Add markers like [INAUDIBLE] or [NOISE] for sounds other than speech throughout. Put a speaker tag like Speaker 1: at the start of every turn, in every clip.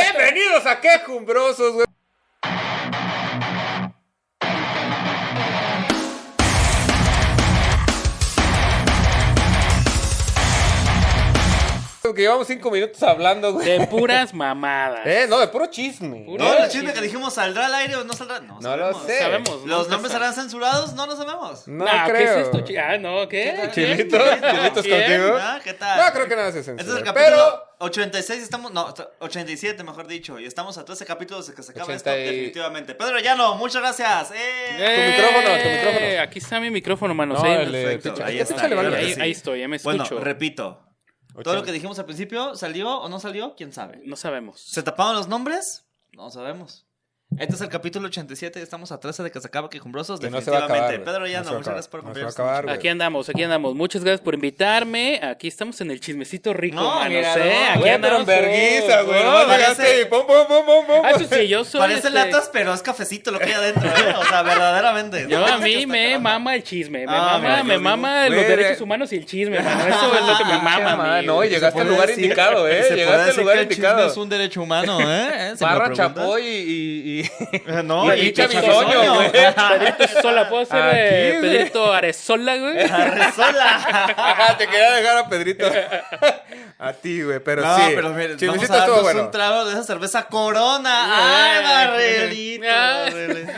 Speaker 1: Bienvenidos a Quejumbrosos, güey. Que llevamos cinco minutos hablando, güey.
Speaker 2: De puras mamadas.
Speaker 1: Eh, no, de puro chisme.
Speaker 2: Puro-
Speaker 3: No, el chisme que dijimos, ¿saldrá al aire o no saldrá? No,
Speaker 1: No lo
Speaker 3: sabemos.
Speaker 1: sé.
Speaker 2: Sabemos.
Speaker 3: ¿Los
Speaker 2: ¿no?
Speaker 3: nombres serán censurados? No lo sabemos.
Speaker 1: eh, No
Speaker 2: Nah,
Speaker 1: creo.
Speaker 2: ¿Qué es esto? chi- Ah, no, ¿qué?
Speaker 3: ¿Qué
Speaker 1: ¿Chilito?
Speaker 3: ¿Quién?
Speaker 1: ¿Chilitos
Speaker 2: ¿Quién?
Speaker 1: contigo?
Speaker 3: Ah, ¿Qué tal?
Speaker 1: No, creo que nada se
Speaker 3: Este
Speaker 1: censura.
Speaker 3: es el capítulo
Speaker 1: pero
Speaker 3: 86, estamos, no, 87 mejor dicho, y estamos a 13 capítulos de que se acaba esto
Speaker 1: 80 y-
Speaker 3: definitivamente. Pedro Llano, muchas gracias. ¡Eh!
Speaker 2: ¡Eh!
Speaker 1: micrófono, tu micrófono.
Speaker 2: Aquí está mi micrófono, mano.
Speaker 1: No,
Speaker 2: sí,
Speaker 1: el-
Speaker 2: perfecto.
Speaker 1: escucha-
Speaker 3: ahí
Speaker 1: escúchale,
Speaker 3: está,
Speaker 1: vale.
Speaker 3: claro que
Speaker 2: Ahí,
Speaker 3: sí.
Speaker 2: ahí estoy, ya me
Speaker 3: Bueno,
Speaker 2: escucho.
Speaker 3: repito, todo lo que dijimos al principio, ¿salió o no salió? ¿Quién sabe?
Speaker 2: no sabemos.
Speaker 3: ¿Se taparon los nombres? No sabemos. Este es el capítulo 87, estamos a 13 de que se acaba Quejumbrosos,
Speaker 1: Que no se va a
Speaker 3: definitivamente.
Speaker 1: acabar. güey.
Speaker 3: Pedro
Speaker 1: No se
Speaker 3: Llano,
Speaker 1: va a
Speaker 3: muchas
Speaker 1: acabar.
Speaker 3: gracias por
Speaker 1: No se va a
Speaker 3: acompañarnos.
Speaker 1: acabar, güey.
Speaker 2: Aquí andamos, aquí andamos. Muchas gracias por invitarme. Aquí estamos en el chismecito rico,
Speaker 3: No,
Speaker 2: mano.
Speaker 3: mira,
Speaker 2: sí,
Speaker 3: no,
Speaker 2: aquí
Speaker 1: Güey, pero
Speaker 2: andamos.
Speaker 1: en vergüenza, güey.
Speaker 2: Oh,
Speaker 1: Nomás
Speaker 3: parece-
Speaker 1: llegaste y pum, pum, pum, pum, pum.
Speaker 2: Ah, eso
Speaker 1: [LAUGHS]
Speaker 2: sí, yo soy.
Speaker 3: Parece
Speaker 2: este,
Speaker 3: latas, pero es cafecito lo que hay adentro, ¿eh? O sea, verdaderamente.
Speaker 2: Yo
Speaker 3: No,
Speaker 2: a
Speaker 3: es que
Speaker 2: mí
Speaker 3: está
Speaker 2: me
Speaker 3: [LAUGHS] cabrón.
Speaker 2: mama el chisme, me
Speaker 3: Ah,
Speaker 2: mama,
Speaker 3: mira,
Speaker 2: me
Speaker 3: yo
Speaker 2: mama
Speaker 1: digo,
Speaker 2: los
Speaker 1: güey,
Speaker 2: derechos
Speaker 1: de-
Speaker 2: humanos y el chisme, mano. Eso es lo
Speaker 3: [LAUGHS]
Speaker 2: que me mama, a
Speaker 1: Ah,
Speaker 2: mí,
Speaker 1: No,
Speaker 2: güey.
Speaker 1: llegaste al
Speaker 3: puede
Speaker 1: lugar
Speaker 3: decir-
Speaker 1: indicado, ¿eh?
Speaker 3: se puede
Speaker 1: Llegaste al
Speaker 3: decir
Speaker 1: lugar
Speaker 3: que el chisme
Speaker 1: indicado.
Speaker 3: es un derecho humano,
Speaker 1: [LAUGHS]
Speaker 3: ¿eh? ¿Eh? Si me
Speaker 1: Barra
Speaker 3: preguntas. Eh,
Speaker 1: Chapoy y- y- y...
Speaker 3: No,
Speaker 1: Y
Speaker 3: y
Speaker 1: Richa
Speaker 3: Richa
Speaker 1: Bisoño,
Speaker 3: Bisoño.
Speaker 1: güey. [LAUGHS]
Speaker 2: Pedrito Sola, ¿puedo hacer eh,
Speaker 1: Aquí, güey.
Speaker 2: Pedrito Arezola, güey?
Speaker 3: Arrezola.
Speaker 1: [LAUGHS] Ajá, te quería dejar a Pedrito. [LAUGHS] a ti, güey, pero
Speaker 3: No,
Speaker 1: sí.
Speaker 3: pero mire, vamos
Speaker 1: Chismecito
Speaker 3: a darnos
Speaker 1: estuvo bueno.
Speaker 3: un trago de esa cerveza
Speaker 1: [LAUGHS]
Speaker 3: Corona. Ay, barrelito,
Speaker 1: Ah.
Speaker 2: Ay.
Speaker 3: barrelito.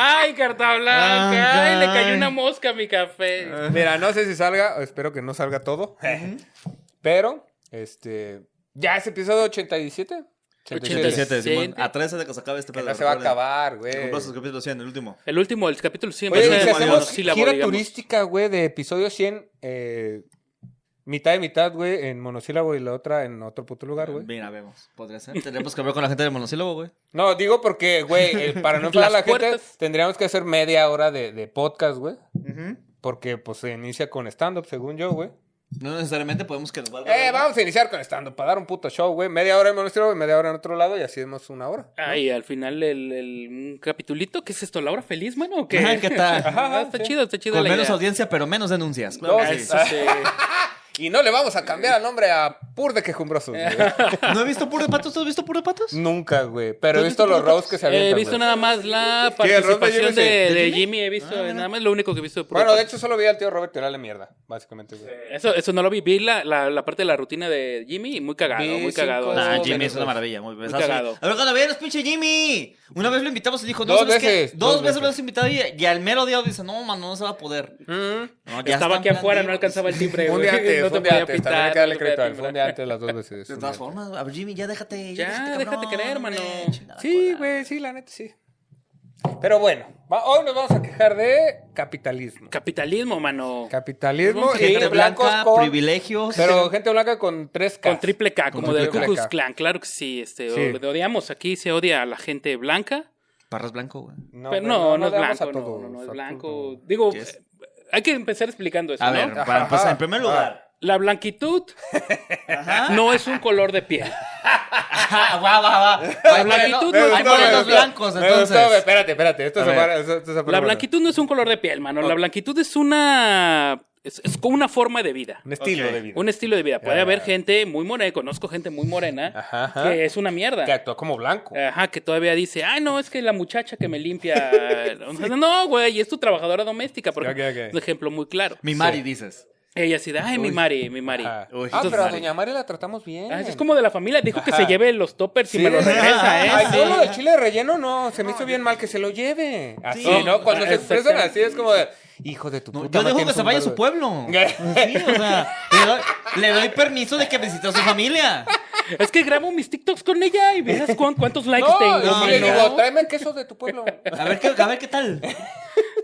Speaker 2: ¡Ay, carta blanca! ¡Ay, le cayó una mosca a mi café!
Speaker 1: Mira, no sé si salga, espero que no salga todo. pero, este. Ya es episodio 87.
Speaker 2: 87.
Speaker 3: 87, Simón.
Speaker 2: Siete.
Speaker 3: A 13 de que se acabe este pedo.
Speaker 1: No se va a
Speaker 3: recuerden.
Speaker 1: acabar, güey.
Speaker 3: Compras sus capítulos 100, el último.
Speaker 2: El último, el capítulo 100.
Speaker 1: Oye,
Speaker 2: va a
Speaker 1: y
Speaker 2: ser
Speaker 1: si
Speaker 2: el
Speaker 1: hacemos gira
Speaker 2: monosílabo, digamos.
Speaker 1: turística, güey, de episodio 100, eh, mitad y mitad, güey, en monosílabo y la otra en otro puto lugar, güey.
Speaker 3: Mira, vemos. Podría ser. Tendríamos que hablar con la gente del monosílabo, güey.
Speaker 1: No, digo porque, güey,
Speaker 2: [LAUGHS]
Speaker 1: eh, para no enfadar a la
Speaker 2: Las
Speaker 1: gente,
Speaker 2: puertas.
Speaker 1: tendríamos que hacer media hora de, de podcast, güey. Porque, pues, se inicia con stand-up, según yo, güey.
Speaker 3: No necesariamente podemos que nos valga.
Speaker 1: Eh,
Speaker 3: verga.
Speaker 1: vamos a iniciar con stand-up, para dar un puto show, güey. Media hora en monosílabo y media hora en otro lado y así hacemos una hora.
Speaker 2: Ay, al final el, el un capitulito, ¿qué es esto? ¿La hora feliz, mano? o ¿Qué,
Speaker 3: Ajá, [LAUGHS]
Speaker 2: [LAUGHS]
Speaker 3: ¿qué tal?
Speaker 2: Ajá, está
Speaker 1: sí.
Speaker 2: chido, está chido
Speaker 3: Con
Speaker 2: la
Speaker 3: menos
Speaker 2: idea.
Speaker 3: audiencia, pero menos denuncias.
Speaker 1: No,
Speaker 3: Claro que
Speaker 2: Ah,
Speaker 3: sí.
Speaker 2: eso sí.
Speaker 1: Y no le vamos a cambiar el nombre a Pur de Quejumbrosos, güey.
Speaker 2: [LAUGHS]
Speaker 3: ¿No he visto puro de patos? ¿Tú has visto puro de patos?
Speaker 1: Nunca, güey. Pero
Speaker 3: ¿Tú
Speaker 1: he
Speaker 3: has
Speaker 1: visto
Speaker 3: visto
Speaker 1: los
Speaker 3: Puro
Speaker 1: rows que [LAUGHS] se
Speaker 2: He
Speaker 1: avientan,
Speaker 2: visto
Speaker 1: güey.
Speaker 2: nada más la
Speaker 1: ¿Qué, el ron de
Speaker 2: participación de,
Speaker 1: Jimmy, sí?
Speaker 2: de Jimmy, he visto nada más lo único que he visto. de puro
Speaker 1: Bueno, de
Speaker 2: pato.
Speaker 1: hecho, solo vi al tío Robert tirarle mierda, básicamente, güey.
Speaker 2: Eso, eso no lo vi, vi la, la, la parte de la rutina de Jimmy y muy cagado,
Speaker 1: Vi
Speaker 2: muy cagado.
Speaker 1: cinco-
Speaker 3: Nah,
Speaker 1: Oh,
Speaker 3: Jimmy
Speaker 1: menos
Speaker 3: es una
Speaker 1: dos.
Speaker 3: maravilla, muy besazo.
Speaker 2: cagado.
Speaker 3: A ver cuando vienes, pinche Jimmy. Una vez lo invitamos y dijo, no,
Speaker 1: Dos
Speaker 3: ¿sabes qué?
Speaker 1: veces,
Speaker 3: Dos,
Speaker 1: dos
Speaker 3: veces lo
Speaker 1: veces.
Speaker 3: has invitado y, y al mero día dice, no, mano, no se va a poder. No, ya
Speaker 2: Estaba
Speaker 3: están
Speaker 2: aquí afuera, no
Speaker 3: planteando-
Speaker 2: alcanzaba el timbre.
Speaker 1: Mm. [LAUGHS] un
Speaker 2: güey.
Speaker 1: día antes,
Speaker 2: [LAUGHS] no te
Speaker 1: un día
Speaker 2: podía
Speaker 1: antes.
Speaker 2: pitar,
Speaker 1: También hay que darle
Speaker 2: no te podía
Speaker 1: crédito a él. Fue un día
Speaker 2: timbrar.
Speaker 1: antes las dos veces.
Speaker 3: De
Speaker 1: un
Speaker 3: todas
Speaker 1: día.
Speaker 3: formas, a ver, Jimmy, ya déjate.
Speaker 2: Ya,
Speaker 3: déjate, cabrón,
Speaker 2: déjate creer, mano.
Speaker 3: hombre, chingada
Speaker 1: Sí,
Speaker 3: cola.
Speaker 1: güey, sí, la neta, sí. Pero bueno, va- hoy nos vamos a quejar de capitalismo.
Speaker 2: Capitalismo, mano.
Speaker 1: Capitalismo
Speaker 2: Nos vamos a
Speaker 1: y
Speaker 3: Gente
Speaker 1: blancos
Speaker 3: blanca,
Speaker 1: con...
Speaker 3: privilegios.
Speaker 1: Pero gente blanca con tres K.
Speaker 2: Con triple K, como
Speaker 1: Con
Speaker 2: de
Speaker 1: triple
Speaker 2: Ku Klux
Speaker 1: K.
Speaker 2: Klan, claro que sí. Este,
Speaker 1: Sí.
Speaker 2: o- Odiamos aquí, se odia a la gente blanca.
Speaker 3: Parras blanco, güey.
Speaker 1: No,
Speaker 2: pero
Speaker 1: güey,
Speaker 2: no, no, es
Speaker 1: le damos
Speaker 2: blanco,
Speaker 1: a
Speaker 2: no,
Speaker 1: todos,
Speaker 2: no, no es
Speaker 1: a
Speaker 2: blanco.
Speaker 1: todos.
Speaker 2: Digo, eh,
Speaker 3: ¿Qué es?
Speaker 2: hay que empezar explicando eso,
Speaker 3: A
Speaker 2: ¿no?
Speaker 3: ver,
Speaker 1: Ajá, Ah.
Speaker 3: para empezar,
Speaker 1: ajá.
Speaker 3: en primer lugar.
Speaker 2: La blanquitud
Speaker 3: Ajá.
Speaker 2: no es un color
Speaker 1: [LAUGHS]
Speaker 2: de piel.
Speaker 3: [LAUGHS] Ajá, va, va, va.
Speaker 2: La
Speaker 3: Hay
Speaker 2: blanquitud no-
Speaker 3: morenos-
Speaker 1: Me
Speaker 3: hay
Speaker 1: gustó, me
Speaker 3: morenos
Speaker 1: gustó.
Speaker 3: blancos,
Speaker 1: Me gustó, güey,
Speaker 3: entonces.
Speaker 1: espérate, espérate. Esto
Speaker 3: A
Speaker 1: se
Speaker 3: ver.
Speaker 1: para- esto- esto se para-
Speaker 2: La blanquitud no es un color de piel, mano. La blanquitud es una. Es, es como una forma de vida.
Speaker 1: Un estilo
Speaker 3: Ok.
Speaker 1: de vida.
Speaker 2: Un estilo de vida. Puede
Speaker 1: Ya,
Speaker 2: haber
Speaker 1: ya.
Speaker 2: gente muy morena, conozco gente muy morena,
Speaker 1: Ajá, ajá.
Speaker 2: que es una mierda.
Speaker 1: Que actúa como blanco.
Speaker 2: Ajá, que todavía dice, ay, no, es que la muchacha que
Speaker 1: [LAUGHS]
Speaker 2: me limpia. O sea, No, güey, es tu trabajadora doméstica, por
Speaker 1: Ok,
Speaker 2: ejemplo.
Speaker 1: ok.
Speaker 2: Un ejemplo muy claro.
Speaker 3: Mi Mari, dices.
Speaker 2: Ella así de, ay, mi Mari, mi Mari.
Speaker 1: Ajá. ah,
Speaker 3: Uy, esto es
Speaker 1: pero a
Speaker 3: Mari.
Speaker 1: Doña Mari la tratamos bien.
Speaker 2: Ah, es como de la familia, dijo que se
Speaker 1: Ajá.
Speaker 2: lleve los toppers y
Speaker 1: Sí.
Speaker 2: me los regresa, ¿eh?
Speaker 1: Ay,
Speaker 2: Sí.
Speaker 1: yo lo de chile relleno no, se me hizo bien mal que se lo lleve. Así,
Speaker 3: Sí.
Speaker 1: ¿no? Cuando se expresan
Speaker 2: Exactamente.
Speaker 1: así es como de, hijo de tu
Speaker 3: No,
Speaker 1: puta
Speaker 3: yo
Speaker 1: madre,
Speaker 3: dejo que
Speaker 1: tienes
Speaker 3: se
Speaker 1: un
Speaker 3: vaya a su
Speaker 1: verbo".
Speaker 3: pueblo.
Speaker 1: [LAUGHS]
Speaker 3: Sí, o sea, le doy, le doy permiso de que visite a su familia.
Speaker 2: Es que grabo mis TikToks con ella y verás cuán- cuántos likes
Speaker 1: No,
Speaker 2: tengo.
Speaker 1: y sí le
Speaker 3: no,
Speaker 1: digo,
Speaker 2: mano.
Speaker 1: tráeme el queso de tu pueblo.
Speaker 3: A ver qué, a ver qué tal.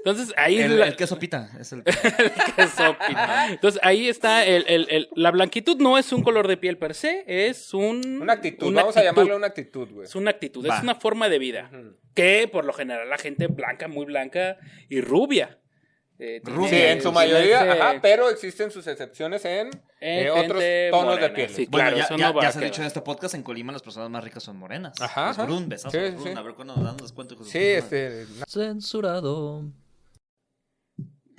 Speaker 2: Entonces ahí
Speaker 3: El,
Speaker 2: la- [LAUGHS]
Speaker 3: el queso pita.
Speaker 1: [LAUGHS]
Speaker 3: Es el...
Speaker 2: queso pita. Entonces ahí está el, el- el- la blanquitud no es un color de piel per se, es un
Speaker 1: Una actitud,
Speaker 2: una
Speaker 1: vamos a
Speaker 2: actitud.
Speaker 1: llamarle una actitud, güey.
Speaker 2: Es una actitud,
Speaker 3: Va.
Speaker 2: es una forma de vida. Que por lo general la gente blanca, muy blanca y rubia. eh, tiene-
Speaker 3: Rubia.
Speaker 1: Sí, en su
Speaker 2: tiene
Speaker 1: mayoría,
Speaker 2: ese-
Speaker 1: ajá, pero existen sus excepciones en,
Speaker 2: En
Speaker 1: eh, otros
Speaker 2: gente
Speaker 1: tonos de
Speaker 2: morena,
Speaker 1: piel.
Speaker 2: sí.
Speaker 3: Bueno,
Speaker 2: Claro,
Speaker 3: ya,
Speaker 2: eso
Speaker 3: ya-
Speaker 2: no va
Speaker 3: ya
Speaker 2: a
Speaker 3: se ha dicho
Speaker 2: quedar.
Speaker 3: en este podcast, en Colima las personas más ricas son morenas.
Speaker 1: Ajá,
Speaker 3: Los
Speaker 1: ajá.
Speaker 3: brun, besazo,
Speaker 1: Sí,
Speaker 3: los
Speaker 1: sí,
Speaker 3: brun.
Speaker 1: sí. este.
Speaker 3: A ver cuándo nos dan los cuentos.
Speaker 1: Sí, este,
Speaker 3: Censurado.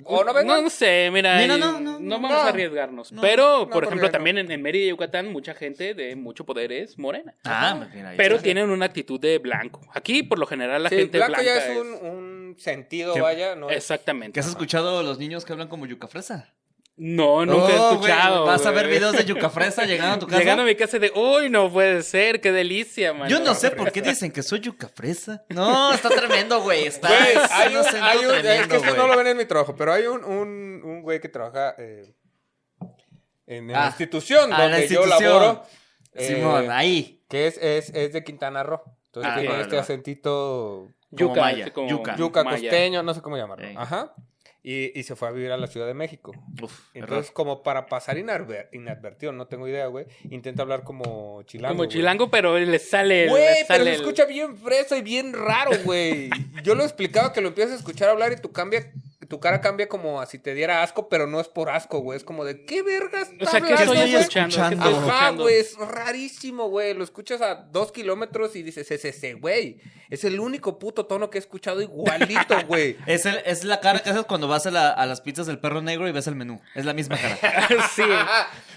Speaker 1: O no vengan.
Speaker 2: No, no sé, mira.
Speaker 3: Mira,
Speaker 2: eh,
Speaker 3: no, no, no,
Speaker 2: vamos
Speaker 1: no.
Speaker 2: a arriesgarnos.
Speaker 3: No,
Speaker 2: pero,
Speaker 1: no,
Speaker 2: por ejemplo,
Speaker 1: porque no.
Speaker 2: también en, en Mérida y Yucatán, mucha gente de mucho poder es morena.
Speaker 1: pues
Speaker 3: Ah, mira, ahí
Speaker 2: Pero
Speaker 3: está.
Speaker 2: tienen una actitud de blanco. Aquí, por lo general, la
Speaker 1: Sí,
Speaker 2: gente
Speaker 1: blanco
Speaker 2: blanca
Speaker 1: ya es
Speaker 2: es-
Speaker 1: un, un sentido,
Speaker 3: Sí.
Speaker 1: vaya. No es-
Speaker 3: ¿Que
Speaker 2: Exactamente.
Speaker 3: has escuchado a los niños que hablan como yuca fresa?
Speaker 2: No, nunca he
Speaker 3: Oh, güey,
Speaker 2: escuchado.
Speaker 3: Vas a
Speaker 2: güey.
Speaker 3: ver videos de
Speaker 1: [LAUGHS]
Speaker 3: yuca fresa llegando a tu casa.
Speaker 2: Llegando a mi casa de, uy, no puede ser, qué delicia, man.
Speaker 3: Yo no sé por qué dicen que soy yuca fresa. No, está tremendo, güey. Está
Speaker 1: Güey,
Speaker 3: [LAUGHS] es
Speaker 1: hay
Speaker 3: un
Speaker 1: un-
Speaker 3: acento
Speaker 1: hay un- es
Speaker 3: tremendo,
Speaker 1: que esto
Speaker 3: güey.
Speaker 1: no lo ven en mi trabajo, pero hay un, un, un güey que trabaja eh, en la
Speaker 3: Ah.
Speaker 1: institución
Speaker 3: Ah, en la
Speaker 1: donde yo
Speaker 3: institución.
Speaker 1: laboro. eh,
Speaker 3: Simón, ah. ahí.
Speaker 1: que es, es, es de Quintana Roo. Entonces
Speaker 2: Ah,
Speaker 1: tiene
Speaker 2: órale,
Speaker 1: este
Speaker 3: va.
Speaker 1: acentito
Speaker 3: Como
Speaker 2: Yuca,
Speaker 3: maya,
Speaker 2: así como
Speaker 3: yuca.
Speaker 1: yuca
Speaker 2: maya.
Speaker 1: costeño, no sé cómo llamarlo.
Speaker 3: Ey.
Speaker 1: Ajá. Y, y se fue a vivir a la Ciudad de México.
Speaker 3: Uf,
Speaker 1: Entonces,
Speaker 3: error.
Speaker 1: como para pasar inadver- inadvertido, no tengo idea, güey. Intenta hablar como chilango.
Speaker 2: Como
Speaker 1: güey.
Speaker 2: chilango, pero le sale. le
Speaker 1: Güey, pero
Speaker 2: sale
Speaker 1: se
Speaker 2: el-
Speaker 1: escucha bien fresa y bien raro, güey. Yo lo explicaba que lo empiezas a escuchar hablar y tu cambia, tu cara cambia como a si te diera asco, pero no es por asco, güey. Es como de qué vergas
Speaker 2: O
Speaker 1: está
Speaker 2: sea, ¿qué
Speaker 1: hablando,
Speaker 2: estoy
Speaker 1: güey?
Speaker 2: escuchando? ¿Qué estoy
Speaker 3: Ajá,
Speaker 1: Ajá,
Speaker 2: escuchando?
Speaker 1: güey, es rarísimo, güey. Lo escuchas a dos kilómetros y dices, ese, ese, güey. Es el único puto tono que he escuchado igualito, [LAUGHS] güey.
Speaker 3: Es, el- es la cara que haces cuando vas a, la- a las pizzas del perro negro y ves el menú. Es la misma cara.
Speaker 2: [LAUGHS] sí.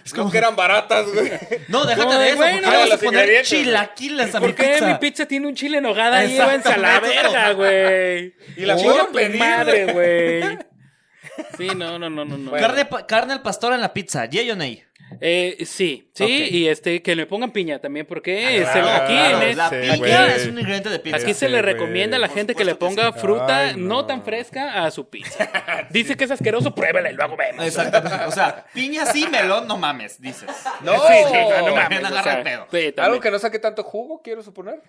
Speaker 1: es como que eran baratas, güey.
Speaker 3: No, déjate
Speaker 2: Como
Speaker 3: de
Speaker 2: de,
Speaker 3: eso.
Speaker 2: güey,
Speaker 3: porque
Speaker 2: no,
Speaker 3: le vas a
Speaker 1: los
Speaker 3: poner
Speaker 1: ingredientes, güey.
Speaker 3: chilaquiles a mi
Speaker 2: ¿Por qué
Speaker 3: pizza?
Speaker 2: mi pizza tiene un chile en nogada y a
Speaker 1: [LAUGHS]
Speaker 2: la
Speaker 3: Exactamente.
Speaker 2: verga, güey?
Speaker 1: Y la
Speaker 2: Chinga
Speaker 1: puedo
Speaker 2: tu
Speaker 1: pedir,
Speaker 2: madre, güey. Sí, no, no, no, no, no.
Speaker 1: Bueno.
Speaker 3: Carne, pa- carne al pastor en la pizza. ¿Yay o nay?
Speaker 2: Eh, sí, sí,
Speaker 3: Ok.
Speaker 2: y este, que le pongan piña también, porque
Speaker 1: Ah, claro,
Speaker 2: se- aquí,
Speaker 1: claro,
Speaker 2: en-
Speaker 3: la
Speaker 1: sí,
Speaker 3: piña
Speaker 1: güey.
Speaker 3: es un ingrediente de pizza.
Speaker 2: aquí se
Speaker 1: sí,
Speaker 2: le
Speaker 1: güey.
Speaker 2: recomienda a la
Speaker 1: Por
Speaker 2: gente que le
Speaker 3: supuesto
Speaker 2: ponga fruta
Speaker 1: Ay,
Speaker 2: no.
Speaker 1: no.
Speaker 2: tan fresca a su [LAUGHS] pizza. Dice que es asqueroso, pruébela y luego vemos.
Speaker 3: Exactamente. O sea, piña sí, melón no mames, dices.
Speaker 1: No,
Speaker 2: Sí, sí, no, [LAUGHS] no
Speaker 3: Oh,
Speaker 2: mames.
Speaker 3: agarra
Speaker 2: o sea,
Speaker 3: el pedo.
Speaker 2: sí,
Speaker 1: Algo
Speaker 2: también.
Speaker 1: que no saque tanto jugo, quiero suponer.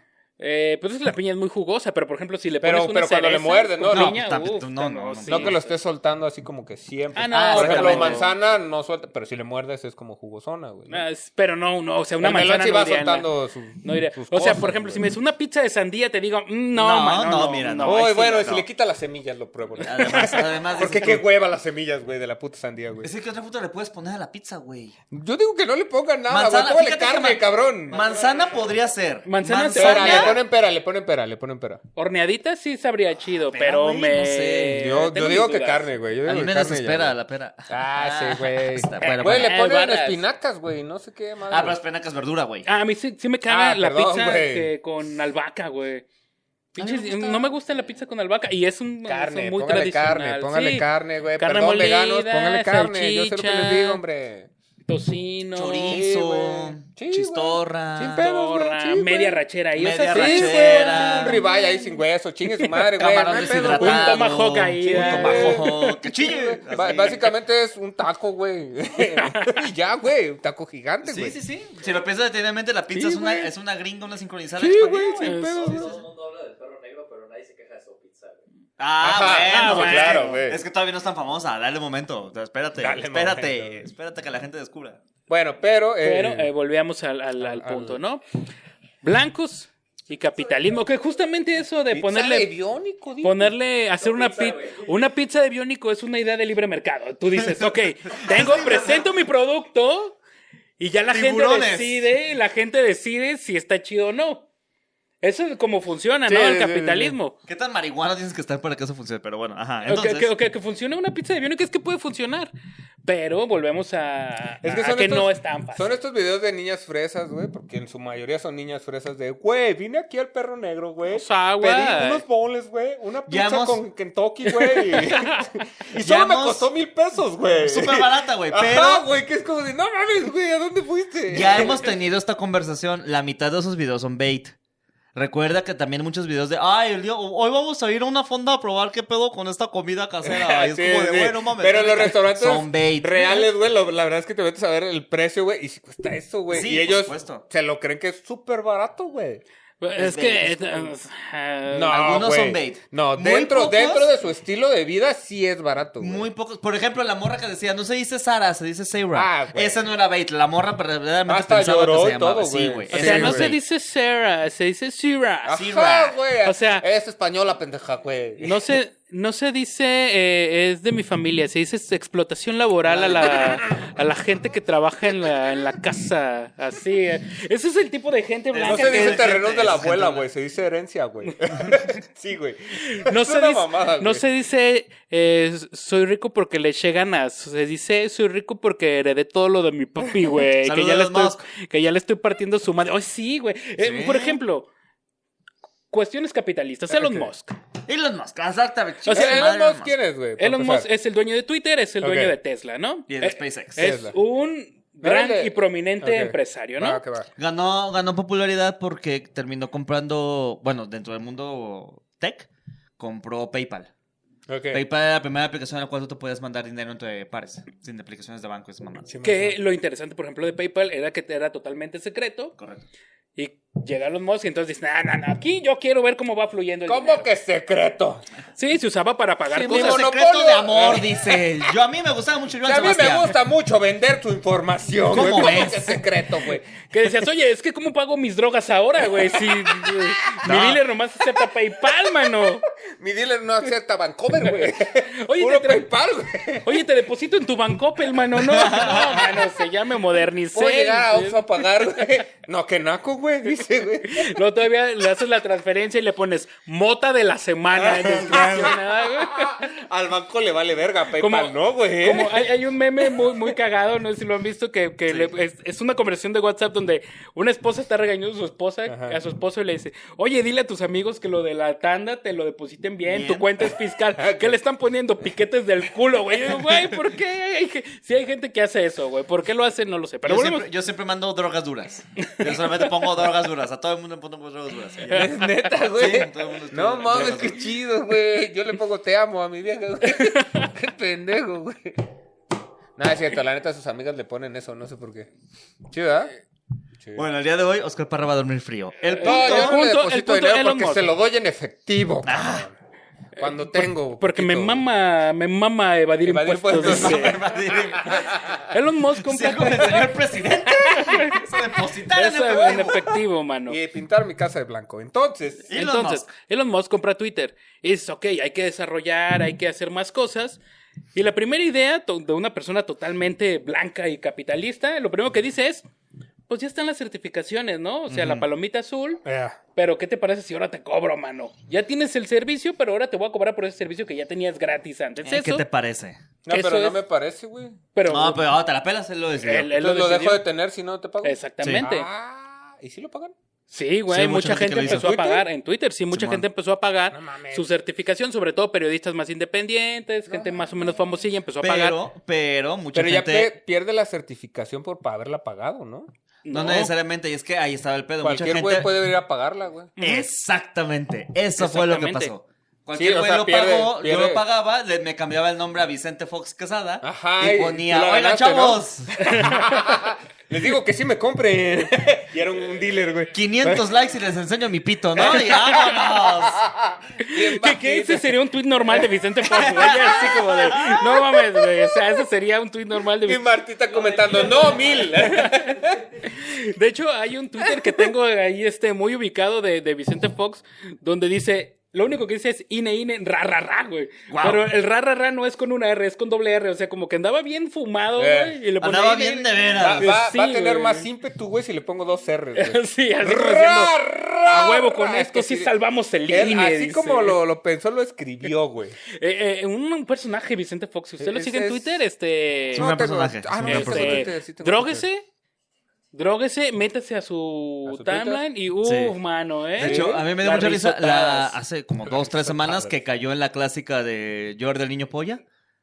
Speaker 2: Eh, pues es que la piña es muy jugosa, pero por ejemplo, si le
Speaker 1: Pero-
Speaker 2: pones una
Speaker 1: pero cuando le
Speaker 2: cereza
Speaker 1: muerdes,
Speaker 2: con
Speaker 1: no, no,
Speaker 2: piña,
Speaker 3: tam-
Speaker 2: uf,
Speaker 3: no,
Speaker 2: no,
Speaker 3: no, no,
Speaker 2: sí.
Speaker 1: no que lo estés soltando así como que siempre.
Speaker 2: Ah, no,
Speaker 1: Por ejemplo,
Speaker 3: exactamente.
Speaker 1: manzana no suelta, pero si le muerdes es como jugosona, güey.
Speaker 2: Ah, es- Pero no, no, o sea, una
Speaker 1: El melón
Speaker 2: manzana
Speaker 1: sí
Speaker 2: no
Speaker 1: va
Speaker 2: diría nada.
Speaker 1: soltando su-
Speaker 2: No diría-
Speaker 1: sus
Speaker 2: o sea,
Speaker 1: cosas,
Speaker 2: por ejemplo, si me
Speaker 1: güey.
Speaker 2: dices una pizza de sandía, te digo, mm, no,
Speaker 3: No,
Speaker 2: man, no,
Speaker 3: no,
Speaker 2: no,
Speaker 3: mira,
Speaker 2: no.
Speaker 3: no. ahí
Speaker 1: Uy,
Speaker 3: sí,
Speaker 1: bueno,
Speaker 3: no,
Speaker 1: si
Speaker 3: no. Ah,
Speaker 1: le quita las semillas lo pruebo. ¿no?
Speaker 3: Además, además.
Speaker 1: [LAUGHS] Porque
Speaker 3: dices
Speaker 1: qué
Speaker 3: tú,
Speaker 1: hueva las semillas, güey, de la puta sandía, güey.
Speaker 3: Es que ¿qué otra fruta le puedes poner a la pizza, güey?
Speaker 1: Yo digo que no le pongan nada, Ah, güey.
Speaker 3: Manzana,
Speaker 1: Póngale
Speaker 3: fíjate que
Speaker 1: carne,
Speaker 3: man-
Speaker 1: cabrón.
Speaker 3: Manzana podría ser.
Speaker 2: Manzana te-
Speaker 1: Pera,
Speaker 2: ¿Horneada?
Speaker 1: le ponen pera, le ponen pera, le ponen pera.
Speaker 2: Horneadita sí sabría chido,
Speaker 3: Pera,
Speaker 2: pero
Speaker 3: güey,
Speaker 2: me...
Speaker 3: no sé. Eh,
Speaker 1: Yo,
Speaker 2: tengo
Speaker 1: yo digo
Speaker 2: mis
Speaker 1: que
Speaker 2: dudas.
Speaker 1: carne, güey. Yo
Speaker 3: A
Speaker 1: digo
Speaker 3: mí
Speaker 1: que
Speaker 3: me
Speaker 1: carne ya,
Speaker 3: desespera
Speaker 1: güey.
Speaker 3: la pera.
Speaker 1: Ah, sí, güey.
Speaker 3: Está bueno,
Speaker 1: Güey,
Speaker 3: bueno.
Speaker 1: le ponen
Speaker 2: Alvaras.
Speaker 1: espinacas, güey. No sé qué madre.
Speaker 3: Ah, pero espinacas verdura, güey.
Speaker 2: Ah, a mí sí, sí me caga
Speaker 1: Ah,
Speaker 2: la
Speaker 1: perdón,
Speaker 2: pizza
Speaker 1: güey.
Speaker 2: que- con albahaca, güey. Pinches-
Speaker 3: me gusta.
Speaker 2: no me gusta la pizza con albahaca y es un
Speaker 1: Carne,
Speaker 2: es muy
Speaker 1: póngale
Speaker 2: tradicional.
Speaker 1: carne, póngale
Speaker 2: Sí,
Speaker 1: carne, güey.
Speaker 2: Carne
Speaker 1: Perdón,
Speaker 2: molida,
Speaker 1: veganos, póngale carne. Yo sé lo que
Speaker 2: salchicha.
Speaker 1: les digo, hombre.
Speaker 2: Tocino,
Speaker 3: Chorizo.
Speaker 1: Sí, güey. Sí, güey.
Speaker 3: Chistorra.
Speaker 1: Sin pedos, güey,
Speaker 2: torra,
Speaker 1: sí, güey.
Speaker 2: media rachera ahí. o sea,
Speaker 3: Media
Speaker 2: sí,
Speaker 1: Sí,
Speaker 3: Rachera.
Speaker 1: güey. Un ribeye ahí sin hueso. Chingue su madre, güey.
Speaker 3: Camarón
Speaker 1: no hay pedo,
Speaker 3: deshidratado.
Speaker 1: güey.
Speaker 2: Un tomahawk ahí,
Speaker 3: Sí,
Speaker 2: eh.
Speaker 3: Un tomahawk. ¡Que chille!
Speaker 1: Ba-
Speaker 3: Así.
Speaker 1: Básicamente es un taco,
Speaker 3: [LAUGHS]
Speaker 1: güey. y ya, güey. Un taco gigante,
Speaker 3: Sí,
Speaker 1: güey.
Speaker 3: sí, sí. Si lo piensas detenidamente, la pizza
Speaker 1: Sí,
Speaker 3: es, una,
Speaker 1: güey.
Speaker 3: es una gringa, una sincronizada.
Speaker 1: Sí,
Speaker 3: expandida,
Speaker 1: güey,
Speaker 2: Es-
Speaker 1: sin pedos, güey.
Speaker 4: Todo el mundo habla del perro negro, pero nadie se queja de su pizza, güey.
Speaker 3: Ah,
Speaker 1: Ajá,
Speaker 2: ah,
Speaker 3: bueno,
Speaker 2: pues
Speaker 3: güey.
Speaker 1: claro, güey.
Speaker 3: Es que todavía no es tan famosa. Dale momento. O sea, espérate,
Speaker 1: Dale
Speaker 3: espérate.
Speaker 1: momento, güey.
Speaker 3: espérate que la gente descubra.
Speaker 1: Bueno, pero. eh,
Speaker 2: Pero eh, volvíamos al, al-
Speaker 1: al-
Speaker 2: al
Speaker 1: [LAUGHS]
Speaker 2: punto, ¿no? Blancos y capitalismo, que justamente eso de
Speaker 1: pizza de
Speaker 2: eh, ponerle,
Speaker 1: biónico, digo.
Speaker 2: ponerle, hacer una, pi- una pizza de biónico es una idea de libre mercado. Tú
Speaker 1: [LAUGHS]
Speaker 2: dices, ok, tengo, presento mi producto y ya la gente
Speaker 3: Tiburones.
Speaker 2: decide, la gente decide si está chido o no. Eso es como funciona,
Speaker 1: Sí,
Speaker 2: ¿no?
Speaker 1: sí,
Speaker 2: El
Speaker 1: sí, sí.
Speaker 2: capitalismo.
Speaker 3: ¿Qué tan marihuana tienes que estar para que eso funcione? Pero bueno, ajá.
Speaker 2: O que-
Speaker 3: Entonces,
Speaker 2: que, o que- que funcione una pizza de biónico es que puede funcionar. Pero volvemos a a que,
Speaker 1: Es que, son estos-
Speaker 2: no es tan fácil.
Speaker 1: Son estos videos de niñas fresas, güey, porque en su mayoría son niñas fresas de, güey, vine aquí al perro negro, güey.
Speaker 2: O sea, güey.
Speaker 1: Pedí unos bowls, güey, una
Speaker 3: Ya
Speaker 1: pizza
Speaker 3: hemos-
Speaker 1: con Kentucky,
Speaker 3: [LAUGHS]
Speaker 1: güey. y- y solo
Speaker 3: Ya
Speaker 1: me
Speaker 3: hemos-
Speaker 1: costó mil pesos, güey.
Speaker 3: Súper barata, güey.
Speaker 1: Ajá,
Speaker 3: Pero
Speaker 1: güey, que es como de, no mames, güey, ¿a dónde fuiste?
Speaker 3: ya
Speaker 1: [LAUGHS]
Speaker 3: hemos tenido esta conversación. La mitad de esos videos son bait. Recuerda que también muchos videos de, ay, el día- hoy vamos a ir a una fonda a probar qué pedo con esta
Speaker 1: [LAUGHS]
Speaker 3: comida casera. Y es
Speaker 1: Sí,
Speaker 3: como de,
Speaker 1: sí.
Speaker 3: bueno, mames.
Speaker 1: Pero los
Speaker 3: rica".
Speaker 1: restaurantes
Speaker 3: son bait.
Speaker 1: reales, güey, lo- la verdad es que te metes a ver el precio, güey, y si cuesta eso, güey.
Speaker 3: Sí,
Speaker 1: y
Speaker 3: por
Speaker 1: ellos
Speaker 3: supuesto.
Speaker 1: se lo creen que es súper barato, güey.
Speaker 2: Es que. eh,
Speaker 1: No,
Speaker 3: Algunos son
Speaker 1: güey.
Speaker 3: bait.
Speaker 1: No,
Speaker 3: Muy
Speaker 1: dentro,
Speaker 3: pocos-
Speaker 1: dentro de su estilo de vida sí es barato, güey.
Speaker 3: Muy pocos. Por ejemplo, la morra que decía, no se dice Sara, se dice Sarah.
Speaker 1: Ah, güey.
Speaker 3: Esa no era bait. La morra pero verdaderamente
Speaker 1: Hasta
Speaker 3: pensaba
Speaker 1: lloró
Speaker 3: que
Speaker 1: y
Speaker 3: se llamaba.
Speaker 1: todo,
Speaker 3: sí,
Speaker 1: güey.
Speaker 3: güey.
Speaker 2: O
Speaker 1: Sí,
Speaker 2: sea, no
Speaker 1: güey.
Speaker 2: se dice Sarah, se dice Syrah.
Speaker 1: Ajá,
Speaker 3: Syrah.
Speaker 1: güey.
Speaker 2: O sea-
Speaker 1: es española, pendeja, güey.
Speaker 2: No se. No se dice eh, es de mi familia, se dice es explotación laboral a la, a la gente que trabaja en la, en la casa. Así. eh. Ese es el tipo de gente blanca
Speaker 1: [LAUGHS] No se
Speaker 2: que-
Speaker 1: dice terrenos
Speaker 3: gente,
Speaker 1: de la
Speaker 3: es
Speaker 1: abuela,
Speaker 3: gente.
Speaker 1: güey. Se dice herencia,
Speaker 2: [LAUGHS]
Speaker 1: güey. sí, güey.
Speaker 2: No
Speaker 1: Es
Speaker 2: se
Speaker 1: una
Speaker 2: dice,
Speaker 1: mamada,
Speaker 2: no
Speaker 1: güey.
Speaker 2: se dice eh, soy rico porque le eché ganas. Se dice soy rico porque heredé todo lo de mi papi, güey. que,
Speaker 3: Saludos,
Speaker 2: ya le
Speaker 3: Elon
Speaker 2: estoy-
Speaker 3: Musk.
Speaker 2: que ya le estoy partiendo su madre. Ay, sí, güey. Eh,
Speaker 3: Sí.
Speaker 2: Por ejemplo, cuestiones capitalistas. Elon
Speaker 1: Ah, Ok.
Speaker 2: Musk.
Speaker 3: Elon Musk, exactamente.
Speaker 2: O sea,
Speaker 3: Chinga
Speaker 1: Elon
Speaker 3: madre,
Speaker 1: Musk, ¿quién es, güey? Para
Speaker 2: Elon Musk
Speaker 1: empezar.
Speaker 2: es el dueño de Twitter, es el dueño
Speaker 1: Ok.
Speaker 2: de Tesla, ¿no?
Speaker 3: Y de
Speaker 2: Eh,
Speaker 3: SpaceX.
Speaker 2: Es
Speaker 1: Tesla.
Speaker 2: un gran
Speaker 1: Órale.
Speaker 2: y prominente
Speaker 1: Ok.
Speaker 2: empresario, ¿eh, ¿no?
Speaker 1: Va, que va.
Speaker 3: Ganó, ganó popularidad porque terminó comprando, bueno, dentro del mundo tech, compró PayPal.
Speaker 1: Ok.
Speaker 3: PayPal era la primera aplicación en la cual tú te podías mandar dinero entre pares, sin aplicaciones de banco y esas mamadas.
Speaker 1: Sí,
Speaker 2: Que
Speaker 1: más o
Speaker 2: lo interesante, por ejemplo, de PayPal era que era totalmente secreto
Speaker 3: Correcto.
Speaker 2: y llegaron Musk y entonces dicen, no, no, no, aquí yo quiero ver cómo va fluyendo el
Speaker 1: menos.
Speaker 2: dinero".
Speaker 1: ¿Cómo que secreto?
Speaker 2: Sí, se usaba para pagar
Speaker 1: Sí, mi
Speaker 2: cosas.
Speaker 1: mono-
Speaker 3: secreto
Speaker 1: monopolio. [LAUGHS]
Speaker 3: de amor, dice él. Yo a mí me gustaba mucho Joan
Speaker 1: Que a mí me
Speaker 3: Sebastián.
Speaker 1: gusta mucho vender tu información, güey.
Speaker 3: ¿Cómo
Speaker 1: ¿Cómo
Speaker 3: ves?
Speaker 1: que secreto, güey?
Speaker 2: Que decías, oye, es que ¿cómo pago mis drogas ahora, güey?
Speaker 1: [LAUGHS]
Speaker 2: Si eh, mi
Speaker 3: No.
Speaker 2: dealer nomás acepta PayPal, mano.
Speaker 1: Mi dealer no acepta Vancouver, güey.
Speaker 2: Oye,
Speaker 1: Puro
Speaker 2: te tra-
Speaker 1: PayPal, güey.
Speaker 2: Oye, te deposito en tu Bancopel, mano.
Speaker 1: [LAUGHS]
Speaker 2: No, no, mano, se ya me modernicé.
Speaker 1: Puedo llegar a Oxxo a pagar, güey. [LAUGHS] No, que naco, güey, dice, güey.
Speaker 2: Luego todavía le haces la transferencia y le pones mota de la semana. en descripción, ¿ah, güey?
Speaker 1: Al banco le vale verga, PayPal,
Speaker 2: Como-
Speaker 1: no, güey.
Speaker 2: Como hay, hay un meme muy, muy cagado, no sé si lo han visto, que, que le- es, es una conversación de WhatsApp donde una esposa está regañando a su esposa,
Speaker 1: Ajá.
Speaker 2: a su esposo y le dice, oye, dile a tus amigos que lo de la tanda te lo depositen bien,
Speaker 3: Bien.
Speaker 2: tu cuenta es
Speaker 1: [LAUGHS]
Speaker 2: fiscal, que le están poniendo piquetes del culo, güey. Yo, Güey, ¿por qué? Hay ge- si hay gente que hace eso, güey, ¿por qué lo hacen? No lo sé. Pero
Speaker 3: yo,
Speaker 2: volvemos.
Speaker 3: siempre, yo siempre mando drogas duras. Yo solamente pongo drogas duras. A todo el mundo le pongo drogas duras.
Speaker 1: Es neta, güey.
Speaker 3: Sí, todo el mundo escribe
Speaker 1: no mames,
Speaker 3: drogas
Speaker 1: qué
Speaker 3: duras.
Speaker 1: chido, güey. Yo le pongo te amo a mi vieja, güey. [LAUGHS] Qué pendejo, güey. Nada, es cierto, la neta sus amigas le ponen eso, no sé por qué. Chido, ¿ah? Chido.
Speaker 3: Bueno, el día de hoy, Oscar Parra va a dormir frío. El
Speaker 1: Eh, no,
Speaker 2: punto-
Speaker 1: yo no
Speaker 2: punto-
Speaker 1: le
Speaker 2: el
Speaker 1: deposito
Speaker 2: punto de
Speaker 1: dinero
Speaker 2: Elon
Speaker 1: porque
Speaker 2: Musk.
Speaker 1: se lo doy en efectivo, cabrón. Cuando tengo.
Speaker 2: Porque me
Speaker 1: poquito.
Speaker 2: mama, me mama evadir,
Speaker 1: Evadir
Speaker 2: impuestos.
Speaker 1: impuestos.
Speaker 2: dice. Elon Musk
Speaker 3: Si
Speaker 2: compra
Speaker 3: algo me [LAUGHS] enseñó el
Speaker 1: [LAUGHS]
Speaker 3: presidente, es depositar en
Speaker 2: eso
Speaker 3: el
Speaker 2: en
Speaker 3: huevo.
Speaker 2: efectivo, mano.
Speaker 1: Y pintar mi casa de blanco. Entonces,
Speaker 3: Elon
Speaker 2: Entonces,
Speaker 3: Musk.
Speaker 2: Elon Musk compra Twitter. Y dices, ok, hay que desarrollar, hay que hacer más cosas. Y la primera idea to- de una persona totalmente blanca y capitalista, lo primero que dice es, pues ya están las certificaciones, ¿no? O sea, la palomita azul.
Speaker 1: eh,
Speaker 2: Pero, ¿qué te parece si ahora te cobro, mano? Ya tienes el servicio, pero ahora te voy a cobrar por ese servicio que ya tenías gratis antes.
Speaker 3: Eh, ¿Qué
Speaker 2: Eso,
Speaker 3: te parece?
Speaker 1: no,
Speaker 2: Eso
Speaker 1: pero no
Speaker 2: es-
Speaker 1: me parece, güey.
Speaker 2: pero,
Speaker 3: No, pero ah, te la pelas, él lo decidió.
Speaker 2: él, él
Speaker 1: Entonces lo, dejo
Speaker 2: decidió.
Speaker 1: de tener si no te pago.
Speaker 2: Exactamente.
Speaker 1: Ah, ¿y si lo pagan?
Speaker 2: Sí, güey,
Speaker 3: Sí,
Speaker 2: mucha, gente,
Speaker 3: que lo hizo.
Speaker 2: empezó a
Speaker 1: ¿En Twitter?
Speaker 2: pagar en Twitter, sí, mucha
Speaker 3: Simón.
Speaker 2: gente empezó a pagar
Speaker 1: No mames.
Speaker 2: su certificación, sobre todo periodistas más independientes, gente más o menos famosilla empezó a pagar.
Speaker 3: Pero, pero, mucha
Speaker 1: Pero ya
Speaker 3: gente.
Speaker 1: pe- pierde la certificación por pa- haberla pagado, ¿no?
Speaker 2: No.
Speaker 3: No, necesariamente, y es que ahí estaba el pedo. Mucha
Speaker 1: Cualquier
Speaker 3: gente.
Speaker 1: güey puede ir a pagarla, güey.
Speaker 3: Exactamente, eso fue lo que
Speaker 2: Exactamente.
Speaker 3: pasó. Cualquier
Speaker 1: Sí, o
Speaker 3: güey
Speaker 1: sea,
Speaker 3: lo
Speaker 1: pierde-
Speaker 3: pagó, yo
Speaker 1: pierde.
Speaker 3: lo pagaba, le- me cambiaba el nombre a Vicente Fox Quesada
Speaker 1: Ajá,
Speaker 3: y
Speaker 1: y
Speaker 3: ponía,
Speaker 1: tú la
Speaker 3: oigan
Speaker 1: ganaste, ¿no?" [LAUGHS]
Speaker 3: chavos,
Speaker 1: Les digo que sí me compren. [LAUGHS] y era un, un dealer, güey.
Speaker 3: 500 likes y les enseño mi pito, ¿no?
Speaker 1: [LAUGHS]
Speaker 3: Y vámonos.
Speaker 1: Bien
Speaker 2: ¿Qué, qué?
Speaker 1: bajito.
Speaker 2: Ese sería un tuit normal de Vicente Fox,
Speaker 1: [LAUGHS]
Speaker 2: güey, así como de, no mames, güey, o sea, ese sería un tuit normal de
Speaker 1: Y
Speaker 2: Vicente
Speaker 1: Martita comentando, no,
Speaker 3: [LAUGHS]
Speaker 1: mil.
Speaker 2: De hecho, hay un Twitter que tengo ahí este, muy ubicado de, de Vicente Fox, donde dice. Lo único que dice es ine, ine, ra, ra, ra, güey.
Speaker 3: Guau.
Speaker 2: Pero el ra, ra, ra no es con una R, es con doble R. O sea, como que andaba bien fumado,
Speaker 1: Eh.
Speaker 2: güey. Y le ponía
Speaker 3: Andaba
Speaker 2: ine,
Speaker 3: bien
Speaker 2: ine.
Speaker 3: de
Speaker 1: Va,
Speaker 3: veras.
Speaker 1: va-
Speaker 2: Sí,
Speaker 1: va a tener
Speaker 2: güey.
Speaker 1: más ímpetu, güey, si le pongo dos R's, güey.
Speaker 2: [LAUGHS] Sí, así como diciendo,
Speaker 1: Ra, ra,
Speaker 2: a huevo con
Speaker 1: ra. Es
Speaker 2: esto
Speaker 1: que
Speaker 2: sí
Speaker 1: sí.
Speaker 2: salvamos el
Speaker 1: Él,
Speaker 2: INE.
Speaker 1: así
Speaker 2: dice.
Speaker 1: como lo, lo pensó, lo escribió, güey.
Speaker 2: Eh, eh, un, un personaje, Vicente Fox. Si usted lo
Speaker 1: Es-
Speaker 2: sigue en
Speaker 1: es-
Speaker 2: Twitter, este.
Speaker 3: Es un gran personaje,
Speaker 1: Ah,
Speaker 3: es un
Speaker 1: no,
Speaker 3: gran
Speaker 1: no,
Speaker 2: este,
Speaker 1: tengo
Speaker 3: personaje.
Speaker 1: Twitter, sí tengo Twitter.
Speaker 2: dróguese. Dróguese, métase a su,
Speaker 1: ¿A su Twitter?
Speaker 2: timeline y uff,
Speaker 3: Sí.
Speaker 2: mano, eh.
Speaker 3: De hecho, a mí me dio
Speaker 2: Las
Speaker 3: mucha risa la,
Speaker 2: risotadas.
Speaker 3: hace como dos, tres semanas que cayó en la clásica de George del Niño Polla.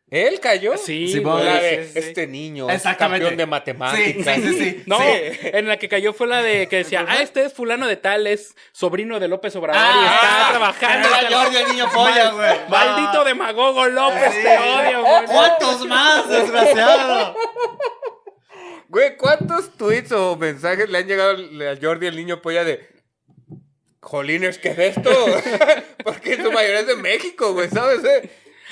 Speaker 1: ¿Él cayó?
Speaker 2: Sí,
Speaker 3: Sí,
Speaker 2: güey,
Speaker 1: La
Speaker 2: sí,
Speaker 1: de
Speaker 2: sí, sí.
Speaker 1: este niño es campeón de matemáticas.
Speaker 3: Sí, sí, sí. sí.
Speaker 2: No,
Speaker 3: Sí.
Speaker 2: en la que cayó fue la de que decía, ah, este es fulano de tal, es sobrino de López Obrador y
Speaker 3: Ah,
Speaker 2: está
Speaker 3: ah,
Speaker 2: trabajando.
Speaker 3: Era
Speaker 2: Este-
Speaker 3: George del Niño Polla, güey. Ah,
Speaker 2: Maldito demagogo López, te odio, güey.
Speaker 3: ¿Cuántos más, desgraciado?
Speaker 1: Güey, ¿cuántos tweets o mensajes le han llegado al- a Jordi el niño polla de [LAUGHS] Jolines, ¿qué es esto? Porque su mayoría es de México, güey, ¿sabes? eh?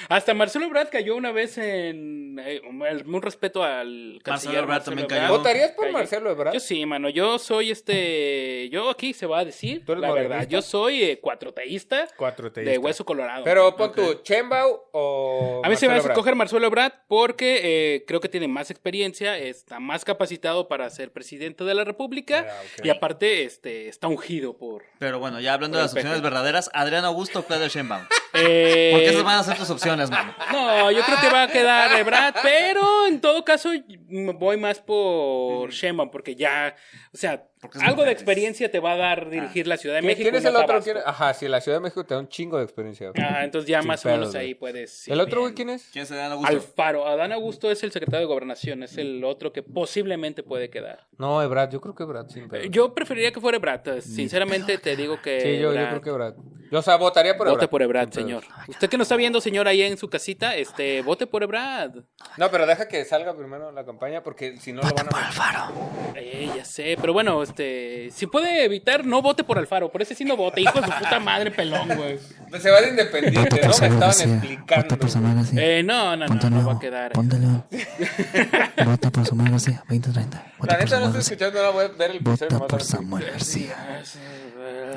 Speaker 2: Hasta Marcelo Brad cayó una vez en. eh, un, un respeto al. canciller
Speaker 3: Ebrard también cayó.
Speaker 2: Ebrard.
Speaker 1: ¿Votarías por
Speaker 2: Calle.
Speaker 1: Marcelo Ebrard?
Speaker 2: Yo sí, mano. Yo soy este. Yo aquí se va a decir.
Speaker 1: ¿Tú eres
Speaker 2: la verdad.
Speaker 1: modernista?
Speaker 2: Yo soy eh, cuatroteísta
Speaker 1: Cuatro te
Speaker 2: de hueso colorado.
Speaker 1: Pero pon
Speaker 3: Ok.
Speaker 1: tu Chembao o.
Speaker 2: A mí se
Speaker 1: Marcelo
Speaker 2: me hace
Speaker 1: Ebrard.
Speaker 2: coger Marcelo Brad porque eh, creo que tiene más experiencia, está más capacitado para ser presidente de la República
Speaker 1: Ah, ok.
Speaker 2: y aparte este, está ungido por...
Speaker 3: Pero bueno, ya hablando de
Speaker 2: Por
Speaker 3: las
Speaker 2: el peje.
Speaker 3: opciones verdaderas, Adrián Augusto o Claudia Sheinbaum.
Speaker 2: Eh,
Speaker 3: Porque esas van a ser tus opciones, mano.
Speaker 2: No, yo creo que va a quedar Brad, pero en todo caso me voy más por Sheinbaum porque ya, o sea,
Speaker 3: Porque es
Speaker 2: algo de
Speaker 3: mujeres.
Speaker 2: experiencia te va a
Speaker 1: Ah.
Speaker 2: dar dirigir la Ciudad de México.
Speaker 1: ¿Quién es
Speaker 2: y
Speaker 1: el
Speaker 2: no
Speaker 1: otro?
Speaker 2: Tabasco.
Speaker 1: ¿Quién- Ajá, sí, la Ciudad de México te da un chingo de experiencia. güey.
Speaker 2: Ah, entonces ya
Speaker 1: Sin
Speaker 2: más o
Speaker 1: pedos,
Speaker 2: menos ahí
Speaker 1: güey.
Speaker 2: puedes...
Speaker 1: ¿El otro,
Speaker 2: bien.
Speaker 1: güey, quién es?
Speaker 3: ¿Quién es Adrián Augusto?
Speaker 2: Alfaro, Adán Augusto es el secretario de Gobernación, es el otro que posiblemente puede quedar.
Speaker 1: No, Ebrard, yo creo que Ebrard, sin pedos.
Speaker 2: Yo preferiría que fuera Ebrard. Sinceramente te digo que.
Speaker 1: Sí, yo, yo
Speaker 2: Ebrard.
Speaker 1: creo que Ebrard. Yo, o sea, votaría por
Speaker 2: Vote
Speaker 1: Ebrard.
Speaker 2: por Ebrard,
Speaker 1: sin pedos.
Speaker 2: señor. Usted que nos está viendo, señor, ahí en su casita, este, vote por Ebrard.
Speaker 1: No, pero deja que salga primero la campaña porque si no lo van a.
Speaker 2: Eh, ya sé, pero bueno, este, si puede evitar, no vote por Alfaro. Por ese sí no vote, hijo de su puta madre, pelón, güey.
Speaker 1: Pues Se va de independiente, ¿no? Me estaban explicando.
Speaker 5: por Samuel García.
Speaker 2: Eh, no, no, no,
Speaker 5: Ponte
Speaker 2: no
Speaker 5: León,
Speaker 2: va a quedar. eh.
Speaker 5: Ponte León.
Speaker 2: [LAUGHS]
Speaker 5: Vota por Samuel García, 2030.
Speaker 1: La
Speaker 5: Vota por
Speaker 1: neta no
Speaker 5: Samuel
Speaker 1: estoy
Speaker 5: García.
Speaker 1: escuchando, ahora voy a ver el episodio
Speaker 5: Vota
Speaker 1: nomás a
Speaker 5: por
Speaker 1: ver si-
Speaker 5: Samuel García.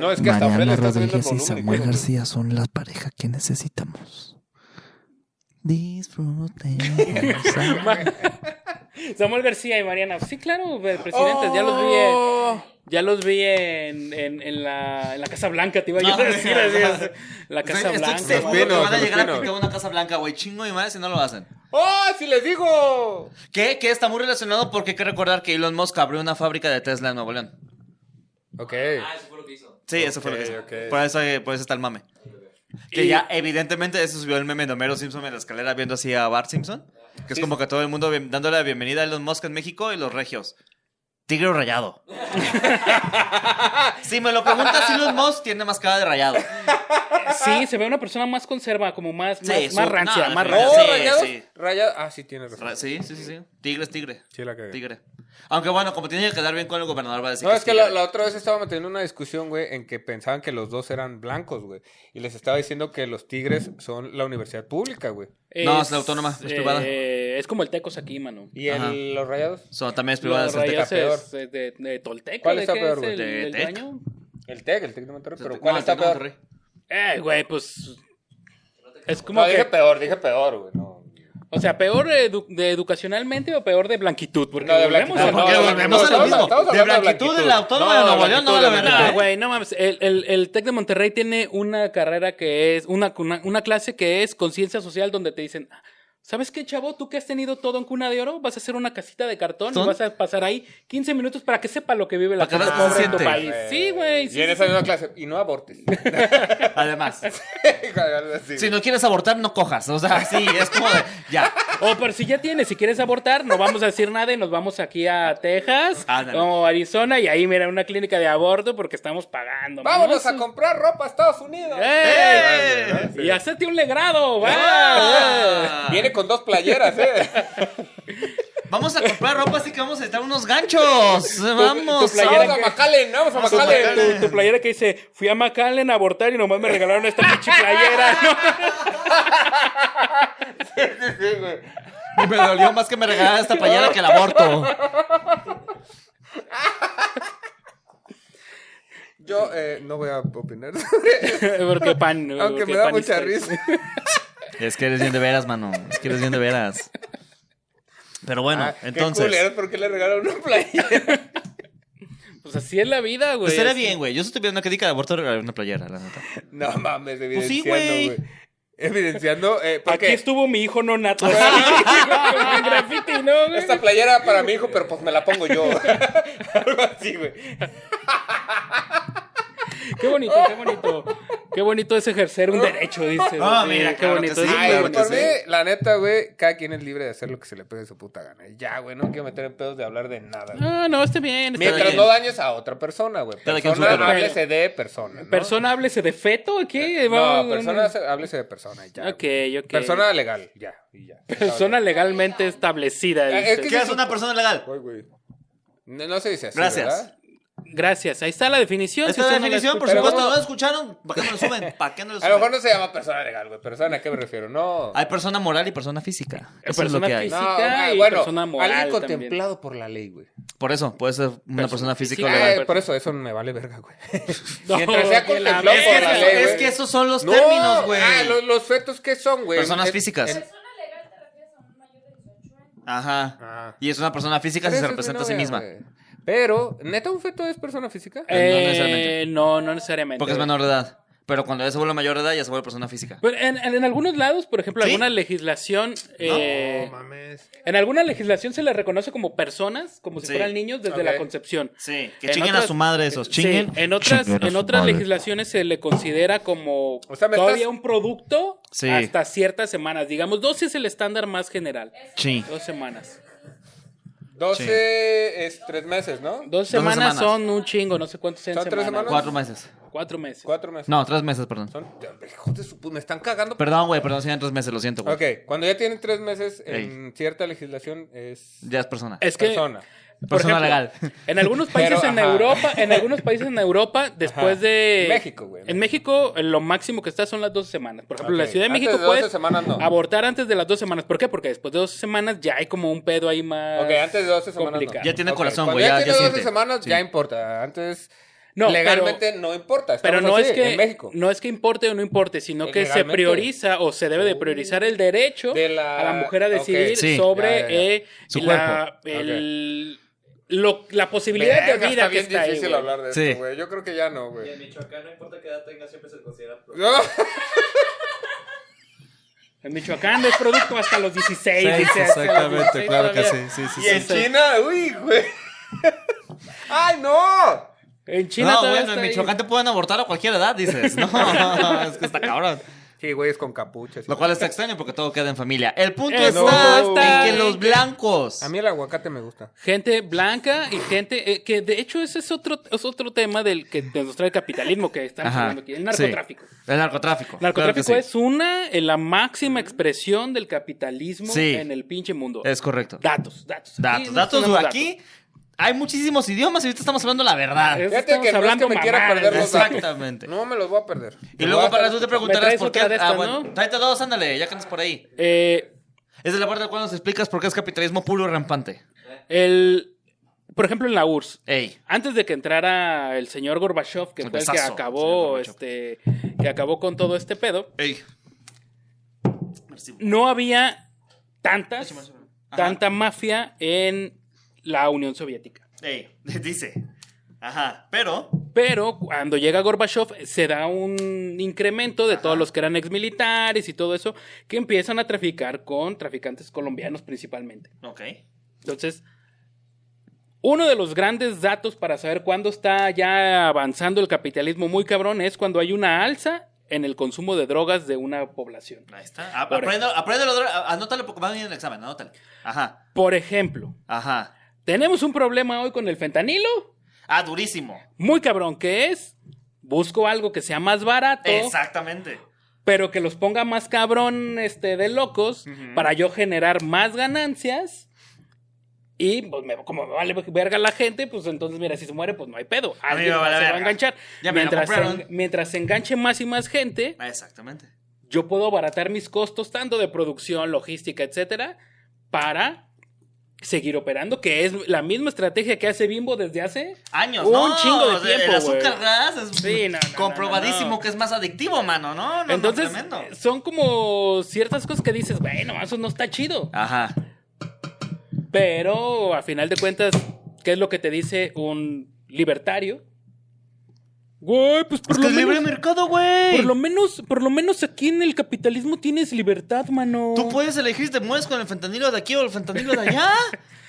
Speaker 1: No, es que hasta Fred le está subiendo
Speaker 5: Mariana
Speaker 1: el
Speaker 5: Rodríguez y
Speaker 1: volumen.
Speaker 5: Samuel
Speaker 1: creo.
Speaker 5: García son la pareja que necesitamos. Disfruten. [LAUGHS]
Speaker 2: Samuel García y Mariana. Sí, claro, presidentes, ya los vi. eh,
Speaker 1: Oh,
Speaker 2: Ya los vi en, en, en la, en la Casa Blanca, te iba yo a
Speaker 3: No,
Speaker 2: decir.
Speaker 3: no,
Speaker 2: así
Speaker 3: no. [LAUGHS]
Speaker 2: es. La
Speaker 1: Pues
Speaker 2: Casa
Speaker 3: Estoy-
Speaker 2: Blanca.
Speaker 3: Estoy seguro
Speaker 1: Los pinos,
Speaker 3: que van a
Speaker 1: los
Speaker 3: llegar
Speaker 1: pinos.
Speaker 3: a pintar una casa blanca, güey. Chingo mi madre si no lo hacen.
Speaker 1: ¡Oh, sí les digo!
Speaker 3: Que, que está muy relacionado porque hay que recordar que Elon Musk abrió una fábrica de Tesla en Nuevo León.
Speaker 1: Ok.
Speaker 4: Ah, eso fue lo que hizo.
Speaker 3: Sí, eso fue lo que hizo.
Speaker 1: Ok, ok.
Speaker 3: Por, eso, eh, por eso está el mame. Que
Speaker 2: Y-
Speaker 3: ya, evidentemente, eso subió el meme de Homero Simpson en la escalera viendo así a Bart Simpson. Que es como que todo el mundo bien- dándole la bienvenida a Elon Musk en México y los regios. Tigre
Speaker 1: [LAUGHS]
Speaker 3: o rayado. si me lo preguntas, Elon Musk tiene más cara de rayado.
Speaker 2: Sí, se ve una persona más conserva, como más,
Speaker 3: Sí,
Speaker 2: más,
Speaker 3: su-
Speaker 2: más rancia,
Speaker 3: no,
Speaker 2: más
Speaker 3: sí.
Speaker 1: ¡No,
Speaker 2: rancia.
Speaker 1: Oh, rayados!
Speaker 3: sí.
Speaker 1: Rayados. Ah, sí, tienes razón.
Speaker 3: Ra- Sí, sí, sí, sí. Tigre es tigre.
Speaker 1: Sí, la cagué.
Speaker 3: Tigre. Aunque bueno, como tiene que quedar bien con el gobernador, va a decir
Speaker 1: No, es que la,
Speaker 3: tigre.
Speaker 1: la otra vez estaba manteniendo una discusión, güey, en que pensaban que los dos eran blancos, güey. Y les estaba diciendo que los tigres son la universidad pública, güey.
Speaker 3: No, es la autónoma, es privada.
Speaker 2: eh, es como el Tecos aquí, mano.
Speaker 1: ¿Y el-
Speaker 3: Ajá.
Speaker 1: los rayados?
Speaker 3: So, también es privada.
Speaker 2: Los
Speaker 3: es el
Speaker 2: rayos
Speaker 3: Teca.
Speaker 2: es eh, de, de Tolteca.
Speaker 1: ¿Cuál
Speaker 2: ¿de
Speaker 1: está
Speaker 2: qué
Speaker 1: peor,
Speaker 2: es
Speaker 1: güey?
Speaker 2: el,
Speaker 3: ¿De
Speaker 2: el
Speaker 3: Tec?
Speaker 2: dueño?
Speaker 1: El TEC, el TEC de Monterrey. Pero
Speaker 3: No,
Speaker 1: ¿cuál
Speaker 3: el
Speaker 1: está
Speaker 3: Teca
Speaker 1: peor?
Speaker 3: Monterrey.
Speaker 2: Eh, güey, pues... Es como
Speaker 1: No,
Speaker 2: que...
Speaker 1: dije peor, dije peor, güey. No,
Speaker 2: O sea, ¿peor edu- de educacionalmente o peor de blanquitud? Porque
Speaker 1: No, de
Speaker 2: volvemos
Speaker 1: blanquitud,
Speaker 2: a-
Speaker 1: no,
Speaker 3: Porque
Speaker 1: no,
Speaker 3: volvemos
Speaker 1: no,
Speaker 3: a lo
Speaker 1: estamos-
Speaker 3: mismo.
Speaker 1: estamos
Speaker 3: De
Speaker 1: hablando de
Speaker 3: blanquitud
Speaker 1: blanquitud.
Speaker 3: de la autónoma
Speaker 1: No,
Speaker 3: de Nuevo León no
Speaker 1: blanquitud de
Speaker 3: vale la
Speaker 1: blanquitud.
Speaker 2: No,
Speaker 3: verga.
Speaker 2: Ah, güey, no mames. El, el, el TEC de Monterrey tiene una carrera que es, una, una, una clase que es conciencia social donde te dicen, ¿sabes qué, chavo? Tú que has tenido todo en cuna de oro, vas a hacer una casita de cartón y
Speaker 3: ¿Son?
Speaker 2: vas a pasar ahí 15 minutos para que sepa lo que vive la
Speaker 3: Para que
Speaker 2: gente
Speaker 1: Ah,
Speaker 3: veas
Speaker 2: pobre
Speaker 3: qué
Speaker 2: en tu
Speaker 3: se siente.
Speaker 2: país. Sí, güey.
Speaker 1: y
Speaker 2: sí,
Speaker 1: en
Speaker 2: sí,
Speaker 1: esa
Speaker 2: sí.
Speaker 1: misma clase. Y no [LAUGHS] abortes.
Speaker 3: Además,
Speaker 1: [LAUGHS] Sí.
Speaker 3: si no quieres abortar, no cojas. O sea, sí, es como de. Ya.
Speaker 2: O por Oh, si ya tienes, si quieres abortar, no vamos a decir nada y nos vamos aquí a Texas
Speaker 3: Ándale.
Speaker 2: o Arizona y ahí mira una clínica de aborto porque estamos pagando.
Speaker 1: Vámonos a
Speaker 2: manoso.
Speaker 1: comprar ropa a Estados Unidos.
Speaker 2: ¡Eh!
Speaker 1: Sí.
Speaker 2: Y hacerte un legrado, va.
Speaker 3: Ah.
Speaker 1: Ah. Viene con dos playeras, ¿eh?
Speaker 3: Vamos a comprar ropa, así que vamos a necesitar unos ganchos. [LAUGHS] Vamos.
Speaker 2: tu playera
Speaker 1: vamos a
Speaker 2: que-
Speaker 1: Macalen, vamos a
Speaker 3: Vamos a
Speaker 1: Macalen.
Speaker 3: McAllen.
Speaker 2: tu, tu playera que dice, fui a McAllen a abortar y nomás me regalaron esta pinche
Speaker 1: [LAUGHS]
Speaker 2: playera. ¿no?
Speaker 3: Me dolió más que me regalara esta playera que el aborto.
Speaker 1: Yo eh, no voy a opinar sobre
Speaker 2: Porque pan.
Speaker 1: [LAUGHS] Aunque
Speaker 2: porque
Speaker 1: me da
Speaker 2: pan
Speaker 1: mucha
Speaker 2: y-
Speaker 1: risa.
Speaker 3: Es que eres bien de veras, mano. Es que eres bien de veras. Pero bueno,
Speaker 1: Ah,
Speaker 3: entonces.
Speaker 1: Qué culeros, ¿por qué le regalaron una playera?
Speaker 2: Pues así es la vida, güey.
Speaker 3: Pues estaría bien, güey. Yo si tuviera una crítica de aborto, regalaría una playera, la neta.
Speaker 1: No mames,
Speaker 3: sí,
Speaker 1: evidenciando,
Speaker 3: güey.
Speaker 1: güey. Evidenciando, eh,
Speaker 2: Pues Aquí
Speaker 1: porque
Speaker 2: estuvo mi hijo no nato. Así, [LAUGHS] con graffiti, ¿no, güey?
Speaker 1: esta playera para mi hijo, pero pues me la pongo
Speaker 2: [LAUGHS]
Speaker 1: yo. Algo así, güey.
Speaker 2: Qué bonito,
Speaker 1: Oh.
Speaker 2: qué bonito. Qué bonito es ejercer un derecho, dice.
Speaker 3: Ah,
Speaker 2: Sí,
Speaker 3: mira,
Speaker 2: qué
Speaker 3: claro que
Speaker 2: bonito.
Speaker 3: sí,
Speaker 2: es muy
Speaker 1: Ay,
Speaker 3: claro
Speaker 2: bonito.
Speaker 3: que
Speaker 1: por mí, la neta, güey, cada quien es libre de hacer lo que se le pegue su puta gana. Y Ya, güey, no quiero meter en pedos de hablar de nada. güey.
Speaker 2: Ah, No, no, está bien. está
Speaker 1: Mientras
Speaker 2: bien.
Speaker 1: no dañes a otra persona, güey.
Speaker 3: Cada quien su
Speaker 1: Persona,
Speaker 3: problema.
Speaker 1: háblese de persona. ¿no?
Speaker 2: Persona, háblese de feto, ¿qué?
Speaker 1: No,
Speaker 2: Vamos,
Speaker 1: persona, háblese de persona. y Ya,
Speaker 2: Ok,
Speaker 1: güey.
Speaker 2: ok.
Speaker 1: Persona legal, ya. Y ya.
Speaker 2: Persona legalmente establecida.
Speaker 1: Eh, es
Speaker 2: dice.
Speaker 1: que-
Speaker 3: ¿Qué es una persona legal?
Speaker 1: Ay, güey. No, no se dice así.
Speaker 3: Gracias.
Speaker 1: ¿verdad?
Speaker 2: Gracias, ahí está la definición. si
Speaker 3: Esta es la
Speaker 2: usted no
Speaker 3: definición, por
Speaker 2: escucha.
Speaker 1: Pero
Speaker 3: supuesto,
Speaker 1: no-
Speaker 3: no la escucharon. ¿Para qué no lo
Speaker 1: [LAUGHS]
Speaker 3: suben? ¿Para qué no lo
Speaker 1: A lo mejor
Speaker 3: suben?
Speaker 1: no se llama persona legal, güey. Persona, ¿a qué me refiero? No.
Speaker 3: Hay persona moral y persona física.
Speaker 2: Eh,
Speaker 3: Eso es lo
Speaker 2: persona
Speaker 3: que hay.
Speaker 1: No,
Speaker 2: física.
Speaker 1: ah,
Speaker 2: y
Speaker 1: bueno,
Speaker 2: persona moral
Speaker 1: alguien
Speaker 2: también.
Speaker 1: contemplado por la ley, güey.
Speaker 3: Por eso, puede ser una
Speaker 2: Persona
Speaker 3: persona física o
Speaker 2: física.
Speaker 3: legal.
Speaker 1: Ah, por eso, eso me vale verga, güey.
Speaker 2: No,
Speaker 1: Mientras sea
Speaker 2: que la
Speaker 1: contemplado
Speaker 2: verga,
Speaker 3: Es que,
Speaker 1: por la
Speaker 3: eso-
Speaker 2: güey.
Speaker 1: ley,
Speaker 3: es
Speaker 1: güey.
Speaker 3: que esos son los términos, güey.
Speaker 1: Ah, lo- los fetos, ¿qué son, güey?
Speaker 3: Personas
Speaker 1: Es-
Speaker 3: físicas.
Speaker 1: es-
Speaker 6: Persona legal te refieres a un mayor de 18 años.
Speaker 3: Ajá.
Speaker 1: Ah.
Speaker 3: Y es una persona física si
Speaker 1: Pero eso
Speaker 3: se
Speaker 1: es mi
Speaker 3: representa a sí
Speaker 1: novia,
Speaker 3: misma.
Speaker 1: güey. Pero, ¿neta un feto es persona física?
Speaker 2: Eh,
Speaker 3: No necesariamente.
Speaker 2: no, no necesariamente.
Speaker 3: Porque es menor de edad. Pero cuando ya se vuelve mayor de edad, ya se vuelve persona física.
Speaker 2: Pero en, en- en algunos lados, por ejemplo,
Speaker 3: ¿Sí?
Speaker 2: alguna legislación. eh,
Speaker 1: no mames.
Speaker 2: en alguna legislación se les reconoce como personas, como si
Speaker 3: Sí.
Speaker 2: fueran niños desde
Speaker 1: Ok.
Speaker 2: la concepción.
Speaker 3: Sí, que
Speaker 2: En
Speaker 3: chinguen
Speaker 2: otras-
Speaker 3: a su madre esos. Chinguen.
Speaker 2: Sí, en otras,
Speaker 5: Chinguen a
Speaker 2: en
Speaker 5: su
Speaker 2: otras
Speaker 5: madre.
Speaker 2: legislaciones se le considera como
Speaker 1: O sea, me
Speaker 2: todavía
Speaker 1: estás-
Speaker 2: un producto
Speaker 3: Sí.
Speaker 2: hasta ciertas semanas. Digamos, 12 es el estándar más general.
Speaker 3: Sí.
Speaker 2: Dos semanas.
Speaker 1: 12 es 3 meses, ¿no?
Speaker 2: Dos
Speaker 3: semanas.
Speaker 2: semanas, son un chingo, no sé cuántos sean
Speaker 1: ¿Son tres
Speaker 2: semanas.
Speaker 1: semanas?
Speaker 3: Cuatro meses.
Speaker 2: Cuatro meses.
Speaker 1: 4 meses.
Speaker 3: No, tres meses, perdón.
Speaker 1: Son, hijos de su pu- me están cagando.
Speaker 3: Perdón, güey, perdón, serían tres meses, lo siento, güey.
Speaker 1: Ok, cuando ya tienen 3 meses en cierta legislación es
Speaker 3: Ya es persona.
Speaker 2: Es que,
Speaker 1: persona.
Speaker 2: por
Speaker 3: persona
Speaker 2: ejemplo,
Speaker 3: legal.
Speaker 1: [LAUGHS]
Speaker 2: En algunos países
Speaker 1: Pero,
Speaker 2: en
Speaker 1: ajá.
Speaker 2: Europa, en algunos países en Europa, después
Speaker 1: Ajá.
Speaker 2: de.
Speaker 1: México, güey.
Speaker 2: En México, eh, lo máximo que está son las 12 semanas. Por ejemplo, en
Speaker 1: Ok.
Speaker 2: la Ciudad de
Speaker 1: Antes
Speaker 2: México
Speaker 1: de 12
Speaker 2: puedes
Speaker 1: semanas no.
Speaker 2: abortar antes de las 12 semanas. ¿Por qué? Porque después de 12 semanas ya hay como un pedo ahí más.
Speaker 1: Ok, antes de 12 semanas.
Speaker 2: complicado.
Speaker 1: No.
Speaker 3: Ya tiene
Speaker 1: Ok,
Speaker 3: corazón,
Speaker 1: cuando
Speaker 3: güey, ya-
Speaker 1: Ya,
Speaker 3: ya
Speaker 1: tiene 12
Speaker 3: siente.
Speaker 1: semanas,
Speaker 3: Sí.
Speaker 1: ya importa. Antes,
Speaker 2: No, pero-
Speaker 1: legalmente no importa.
Speaker 2: Pero
Speaker 1: Estamos
Speaker 2: no
Speaker 1: así,
Speaker 2: es, que,
Speaker 1: En México.
Speaker 2: no es que importe o no importe, sino que se
Speaker 1: Legalmente. Oh.
Speaker 2: prioriza o se debe de priorizar el derecho
Speaker 1: De la-
Speaker 2: a la mujer a
Speaker 1: ok.
Speaker 2: decidir
Speaker 3: Sí.
Speaker 2: sobre
Speaker 1: Ya, ya, ya.
Speaker 2: eh,
Speaker 3: Su
Speaker 2: la,
Speaker 1: cuerpo.
Speaker 2: el- lo- la posibilidad
Speaker 1: Verga,
Speaker 2: de vida
Speaker 1: está
Speaker 2: que
Speaker 1: bien
Speaker 2: está ahí.
Speaker 1: difícil
Speaker 2: güey.
Speaker 1: hablar de
Speaker 3: Sí.
Speaker 1: esto, güey. Yo creo que ya no,
Speaker 4: Y en
Speaker 1: güey.
Speaker 4: Michoacán, no importa qué edad tenga, siempre se considera pro.
Speaker 1: No.
Speaker 2: En Michoacán es producto hasta los 16.
Speaker 3: Sí,
Speaker 2: dice, hasta los 16 todavía.
Speaker 3: sí, sí,
Speaker 1: Y en China, uy, güey. [LAUGHS] ¡Ay, no!
Speaker 2: En China
Speaker 3: No,
Speaker 2: todavía
Speaker 3: bueno, en
Speaker 2: está ahí.
Speaker 3: Michoacán te pueden abortar a cualquier edad, dices. No, [LAUGHS] es que está cabrón.
Speaker 1: Sí, güey, es con capucha. sí.
Speaker 3: Lo cual está extraño porque todo queda en familia. El punto
Speaker 2: Eh,
Speaker 3: está,
Speaker 1: no,
Speaker 3: en
Speaker 2: está
Speaker 3: que los
Speaker 2: en-
Speaker 3: blancos.
Speaker 1: A mí el aguacate me gusta.
Speaker 2: Gente blanca y gente eh, que de hecho ese es otro, es otro tema del que nos trae el capitalismo que estamos
Speaker 3: Ajá,
Speaker 2: hablando aquí, el narcotráfico.
Speaker 3: sí. El narcotráfico.
Speaker 2: El narcotráfico
Speaker 3: claro que sí.
Speaker 2: es una, eh, la máxima expresión del capitalismo
Speaker 3: Sí.
Speaker 2: en el pinche mundo.
Speaker 3: Es correcto.
Speaker 2: Datos, datos. Aquí
Speaker 3: Datos,
Speaker 2: no
Speaker 3: datos,
Speaker 2: tenemos
Speaker 3: güey, Aquí hay muchísimos idiomas y ahorita estamos hablando la verdad.
Speaker 2: Es-
Speaker 1: Fíjate
Speaker 2: estamos
Speaker 1: que no es que
Speaker 2: hablando
Speaker 1: me quiera
Speaker 2: mamadas,
Speaker 1: perder los datos.
Speaker 3: Exactamente.
Speaker 1: No me los voy a perder.
Speaker 3: Y
Speaker 1: Voy
Speaker 3: luego
Speaker 1: a
Speaker 3: para
Speaker 1: estar
Speaker 3: tú te
Speaker 2: ¿Me
Speaker 3: preguntarás
Speaker 2: traes
Speaker 3: por qué.
Speaker 2: otra de estas,
Speaker 3: ah, bueno,
Speaker 2: no?
Speaker 3: Tráete dos, ándale, ya que andas por ahí.
Speaker 2: Eh,
Speaker 3: Esa es la parte cuando nos explicas por qué es capitalismo puro y rampante.
Speaker 2: el, por ejemplo, en la URSS.
Speaker 3: Ey.
Speaker 2: Antes de que entrara el señor Gorbachev, que fue el que
Speaker 3: Sorpresazo,
Speaker 2: acabó,
Speaker 3: señor
Speaker 2: este, que acabó con todo este pedo,
Speaker 3: Ey.
Speaker 2: no había tantas,
Speaker 3: Ajá.
Speaker 2: tanta mafia en la Unión Soviética.
Speaker 3: Ey. [LAUGHS] Dice. Ajá. Pero.
Speaker 2: Pero cuando llega Gorbachev se da un incremento de todos los que eran exmilitares y todo eso, que empiezan a traficar con traficantes colombianos principalmente.
Speaker 3: Ok.
Speaker 2: Entonces, uno de los grandes datos para saber cuándo está ya avanzando el capitalismo muy cabrón es cuando hay una alza en el consumo de drogas de una población.
Speaker 3: Ahí está. Ah,
Speaker 2: Por
Speaker 3: Apréndelo, apréndelo, a- anótalo porque va a venir en el examen, anótalo. Ajá.
Speaker 2: Por ejemplo,
Speaker 3: Ajá.
Speaker 2: tenemos un problema hoy con el fentanilo,
Speaker 3: Ah, durísimo.
Speaker 2: muy cabrón, que es busco algo que sea más barato,
Speaker 3: Exactamente.
Speaker 2: pero que los ponga más cabrón este, de locos para yo generar más ganancias. Y pues, me- como me vale verga la gente, pues entonces, mira, si se muere, pues no hay pedo.
Speaker 3: A mí me
Speaker 2: Alguien más se
Speaker 3: vale
Speaker 2: va
Speaker 3: verga.
Speaker 2: a enganchar.
Speaker 3: Ya me la
Speaker 2: mientras,
Speaker 3: compraron.
Speaker 2: se, mientras se enganche más y más gente,
Speaker 3: Ah, Exactamente.
Speaker 2: yo puedo abaratar mis costos tanto de producción, logística, etcétera, para seguir operando, que es la misma estrategia que hace Bimbo desde hace
Speaker 3: Años,
Speaker 2: un
Speaker 3: ¿no?
Speaker 2: chingo
Speaker 3: O
Speaker 2: de
Speaker 3: sea,
Speaker 2: tiempo.
Speaker 3: El
Speaker 2: güey.
Speaker 3: azúcar ras es
Speaker 2: Sí, no, no,
Speaker 3: comprobadísimo
Speaker 2: no, no.
Speaker 3: que es más adictivo, mano, ¿no? no no,
Speaker 2: Entonces,
Speaker 3: tremendo.
Speaker 2: son como ciertas cosas que dices, bueno, eso no está chido.
Speaker 3: Ajá.
Speaker 2: Pero a final de cuentas, ¿qué es lo que te dice un libertario? Güey, pues por,
Speaker 3: Es que
Speaker 2: lo
Speaker 3: es libre
Speaker 2: menos,
Speaker 3: mercado, güey.
Speaker 2: por lo menos, por lo menos aquí en el capitalismo tienes libertad, mano.
Speaker 3: Tú puedes elegir si te mueres con el fentanilo de aquí o el fentanilo de
Speaker 2: [LAUGHS]
Speaker 3: allá.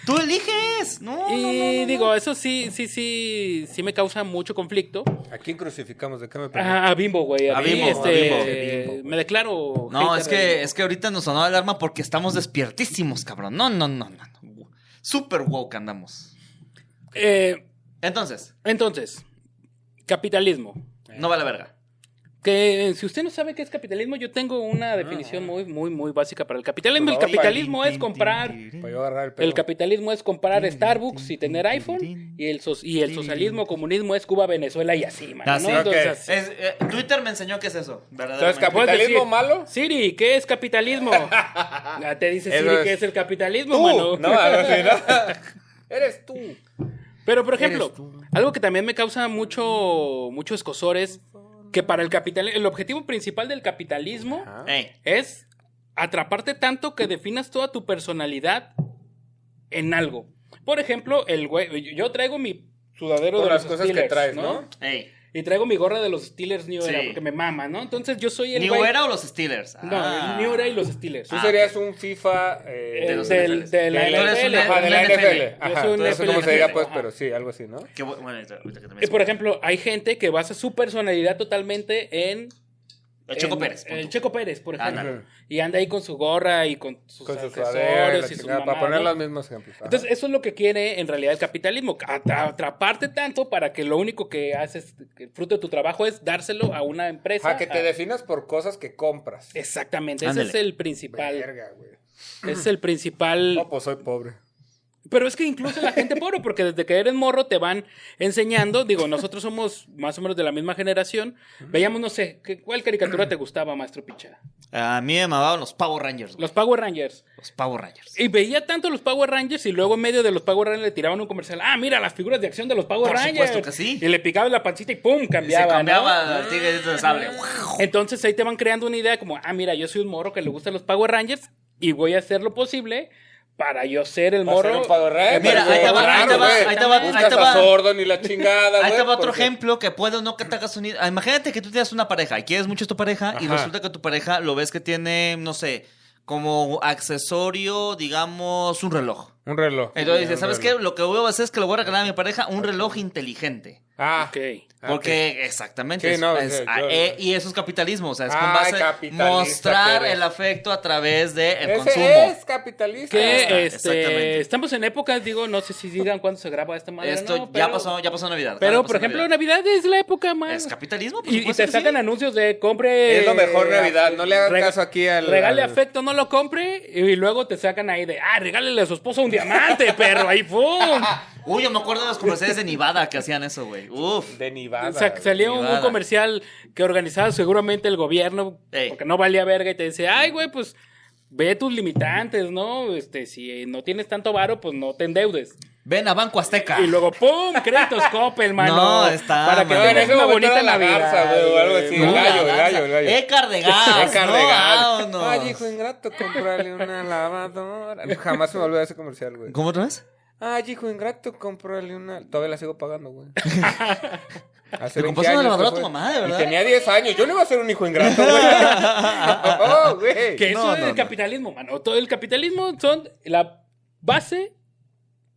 Speaker 3: Tú eliges. No, no, no,
Speaker 2: Y
Speaker 3: no,
Speaker 2: digo, eso sí, sí, sí, sí me causa mucho conflicto.
Speaker 1: ¿A quién crucificamos? ¿De qué me perdí?
Speaker 2: Ah, a Bimbo, güey. A,
Speaker 3: A
Speaker 2: mí,
Speaker 3: Bimbo, a
Speaker 2: este,
Speaker 1: Bimbo.
Speaker 2: Me declaro.
Speaker 3: no. No,
Speaker 2: hater
Speaker 3: es
Speaker 2: de
Speaker 3: que,
Speaker 2: Bimbo.
Speaker 3: es que ahorita nos sonó la alarma porque estamos despiertísimos, cabrón. No, no, no, no. no. Super woke andamos.
Speaker 2: Eh,
Speaker 3: Entonces,
Speaker 2: entonces, capitalismo.
Speaker 3: no vale verga.
Speaker 2: Que si usted no sabe qué es capitalismo, yo tengo
Speaker 1: Ah.
Speaker 2: una definición muy, muy, muy básica para el capitalismo. El
Speaker 1: Por favor,
Speaker 2: capitalismo es comprar.
Speaker 1: Para yo agarrar el pelo.
Speaker 2: El capitalismo es comprar Starbucks y tener iPhone. Y el, sos- y el socialismo, comunismo es Cuba, Venezuela y así, mano.
Speaker 3: Así.
Speaker 2: ¿no? Entonces,
Speaker 1: Ok.
Speaker 2: así.
Speaker 3: Es, eh, Twitter me enseñó que es eso, ¿verdad?
Speaker 1: Entonces, ¿Capitalismo
Speaker 2: Puedes
Speaker 1: malo?
Speaker 2: Siri, ¿qué
Speaker 1: [LAUGHS]
Speaker 2: es capitalismo? Ah, Te dice
Speaker 1: Eso
Speaker 2: Siri
Speaker 1: es.
Speaker 2: qué es el capitalismo,
Speaker 1: Tú.
Speaker 2: mano.
Speaker 1: No, algo así, ¿no? Eres tú.
Speaker 2: [LAUGHS] Pero, por
Speaker 1: Eres
Speaker 2: ejemplo,
Speaker 1: tú.
Speaker 2: algo que también me causa mucho, mucho escosor es que para el capital, el objetivo principal del capitalismo es atraparte tanto que definas toda tu personalidad en algo. Por ejemplo, el güey, yo- yo traigo mi sudadero
Speaker 1: Todas
Speaker 2: de
Speaker 1: las
Speaker 2: los
Speaker 1: cosas que
Speaker 2: Steelers,
Speaker 1: traes,
Speaker 2: ¿no?
Speaker 1: ¿no?
Speaker 3: Ey,
Speaker 2: Y traigo mi gorra de los Steelers New Era
Speaker 3: Sí.
Speaker 2: porque me mama, ¿no? Entonces yo soy el
Speaker 3: ¿New
Speaker 2: güey-
Speaker 3: Era o los Steelers?
Speaker 2: No,
Speaker 3: Ah.
Speaker 2: el New Era y los Steelers.
Speaker 1: Tú
Speaker 3: Ah,
Speaker 1: serías un FIFA eh,
Speaker 2: El
Speaker 3: de los
Speaker 2: del-
Speaker 3: NFL.
Speaker 2: de la
Speaker 1: Tú eres
Speaker 2: NFL.
Speaker 1: un- ajá, de la
Speaker 3: NFL.
Speaker 1: NFL.
Speaker 2: Yo
Speaker 1: Ajá,
Speaker 2: soy un
Speaker 1: no sé cómo se
Speaker 2: NFL.
Speaker 1: diga, pues,
Speaker 2: Ajá.
Speaker 1: pero sí, algo así, ¿no?
Speaker 3: Qué bu- bueno, ahorita- ahorita que también
Speaker 2: Y por
Speaker 3: se-
Speaker 2: ejemplo, hay gente que basa su personalidad totalmente en
Speaker 3: El Checo
Speaker 2: en-
Speaker 3: Pérez.
Speaker 2: El
Speaker 3: punto.
Speaker 2: Checo Pérez, por ejemplo.
Speaker 1: Ándale.
Speaker 2: Y anda ahí con su gorra y con sus
Speaker 1: Con su sudadera, y la
Speaker 2: accesorios y su
Speaker 1: chingada, para
Speaker 2: mamada.
Speaker 1: poner los mismos ejemplos. Ajá.
Speaker 2: Entonces, eso es lo que quiere en realidad el capitalismo, atra- atraparte tanto para que lo único que haces, que el fruto de tu trabajo es dárselo a una empresa.
Speaker 1: Ajá, que te
Speaker 2: a-
Speaker 1: definas por cosas que compras.
Speaker 2: Exactamente,
Speaker 3: Ándale.
Speaker 2: ese es el principal.
Speaker 1: Verga, güey.
Speaker 2: ese es el principal.
Speaker 1: No, pues soy pobre.
Speaker 2: Pero es que incluso la gente pobre, porque desde que eres morro te van enseñando, digo, nosotros somos más o menos de la misma generación, veíamos, no sé, ¿qué- ¿cuál caricatura te gustaba, maestro Pichara?
Speaker 3: Ah, A mí me mamaban los Power Rangers. güey.
Speaker 2: Los Power Rangers.
Speaker 3: Los Power Rangers.
Speaker 2: Y veía tanto los Power Rangers y luego en medio de los Power Rangers le tiraban un comercial, ah, mira las figuras de acción de los Power
Speaker 3: Por
Speaker 2: Rangers.
Speaker 3: supuesto que sí.
Speaker 2: Y le picaban la pancita y pum, cambiaba.
Speaker 3: se
Speaker 2: ¿no? Ah,
Speaker 3: cambiaba el tigre de sable. Guau.
Speaker 2: Entonces ahí te van creando una idea como, ah, mira, yo soy un morro que le gustan los Power Rangers y voy a hacer lo posible para yo ser el
Speaker 1: Morro.
Speaker 2: morro.
Speaker 3: Mira, ahí te va, ahí te va, ahí te va, ahí te va.
Speaker 1: sordo ni la chingada,
Speaker 3: Ahí te
Speaker 1: güey,
Speaker 3: va otro
Speaker 1: porque-
Speaker 3: ejemplo que puede o no que te hagas unir. Ah, Imagínate que tú tienes una pareja y quieres mucho a tu pareja y
Speaker 1: Ajá.
Speaker 3: resulta que tu pareja lo ves que tiene, no sé, como accesorio, digamos, un reloj.
Speaker 1: Un reloj.
Speaker 3: Entonces
Speaker 1: Un
Speaker 3: dices, ¿sabes qué?
Speaker 1: reloj.
Speaker 3: Lo que voy a hacer es que le voy a regalar a mi pareja un reloj inteligente.
Speaker 1: Ah,
Speaker 2: Ok.
Speaker 1: Ah,
Speaker 3: Porque, exactamente,
Speaker 1: Sí,
Speaker 3: es-
Speaker 1: no,
Speaker 3: es-
Speaker 1: sí,
Speaker 3: a-
Speaker 1: yo-
Speaker 3: eh, y eso es capitalismo, o sea, es con
Speaker 1: Ay,
Speaker 3: base
Speaker 1: capitalista,
Speaker 3: mostrar
Speaker 1: Pérez.
Speaker 3: el afecto a través del
Speaker 1: ese
Speaker 3: consumo.
Speaker 1: es capitalista.
Speaker 2: Que
Speaker 3: exactamente.
Speaker 2: este, estamos en épocas, digo, no sé si digan cuándo se graba esta madre.
Speaker 3: Esto
Speaker 2: no,
Speaker 3: ya
Speaker 2: pero-
Speaker 3: pasó, ya pasó Navidad.
Speaker 2: Pero,
Speaker 3: ya
Speaker 2: por
Speaker 3: pasó
Speaker 2: ejemplo,
Speaker 3: Navidad.
Speaker 2: Navidad es la época más.
Speaker 3: es capitalismo, por
Speaker 2: Y, y
Speaker 3: supuesto
Speaker 2: te
Speaker 3: que
Speaker 2: sacan
Speaker 3: sí.
Speaker 2: anuncios de compre.
Speaker 1: Es lo mejor Navidad, no le hagan
Speaker 2: rega-
Speaker 1: caso aquí al-
Speaker 2: Regale
Speaker 1: al-
Speaker 2: afecto, no lo compre. Y luego te sacan ahí de. Ah, regálele a su esposa un diamante, [LAUGHS] perro. Ahí, ¡pum!
Speaker 3: Uy, yo me acuerdo de los comerciales de Nevada que hacían eso, güey. Uf.
Speaker 1: De Nevada.
Speaker 2: O sea, que salía un, un
Speaker 3: privada.
Speaker 2: comercial que organizaba seguramente el gobierno,
Speaker 3: Ey.
Speaker 2: porque no valía verga, y te dice, ay, güey, pues ve tus limitantes, ¿no? Este, si no tienes tanto varo, pues no te endeudes.
Speaker 3: Ven a Banco
Speaker 1: Ah.
Speaker 3: Azteca.
Speaker 2: Y luego, ¡pum! Créditos
Speaker 1: [LAUGHS]
Speaker 2: Coppel, mano.
Speaker 3: No, está
Speaker 2: Para que
Speaker 3: mal.
Speaker 1: No, en
Speaker 2: tengas
Speaker 1: ese
Speaker 2: una
Speaker 1: momento
Speaker 2: bonita
Speaker 1: era la
Speaker 2: Navidad.
Speaker 1: garza, güey, o algo así.
Speaker 2: güey.
Speaker 1: El gallo, el gallo, el [LAUGHS] gallo.
Speaker 3: Écar de Eh, gas.
Speaker 1: Dejar
Speaker 3: ¿no?
Speaker 1: de gas.
Speaker 3: Vámonos.
Speaker 1: Ay, hijo ingrato, comprarle una lavadora. Jamás se me olvidó ese comercial, güey.
Speaker 3: ¿Cómo otra vez?
Speaker 1: Ay, hijo ingrato, comprarle una. Todavía la sigo pagando,
Speaker 3: [LAUGHS]
Speaker 1: güey. Hace 20
Speaker 3: ¿Le compraste una
Speaker 1: años
Speaker 3: lavadora a
Speaker 1: que
Speaker 3: tu
Speaker 1: fue.
Speaker 3: mamá, de verdad?
Speaker 1: Y tenía 10 años. Yo no iba a ser un hijo ingrato,
Speaker 3: [LAUGHS]
Speaker 1: güey. oh, güey.
Speaker 2: Que eso
Speaker 3: No,
Speaker 2: es
Speaker 3: no,
Speaker 2: el
Speaker 3: no.
Speaker 2: capitalismo, mano. Todo el capitalismo son la base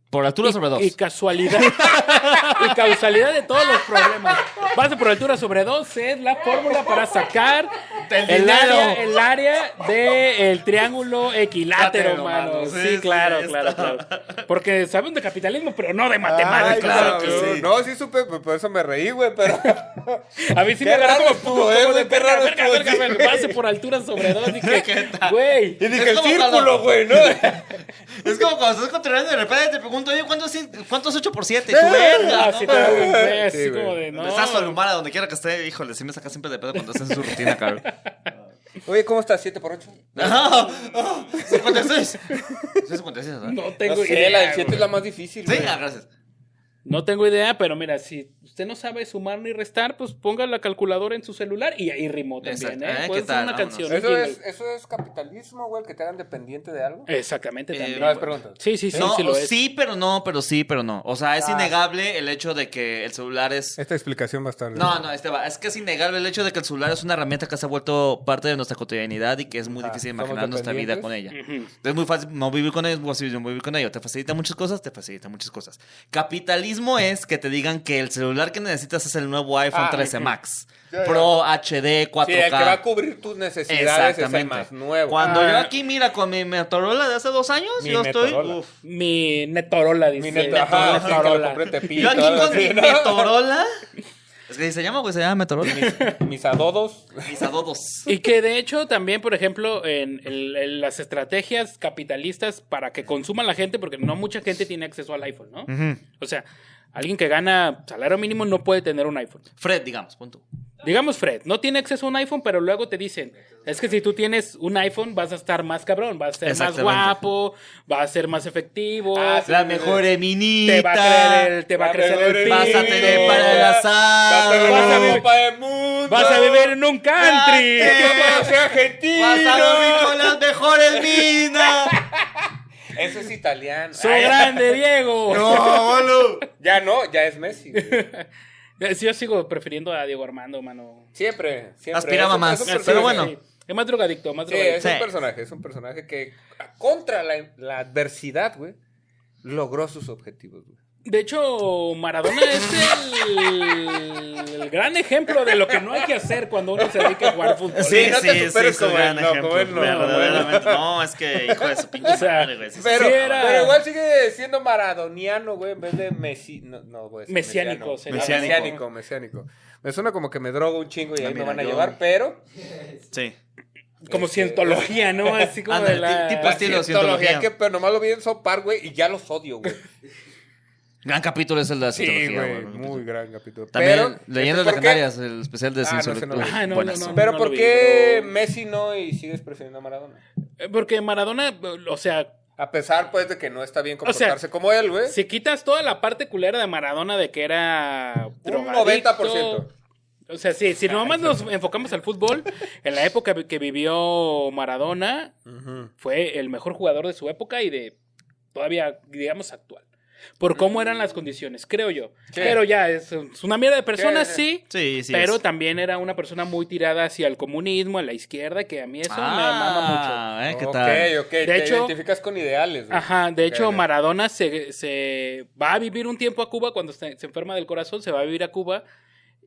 Speaker 3: Por altura
Speaker 2: y-
Speaker 3: sobre dos.
Speaker 2: y casualidad. y causalidad de todos los problemas. Base por altura sobre dos es la fórmula para sacar
Speaker 3: Del
Speaker 2: el
Speaker 3: dinero.
Speaker 2: área, el área del triángulo equilátero,
Speaker 3: Látero,
Speaker 2: mano.
Speaker 3: mano. Sí,
Speaker 2: Sí,
Speaker 3: sí,
Speaker 2: claro,
Speaker 3: está.
Speaker 2: claro, claro. Porque saben de capitalismo, pero no de
Speaker 1: Ay,
Speaker 2: matemáticas.
Speaker 1: claro,
Speaker 3: que sí.
Speaker 1: No, sí supe, pues, por eso me reí, güey, pero. [LAUGHS]
Speaker 2: A mí sí
Speaker 1: Qué
Speaker 2: me agarró
Speaker 1: raro
Speaker 2: como,
Speaker 1: estuvo,
Speaker 2: como
Speaker 1: eh,
Speaker 2: de
Speaker 1: güey, qué
Speaker 2: verga,
Speaker 1: raro
Speaker 2: verga,
Speaker 1: estuvo,
Speaker 2: verga,
Speaker 1: sí.
Speaker 2: verga, Base por altura sobre
Speaker 1: [LAUGHS]
Speaker 2: dos.
Speaker 3: ¿Qué
Speaker 2: Dije,
Speaker 3: tal?
Speaker 2: güey.
Speaker 1: Y
Speaker 3: Es
Speaker 1: dije, el
Speaker 3: como
Speaker 1: círculo,
Speaker 3: cuando-
Speaker 1: güey, ¿no? [LAUGHS]
Speaker 3: Es como cuando estás controlando y de repente te pregunto, oye, ¿cuánto es, cuánto es 8 por 7? Y tú, verga,
Speaker 2: Así,
Speaker 3: ¿no?
Speaker 2: te- güey, así
Speaker 1: Sí, güey.
Speaker 2: como de, no.
Speaker 3: Estás solumada donde quiera que esté, híjole, sí me sacas siempre de pedo cuando estás en su rutina, cabrón.
Speaker 2: [LAUGHS]
Speaker 1: Oye, ¿cómo estás? ¿7 por 8?
Speaker 3: Ah, ah, 56. Soy 56, ¿verdad?
Speaker 2: No
Speaker 1: No
Speaker 2: tengo
Speaker 1: sé,
Speaker 2: idea.
Speaker 1: la del 7
Speaker 2: güey.
Speaker 1: es la más difícil,
Speaker 3: Sí,
Speaker 1: güey.
Speaker 3: ah, gracias.
Speaker 2: No tengo idea, pero mira, si usted no sabe sumar ni restar, pues ponga la calculadora en su celular y ahí rimó también,
Speaker 3: Exacto.
Speaker 2: ¿eh? Puedes
Speaker 3: Eh, ¿qué
Speaker 2: hacer
Speaker 3: tal?
Speaker 2: una
Speaker 3: Vámonos.
Speaker 2: canción. un
Speaker 1: Eso
Speaker 2: jingle.
Speaker 1: es, eso es capitalismo, güey, que te hagan dependiente de algo.
Speaker 2: Exactamente
Speaker 3: Eh,
Speaker 2: también.
Speaker 1: No, Ah, es pregunta.
Speaker 2: Sí, sí, sí,
Speaker 3: no,
Speaker 2: sí lo es.
Speaker 3: sí, pero no, pero sí, pero no. O sea, es
Speaker 1: Ah.
Speaker 3: innegable el hecho de que el celular es.
Speaker 1: Esta explicación va a estar.
Speaker 3: No, no, Esteban, es que es innegable el hecho de que el celular es una herramienta que se ha vuelto parte de nuestra cotidianidad y que es muy
Speaker 1: Ajá,
Speaker 3: difícil
Speaker 1: somos
Speaker 3: imaginar nuestra vida con ella.
Speaker 2: Ujú.
Speaker 3: Es muy fácil no vivir con ello, es muy fácil no vivir con ello. Te facilita muchas cosas, te facilita muchas cosas. Capitalismo es que te digan que el celular que necesitas es el nuevo iPhone
Speaker 1: Ah,
Speaker 3: 13 Max.
Speaker 1: Ya, ya.
Speaker 3: Pro HD 4K.
Speaker 1: Sí, el que va a cubrir tus necesidades es el más nuevo.
Speaker 3: Cuando
Speaker 2: Ah.
Speaker 3: yo aquí, mira, con mi Motorola de hace dos años,
Speaker 1: Mi
Speaker 3: yo
Speaker 1: Motorola.
Speaker 3: estoy. uf.
Speaker 2: Mi Netorola,
Speaker 1: Mi
Speaker 2: dice.
Speaker 1: neta, ajá, sí, que lo compré en Tepito,
Speaker 3: Yo aquí
Speaker 1: algo
Speaker 3: con
Speaker 1: así,
Speaker 3: mi
Speaker 1: ¿no?
Speaker 3: Motorola. Es que así se llama, güey, se llama meteorólogo.
Speaker 1: [LAUGHS] Mis adodos.
Speaker 3: Mis adodos.
Speaker 2: Y que de hecho también, por ejemplo, en, el- en las estrategias capitalistas para que consuma la gente, porque no mucha gente tiene acceso al iPhone, ¿no?
Speaker 3: Mm.
Speaker 2: O sea, alguien que gana salario mínimo no puede tener un iPhone.
Speaker 3: Fred, digamos, punto.
Speaker 2: Digamos Fred, no tiene acceso a un iPhone, pero luego te dicen, es que si tú tienes un iPhone vas a estar más cabrón, vas a ser más
Speaker 3: Exactamente.
Speaker 2: guapo, vas a ser más efectivo,
Speaker 1: Ah, sí,
Speaker 3: La mejor eminita.
Speaker 2: te va a crecer el, te va a crecer el
Speaker 3: Vas a
Speaker 2: pito,
Speaker 3: tener para el
Speaker 1: Vas a
Speaker 3: azar.
Speaker 1: tener
Speaker 2: Vas a
Speaker 1: la
Speaker 2: vivir-
Speaker 1: copa del mundo.
Speaker 2: vas a vivir en un
Speaker 1: ¡Que
Speaker 2: country.
Speaker 3: Date.
Speaker 1: yo sea argentino!
Speaker 3: Vas a dormir con las mejores
Speaker 1: [LAUGHS]
Speaker 3: minas.
Speaker 1: Eso es italiano.
Speaker 2: Soy
Speaker 1: Ay,
Speaker 2: grande, Diego.
Speaker 3: boludo.
Speaker 1: ya no, ya es Messi. güey.
Speaker 2: Eh, sí, Yo sigo prefiriendo a Diego Armando, mano.
Speaker 1: Siempre, siempre.
Speaker 3: Aspiraba
Speaker 1: Es un-
Speaker 3: más,
Speaker 1: es un
Speaker 3: pero
Speaker 1: personaje.
Speaker 3: bueno.
Speaker 2: Sí. Es más drogadicto, más
Speaker 1: Sí,
Speaker 2: drogadicto.
Speaker 1: es un
Speaker 3: Sí.
Speaker 1: personaje, es un personaje que contra la, la adversidad, güey, logró sus objetivos, güey.
Speaker 2: De hecho, Maradona es el, el gran ejemplo de lo que no hay que hacer cuando uno se dedica a jugar fútbol.
Speaker 1: Sí, no te superes
Speaker 3: es
Speaker 1: como
Speaker 3: un gran
Speaker 1: él, no, como él
Speaker 3: ejemplo,
Speaker 1: no,
Speaker 3: verdaderamente. No, es que hijo de su pinche
Speaker 2: O sea,
Speaker 3: madre, güey. sí, sí.
Speaker 1: Pero,
Speaker 2: Sí, era-
Speaker 1: pero igual sigue siendo maradoniano, güey, en vez de mesi, no, no, güey, es
Speaker 2: Mesiánico,
Speaker 1: mesiano.
Speaker 2: sería.
Speaker 1: mesiánico.
Speaker 3: Mesiánico.
Speaker 1: mesiánico, Me suena como que me drogo un chingo y
Speaker 3: Ah,
Speaker 1: ahí me
Speaker 3: mira,
Speaker 1: van a
Speaker 3: yo-
Speaker 1: llevar, pero
Speaker 3: Sí.
Speaker 2: Como cientología,
Speaker 3: [LAUGHS]
Speaker 2: ¿no? Así como de
Speaker 3: Este, Ándale,
Speaker 2: la...
Speaker 3: ti- tipo
Speaker 1: la
Speaker 3: estilo
Speaker 1: cientología
Speaker 3: cientología.
Speaker 1: que pero nomás lo vi en sopar, güey, y ya los odio, güey.
Speaker 3: Gran capítulo es el de la
Speaker 1: Sí,
Speaker 3: citología,
Speaker 1: güey,
Speaker 3: güey.
Speaker 1: muy gran capítulo.
Speaker 3: También
Speaker 1: pero este,
Speaker 3: Leyendas
Speaker 1: ¿por qué?
Speaker 3: Legendarias, el especial de
Speaker 1: Ah, no,
Speaker 3: Cienciología.
Speaker 1: ese no lo vi.
Speaker 2: Ah, no,
Speaker 3: Buenas.
Speaker 2: no, no.
Speaker 1: Pero ¿por
Speaker 2: lo vi,
Speaker 1: qué
Speaker 2: pero-
Speaker 1: Messi no y sigues prefiriendo a Maradona?
Speaker 2: Eh, Porque Maradona, o sea,
Speaker 1: A pesar, pues, de que no está bien
Speaker 2: O sea,
Speaker 1: comportarse como él, güey.
Speaker 2: si quitas toda la parte culera de Maradona de que era
Speaker 1: un
Speaker 2: drogadicto,
Speaker 1: 90%.
Speaker 2: O sea, sí, si nomás nos enfocamos al fútbol, en la época que vivió Maradona, fue el mejor jugador de su época y de todavía, digamos, actual. Por cómo eran las condiciones, creo yo.
Speaker 1: Sí.
Speaker 2: Pero ya, es, es una mierda de persona,
Speaker 1: Sí,
Speaker 2: sí.
Speaker 3: Sí, sí.
Speaker 2: pero
Speaker 3: es.
Speaker 2: también era una persona muy tirada hacia el comunismo, a la izquierda, que a mí eso me mama mucho.
Speaker 3: Ah, ¿eh? ¿Qué tal?
Speaker 1: Ok, ok.
Speaker 2: De
Speaker 1: te
Speaker 2: hecho-
Speaker 1: identificas con ideales, güey.
Speaker 2: Ajá, de hecho,
Speaker 1: Ok, ok.
Speaker 2: Maradona se, se va a vivir un tiempo a Cuba cuando se, se enferma del corazón, se va a vivir a Cuba.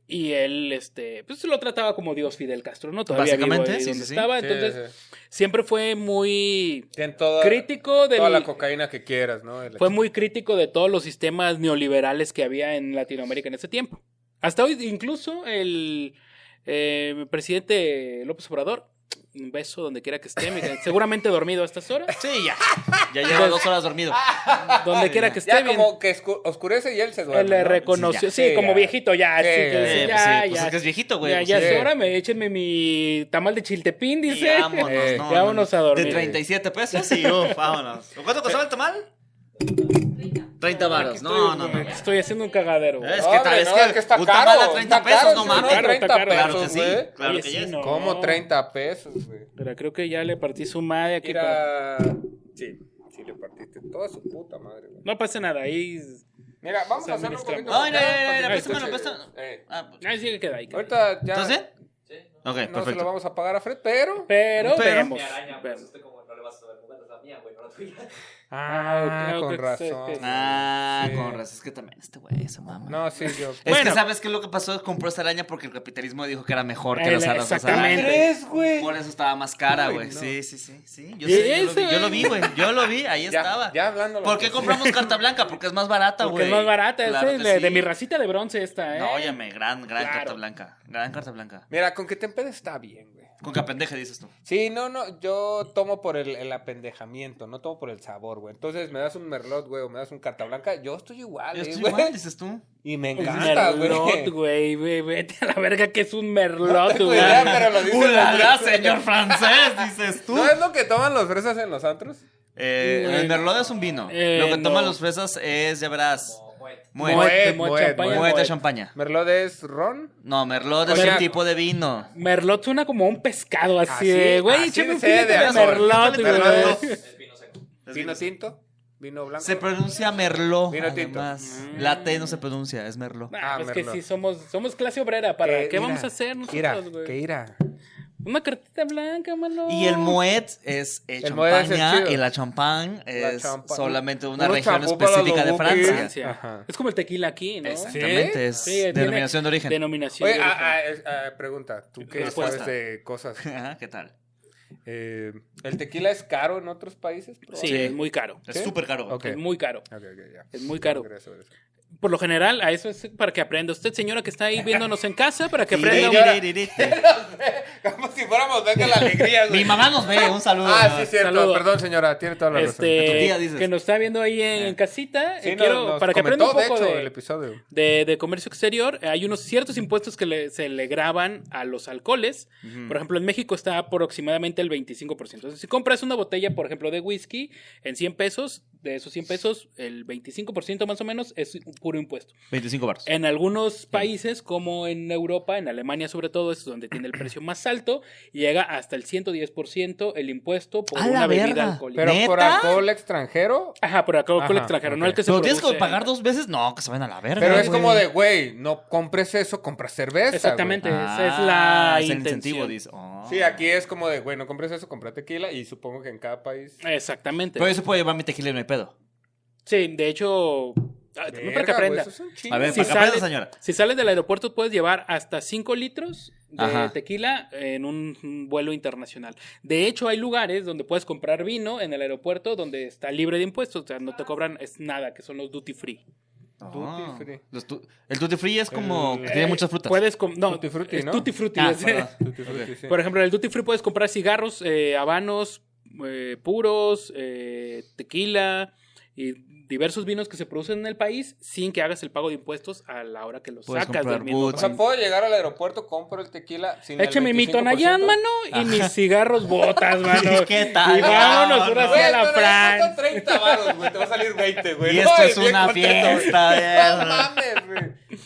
Speaker 2: Y él, este, pues lo trataba como Dios Fidel Castro, ¿no? Todavía vivo
Speaker 3: Básicamente,
Speaker 2: ahí
Speaker 3: sí,
Speaker 2: donde
Speaker 3: sí, sí.
Speaker 2: estaba.
Speaker 1: Sí,
Speaker 2: Entonces,
Speaker 1: sí.
Speaker 2: siempre fue muy
Speaker 1: Ten toda,
Speaker 2: crítico
Speaker 1: toda la
Speaker 2: del.
Speaker 1: cocaína que quieras, ¿no? De la
Speaker 2: Fue muy crítico de todos los sistemas neoliberales que había en Latinoamérica en ese tiempo. Hasta hoy, incluso el eh, presidente López Obrador, un beso donde quiera que esté, mira, seguramente dormido a estas horas,
Speaker 3: Sí, ya. Ya llevo dos horas dormido.
Speaker 1: [LAUGHS]
Speaker 2: donde quiera que esté.
Speaker 1: Ya
Speaker 2: bien.
Speaker 1: como que escu- oscurece y él se duerme.
Speaker 2: Él le
Speaker 1: ¿no? Sí,
Speaker 2: reconoció, sí,
Speaker 1: ya.
Speaker 2: como viejito ya, así
Speaker 1: Sí,
Speaker 2: que
Speaker 1: ya,
Speaker 2: dice,
Speaker 3: Eh, pues sí,
Speaker 2: ya,
Speaker 3: pues
Speaker 2: ya,
Speaker 3: es que es viejito, güey.
Speaker 2: ya,
Speaker 3: pues
Speaker 2: ya
Speaker 3: sí.
Speaker 2: es
Speaker 1: sí.
Speaker 2: hora, me échenme mi tamal de chiltepín,
Speaker 3: Y
Speaker 2: dice. [LAUGHS]
Speaker 3: vámonos,
Speaker 1: Eh,
Speaker 3: no,
Speaker 2: ya vámonos
Speaker 3: no,
Speaker 2: a
Speaker 3: no.
Speaker 2: dormir.
Speaker 3: De 37 pesos y uff, vámonos. ¿Cuánto costaba el tamal? 30 varos. No, no, no.
Speaker 2: Estoy haciendo un cagadero. güey.
Speaker 3: Es
Speaker 1: No,
Speaker 3: que tal
Speaker 1: hombre,
Speaker 3: vez
Speaker 1: no, es
Speaker 3: que,
Speaker 1: que está
Speaker 3: un
Speaker 1: caro,
Speaker 3: tamal a 30
Speaker 1: está
Speaker 3: pesos,
Speaker 1: caro,
Speaker 3: no
Speaker 1: sí, no,
Speaker 3: mames.
Speaker 1: 30
Speaker 3: claro que
Speaker 1: pesos,
Speaker 3: sí,
Speaker 1: güey.
Speaker 3: claro
Speaker 2: Oye,
Speaker 3: que
Speaker 2: sí,
Speaker 3: yes.
Speaker 2: no.
Speaker 1: Como 30 pesos, güey.
Speaker 2: Pero creo que ya le partí su madre aquí. para-
Speaker 1: Mira. Sí, sí, le partiste toda su puta madre, güey.
Speaker 2: No pasa nada, ahí...
Speaker 1: Mira, vamos
Speaker 2: Se
Speaker 1: a hacerlo un
Speaker 2: administra.
Speaker 1: poquito.
Speaker 3: Ay, no,
Speaker 1: más
Speaker 3: ya, ya, ya,
Speaker 1: acá,
Speaker 3: ya,
Speaker 1: para que
Speaker 3: préstamelo,
Speaker 1: no escuche.
Speaker 3: préstamelo.
Speaker 1: Eh,
Speaker 3: Ah, pues,
Speaker 2: Ahí sí queda ahí. queda.
Speaker 1: Ahorita ya.
Speaker 3: ¿Entonces?
Speaker 4: Sí, no.
Speaker 1: No
Speaker 3: Ok,
Speaker 1: se lo
Speaker 3: perfecto.
Speaker 1: vamos a pagar a Fred, pero.
Speaker 2: Pero,
Speaker 3: Pero-
Speaker 2: vemos.
Speaker 4: Mi araña, pues,
Speaker 2: vemos.
Speaker 4: usted como no le vas a ver jugar, es la mía, güey, no la tuya.
Speaker 2: Ah,
Speaker 1: Ah,
Speaker 2: ok,
Speaker 1: con
Speaker 2: ok, sí,
Speaker 1: razón.
Speaker 2: sí.
Speaker 3: Ah,
Speaker 1: Sí.
Speaker 3: con razón. Es que también este güey se mama.
Speaker 1: No, sí, yo.
Speaker 3: Es
Speaker 2: Bueno.
Speaker 3: que sabes qué es lo que pasó, compró esa araña porque el capitalismo dijo que era mejor que
Speaker 2: Eh,
Speaker 3: las aras- las
Speaker 2: exactamente.
Speaker 3: arañas.
Speaker 1: ¿Crees, güey?
Speaker 3: Por eso estaba más cara,
Speaker 1: Uy,
Speaker 3: güey.
Speaker 1: no.
Speaker 3: Sí, sí, sí, sí. Yo,
Speaker 2: Y
Speaker 3: sé, yo lo vi,
Speaker 2: ese-
Speaker 3: yo lo vi, güey. Yo lo vi, ahí
Speaker 1: [LAUGHS] Ya,
Speaker 3: estaba.
Speaker 1: ya hablando.
Speaker 3: ¿Por qué compramos
Speaker 2: [LAUGHS]
Speaker 3: carta blanca? Porque es más barata, güey.
Speaker 2: Porque es más barata, es
Speaker 3: Claro
Speaker 2: de,
Speaker 3: que
Speaker 2: de-
Speaker 3: sí.
Speaker 2: de mi racita de bronce esta, ¿eh?
Speaker 3: No, óyeme, gran, gran
Speaker 2: Claro.
Speaker 3: carta blanca. Gran carta blanca.
Speaker 1: Mira, con que te empedes está bien, güey.
Speaker 3: Con capendeje dices tú.
Speaker 1: Sí, no, no, yo tomo por el, el apendejamiento, no tomo por el sabor, güey. Entonces me das un merlot, güey, o me das un carta blanca, yo estoy igual,
Speaker 3: Yo
Speaker 1: eh,
Speaker 3: estoy
Speaker 1: güey.
Speaker 3: igual, dices
Speaker 2: [LAUGHS]
Speaker 3: tú.
Speaker 1: Y me
Speaker 2: Es
Speaker 1: encanta, güey.
Speaker 2: merlot, güey, güey, vete a la verga que es un
Speaker 1: No
Speaker 2: merlot,
Speaker 1: tengo
Speaker 2: güey.
Speaker 1: idea, pero lo dice
Speaker 3: ¡Ulala, señor francés! Dices
Speaker 2: [LAUGHS]
Speaker 3: tú.
Speaker 1: ¿No es lo que toman los fresas en los antros?
Speaker 3: Eh,
Speaker 2: Bueno.
Speaker 3: El merlot es un vino.
Speaker 2: Eh,
Speaker 3: lo que toman
Speaker 2: no.
Speaker 3: los fresas es, ya verás,
Speaker 4: Como, güey.
Speaker 3: muet.
Speaker 1: Moet,
Speaker 2: Moet, moet,
Speaker 1: moet,
Speaker 2: champaña,
Speaker 1: moet.
Speaker 3: Muet de
Speaker 2: moet.
Speaker 3: champaña.
Speaker 1: ¿Merlot es ron?
Speaker 3: No, merlot es
Speaker 1: Coñac.
Speaker 3: un tipo de vino.
Speaker 2: Merlot suena como un pescado así,
Speaker 1: Así,
Speaker 2: de, güey,
Speaker 1: así
Speaker 2: échame
Speaker 1: de
Speaker 2: un filete
Speaker 1: sede,
Speaker 2: de
Speaker 1: azul.
Speaker 2: merlot, güey.
Speaker 1: Merlot.
Speaker 4: El vino seco.
Speaker 1: ¿Vino
Speaker 3: Es vino.
Speaker 1: tinto? ¿Vino blanco?
Speaker 3: Se pronuncia merlot,
Speaker 1: Vino tinto.
Speaker 3: además.
Speaker 2: Mm.
Speaker 3: La T no se pronuncia, es merlot.
Speaker 2: Nah,
Speaker 1: Ah,
Speaker 2: es que
Speaker 1: merlot.
Speaker 2: sí, somos, somos clase obrera, ¿para
Speaker 1: Que
Speaker 2: qué
Speaker 1: ira,
Speaker 2: vamos a hacer
Speaker 1: que ira,
Speaker 2: nosotros,
Speaker 1: que
Speaker 2: güey?
Speaker 1: ira.
Speaker 2: Una cartita blanca, mano.
Speaker 3: Y el moet es eh,
Speaker 1: El moet es el
Speaker 3: champaña
Speaker 1: chido.
Speaker 3: y la champán
Speaker 1: La
Speaker 3: es
Speaker 1: champa-
Speaker 3: solamente una
Speaker 1: Puro
Speaker 3: región
Speaker 1: champú para
Speaker 3: específica
Speaker 1: los
Speaker 3: de
Speaker 1: buques.
Speaker 3: Francia.
Speaker 2: Francia.
Speaker 1: Ajá.
Speaker 2: Es como el tequila aquí, ¿no?
Speaker 3: Exactamente, es
Speaker 2: Sí, tiene
Speaker 3: denominación de origen.
Speaker 2: Denominación
Speaker 1: Oye,
Speaker 2: de origen.
Speaker 1: ah, ah, es- ah, pregunta, ¿tú qué
Speaker 3: Respuesta.
Speaker 1: sabes de cosas?
Speaker 3: [LAUGHS] Ajá, ¿Qué tal?
Speaker 1: Eh, ¿El tequila es caro en otros países?
Speaker 2: sí,
Speaker 1: Probable.
Speaker 2: es muy caro.
Speaker 3: Es súper caro.
Speaker 1: Ok.
Speaker 2: Es muy caro.
Speaker 1: Ok, ok, ya.
Speaker 2: Es muy caro.
Speaker 1: Gracias, gracias.
Speaker 2: Por lo general, a eso es para que aprenda. Usted, señora que está ahí viéndonos en casa, para que aprenda.
Speaker 1: señora. [LAUGHS] [LAUGHS]
Speaker 2: un-
Speaker 1: Como si fuéramos venga
Speaker 2: [LAUGHS]
Speaker 1: la alegría, güey.
Speaker 3: Mi mamá nos ve, un saludo.
Speaker 1: Ah, sí, cierto.
Speaker 2: Saludo.
Speaker 1: Perdón, señora. Tiene toda la razón.
Speaker 3: tu
Speaker 2: Este,
Speaker 3: tía, dices.
Speaker 2: que nos está viendo ahí en casita.
Speaker 1: Sí,
Speaker 2: eh,
Speaker 1: no,
Speaker 2: quiero,
Speaker 1: nos
Speaker 2: para que aprenda un
Speaker 1: comentó,
Speaker 2: poco
Speaker 1: de hecho,
Speaker 2: de-
Speaker 1: el episodio.
Speaker 2: de, de comercio exterior, eh, hay unos ciertos impuestos que le- se le graban a los alcoholes.
Speaker 1: Mm.
Speaker 2: Por ejemplo, en México está aproximadamente el 25%. Entonces, si compras una botella, por ejemplo, de whisky en 100 pesos, de esos 100 pesos, el 25% más o menos es puro impuesto.
Speaker 3: 25 baros.
Speaker 2: En algunos países, como en Europa, en Alemania sobre todo, es donde tiene el precio más alto, y llega hasta el 110% el impuesto por
Speaker 3: ¡A la
Speaker 2: una bebida
Speaker 3: verga!
Speaker 2: alcohólica.
Speaker 1: Pero por
Speaker 3: ¿Neta?
Speaker 1: alcohol extranjero.
Speaker 2: Ajá, por alcohol
Speaker 1: Ajá,
Speaker 2: extranjero, no
Speaker 1: ok.
Speaker 2: el que se
Speaker 3: ¿Pero tienes que
Speaker 2: produce- Ah,
Speaker 3: pagar dos veces? No, que se vayan a la verga.
Speaker 1: Pero es como
Speaker 3: güey.
Speaker 1: de, güey, no compres eso, compras cerveza. güey.
Speaker 2: Exactamente. Esa es
Speaker 3: Ah,
Speaker 2: la
Speaker 3: es el
Speaker 2: intención.
Speaker 3: incentivo, dice. Oh.
Speaker 1: Sí, aquí es como de, güey, no compres eso, compra tequila. Y supongo que en cada país.
Speaker 2: Exactamente.
Speaker 3: Pero eso puede llevar mi tequila y no hay pedo.
Speaker 2: Sí, de hecho, ah, también para que
Speaker 1: Verga, güey,
Speaker 2: aprenda.
Speaker 1: eso es un chingo.
Speaker 3: A ver,
Speaker 2: Sí
Speaker 3: para que
Speaker 2: sale.
Speaker 3: aprenda, señora.
Speaker 2: Si sales del aeropuerto puedes llevar hasta 5 litros de
Speaker 3: Ajá.
Speaker 2: tequila en un vuelo internacional. De hecho, hay lugares donde puedes comprar vino en el aeropuerto donde está libre de impuestos, o sea, no te cobran es nada, que son los duty free.
Speaker 1: Duty
Speaker 3: Ah.
Speaker 1: free.
Speaker 3: Los tu- el tutti free es como
Speaker 1: El-
Speaker 3: que tiene muchas frutas.
Speaker 2: Puedes com- no,
Speaker 1: Tutti frutti,
Speaker 2: es
Speaker 1: ¿no?
Speaker 2: tutti frutti,
Speaker 3: Ah,
Speaker 2: es-
Speaker 3: perdón.
Speaker 1: Tutti frutti, sí.
Speaker 2: Por ejemplo, en el duty free puedes comprar cigarros, eh, habanos, eh, puros, eh, tequila y diversos vinos que se producen en el país sin que hagas el pago de impuestos a la hora que los
Speaker 3: Puedes
Speaker 2: sacas
Speaker 3: comprar
Speaker 2: del mismo.
Speaker 1: O
Speaker 3: boots.
Speaker 1: sea, puedo llegar al aeropuerto, compro el tequila sin el
Speaker 2: Échame mi
Speaker 1: 25%?
Speaker 2: Tonayán, mano, y mis cigarros
Speaker 3: [LAUGHS]
Speaker 2: botas, mano.
Speaker 3: ¿Qué tal?
Speaker 2: Y vámonos
Speaker 3: Pues
Speaker 2: ahora
Speaker 1: Güey,
Speaker 2: hacia la
Speaker 1: Tonayán
Speaker 2: Fran.
Speaker 1: son 30 varos, güey. Te va a salir 20, güey.
Speaker 3: Y
Speaker 1: No,
Speaker 3: esto es
Speaker 1: bien
Speaker 3: una
Speaker 1: contento, güey.
Speaker 3: fiesta,
Speaker 1: No
Speaker 3: güey.
Speaker 1: mames, güey.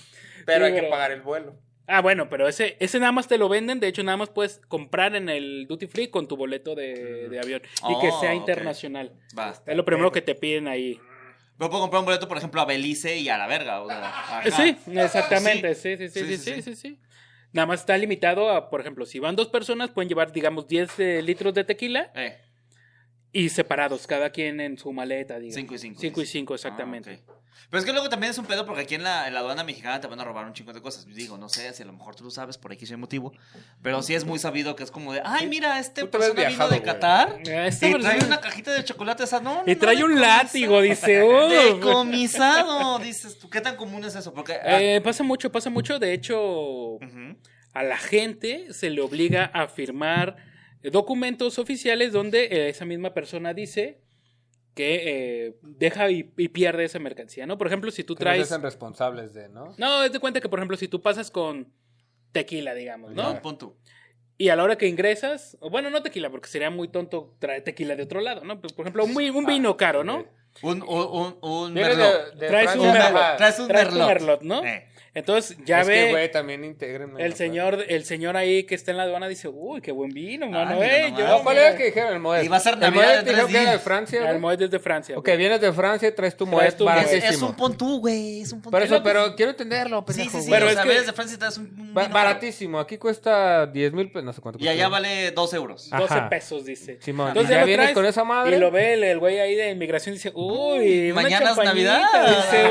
Speaker 1: Pero hay que
Speaker 2: pero-
Speaker 1: pagar el vuelo.
Speaker 2: Ah, bueno, pero ese, ese nada más te lo venden. De hecho, nada más puedes comprar en el duty free con tu boleto de, de avión. Y que
Speaker 3: Oh,
Speaker 2: sea
Speaker 3: ok.
Speaker 2: internacional.
Speaker 3: Basta.
Speaker 2: Es lo primero que te piden ahí.
Speaker 3: Pero puedo comprar un boleto, por ejemplo, a Belice y a la verga. O sea,
Speaker 2: Eh,
Speaker 3: ajá.
Speaker 2: Sí, exactamente. Sí, sí, sí,
Speaker 3: Sí,
Speaker 2: sí,
Speaker 3: sí,
Speaker 2: sí, sí, sí. Nada más está limitado a, por ejemplo, si van dos personas, pueden llevar, digamos, 10 eh, litros de tequila
Speaker 3: Eh,
Speaker 2: y separados, cada quien en su maleta, digamos.
Speaker 3: Cinco y cinco,
Speaker 2: 5 y
Speaker 3: dices.
Speaker 2: 5, exactamente.
Speaker 3: Ah, ok. Pero es que luego también es un pedo porque aquí en la, en la aduana mexicana te van a robar un chingo de cosas. Digo, no sé si a lo mejor tú lo sabes por X o Y motivo. Pero sí es muy sabido que es como de, ay, mira, este
Speaker 1: Tú te ves
Speaker 3: persona vino
Speaker 1: viajado,
Speaker 3: de
Speaker 1: güey.
Speaker 3: Qatar.
Speaker 2: Ah, esta
Speaker 3: Y trae
Speaker 2: versión-
Speaker 3: una cajita de chocolate esa, no.
Speaker 2: Y
Speaker 3: no,
Speaker 2: trae un
Speaker 3: decomisado.
Speaker 2: látigo,
Speaker 3: [LAUGHS]
Speaker 2: dice. "Oh".
Speaker 3: Decomisado, dices tú. ¿Qué tan común es eso? Porque. ah,
Speaker 2: Eh, pasa mucho, pasa mucho. De hecho,
Speaker 3: ujú.
Speaker 2: a la gente se le obliga a firmar documentos oficiales donde eh, esa misma persona dice que eh, deja y, y pierde esa mercancía, ¿no? Por ejemplo, si tú
Speaker 1: Que nos
Speaker 2: traes...
Speaker 1: hacen responsables de, ¿no?
Speaker 2: No, es de cuenta que, por ejemplo, si tú pasas con tequila, digamos, ¿no?
Speaker 3: Pon tú.
Speaker 2: Y a la hora que ingresas, o bueno, no tequila, porque sería muy tonto traer tequila de otro lado, ¿no? Por ejemplo, un, vi- un
Speaker 1: Ah,
Speaker 2: vino caro, ¿no?
Speaker 3: Un, un, un, un
Speaker 1: Viene
Speaker 3: merlot.
Speaker 1: de- de
Speaker 2: Pues Traes
Speaker 1: Francia,
Speaker 2: un
Speaker 1: ajá.
Speaker 2: merlot,
Speaker 3: Traes un
Speaker 2: Traes un
Speaker 3: merlot.
Speaker 2: merlot, ¿no?
Speaker 3: Eh,
Speaker 2: Entonces, ya
Speaker 1: es
Speaker 2: ve...
Speaker 1: que, güey, también intégrenme.
Speaker 2: El señor, el señor ahí que está en la aduana dice, uy, qué buen vino, mano.
Speaker 3: mira
Speaker 2: eh,
Speaker 3: nomás.
Speaker 2: yo-
Speaker 1: No, Ah, ¿cuál era el que dijeron? El Moed.
Speaker 3: Iba a ser
Speaker 1: El
Speaker 3: Navidad
Speaker 1: Moed dijeron
Speaker 3: en tres
Speaker 1: que era de
Speaker 3: días.
Speaker 1: Francia,
Speaker 2: El
Speaker 1: güey.
Speaker 2: Moed es de Francia.
Speaker 1: Ok,
Speaker 2: güey.
Speaker 1: vienes de Francia y traes tu Moed
Speaker 2: Traes tu Moed.
Speaker 3: Es,
Speaker 1: baratísimo.
Speaker 3: es un pontú, güey. Es un pontú.
Speaker 1: Por
Speaker 2: Es
Speaker 1: eso,
Speaker 2: lo que-
Speaker 1: pero quiero entenderlo,
Speaker 3: Sí,
Speaker 1: pendejo.
Speaker 3: sí, sí.
Speaker 1: güey.
Speaker 2: Pero
Speaker 3: o
Speaker 2: es
Speaker 3: sea,
Speaker 2: que-
Speaker 3: vienes de Francia y te das un. un
Speaker 1: Ba-
Speaker 3: vino.
Speaker 1: baratísimo. Aquí cuesta 10 mil pesos. No sé cuánto
Speaker 3: Y
Speaker 1: cuesta.
Speaker 3: allá vale 2 euros.
Speaker 1: Ah.
Speaker 2: 12
Speaker 1: Ajá.
Speaker 2: pesos, dice.
Speaker 1: Simón.
Speaker 2: Entonces
Speaker 1: ¿Y ya
Speaker 2: lo
Speaker 1: vienes
Speaker 2: traes
Speaker 1: con esa madre?
Speaker 2: Y lo ve el, el güey ahí de inmigración y dice, uy, una
Speaker 3: Mañana es
Speaker 2: champañita",
Speaker 3: Navidad.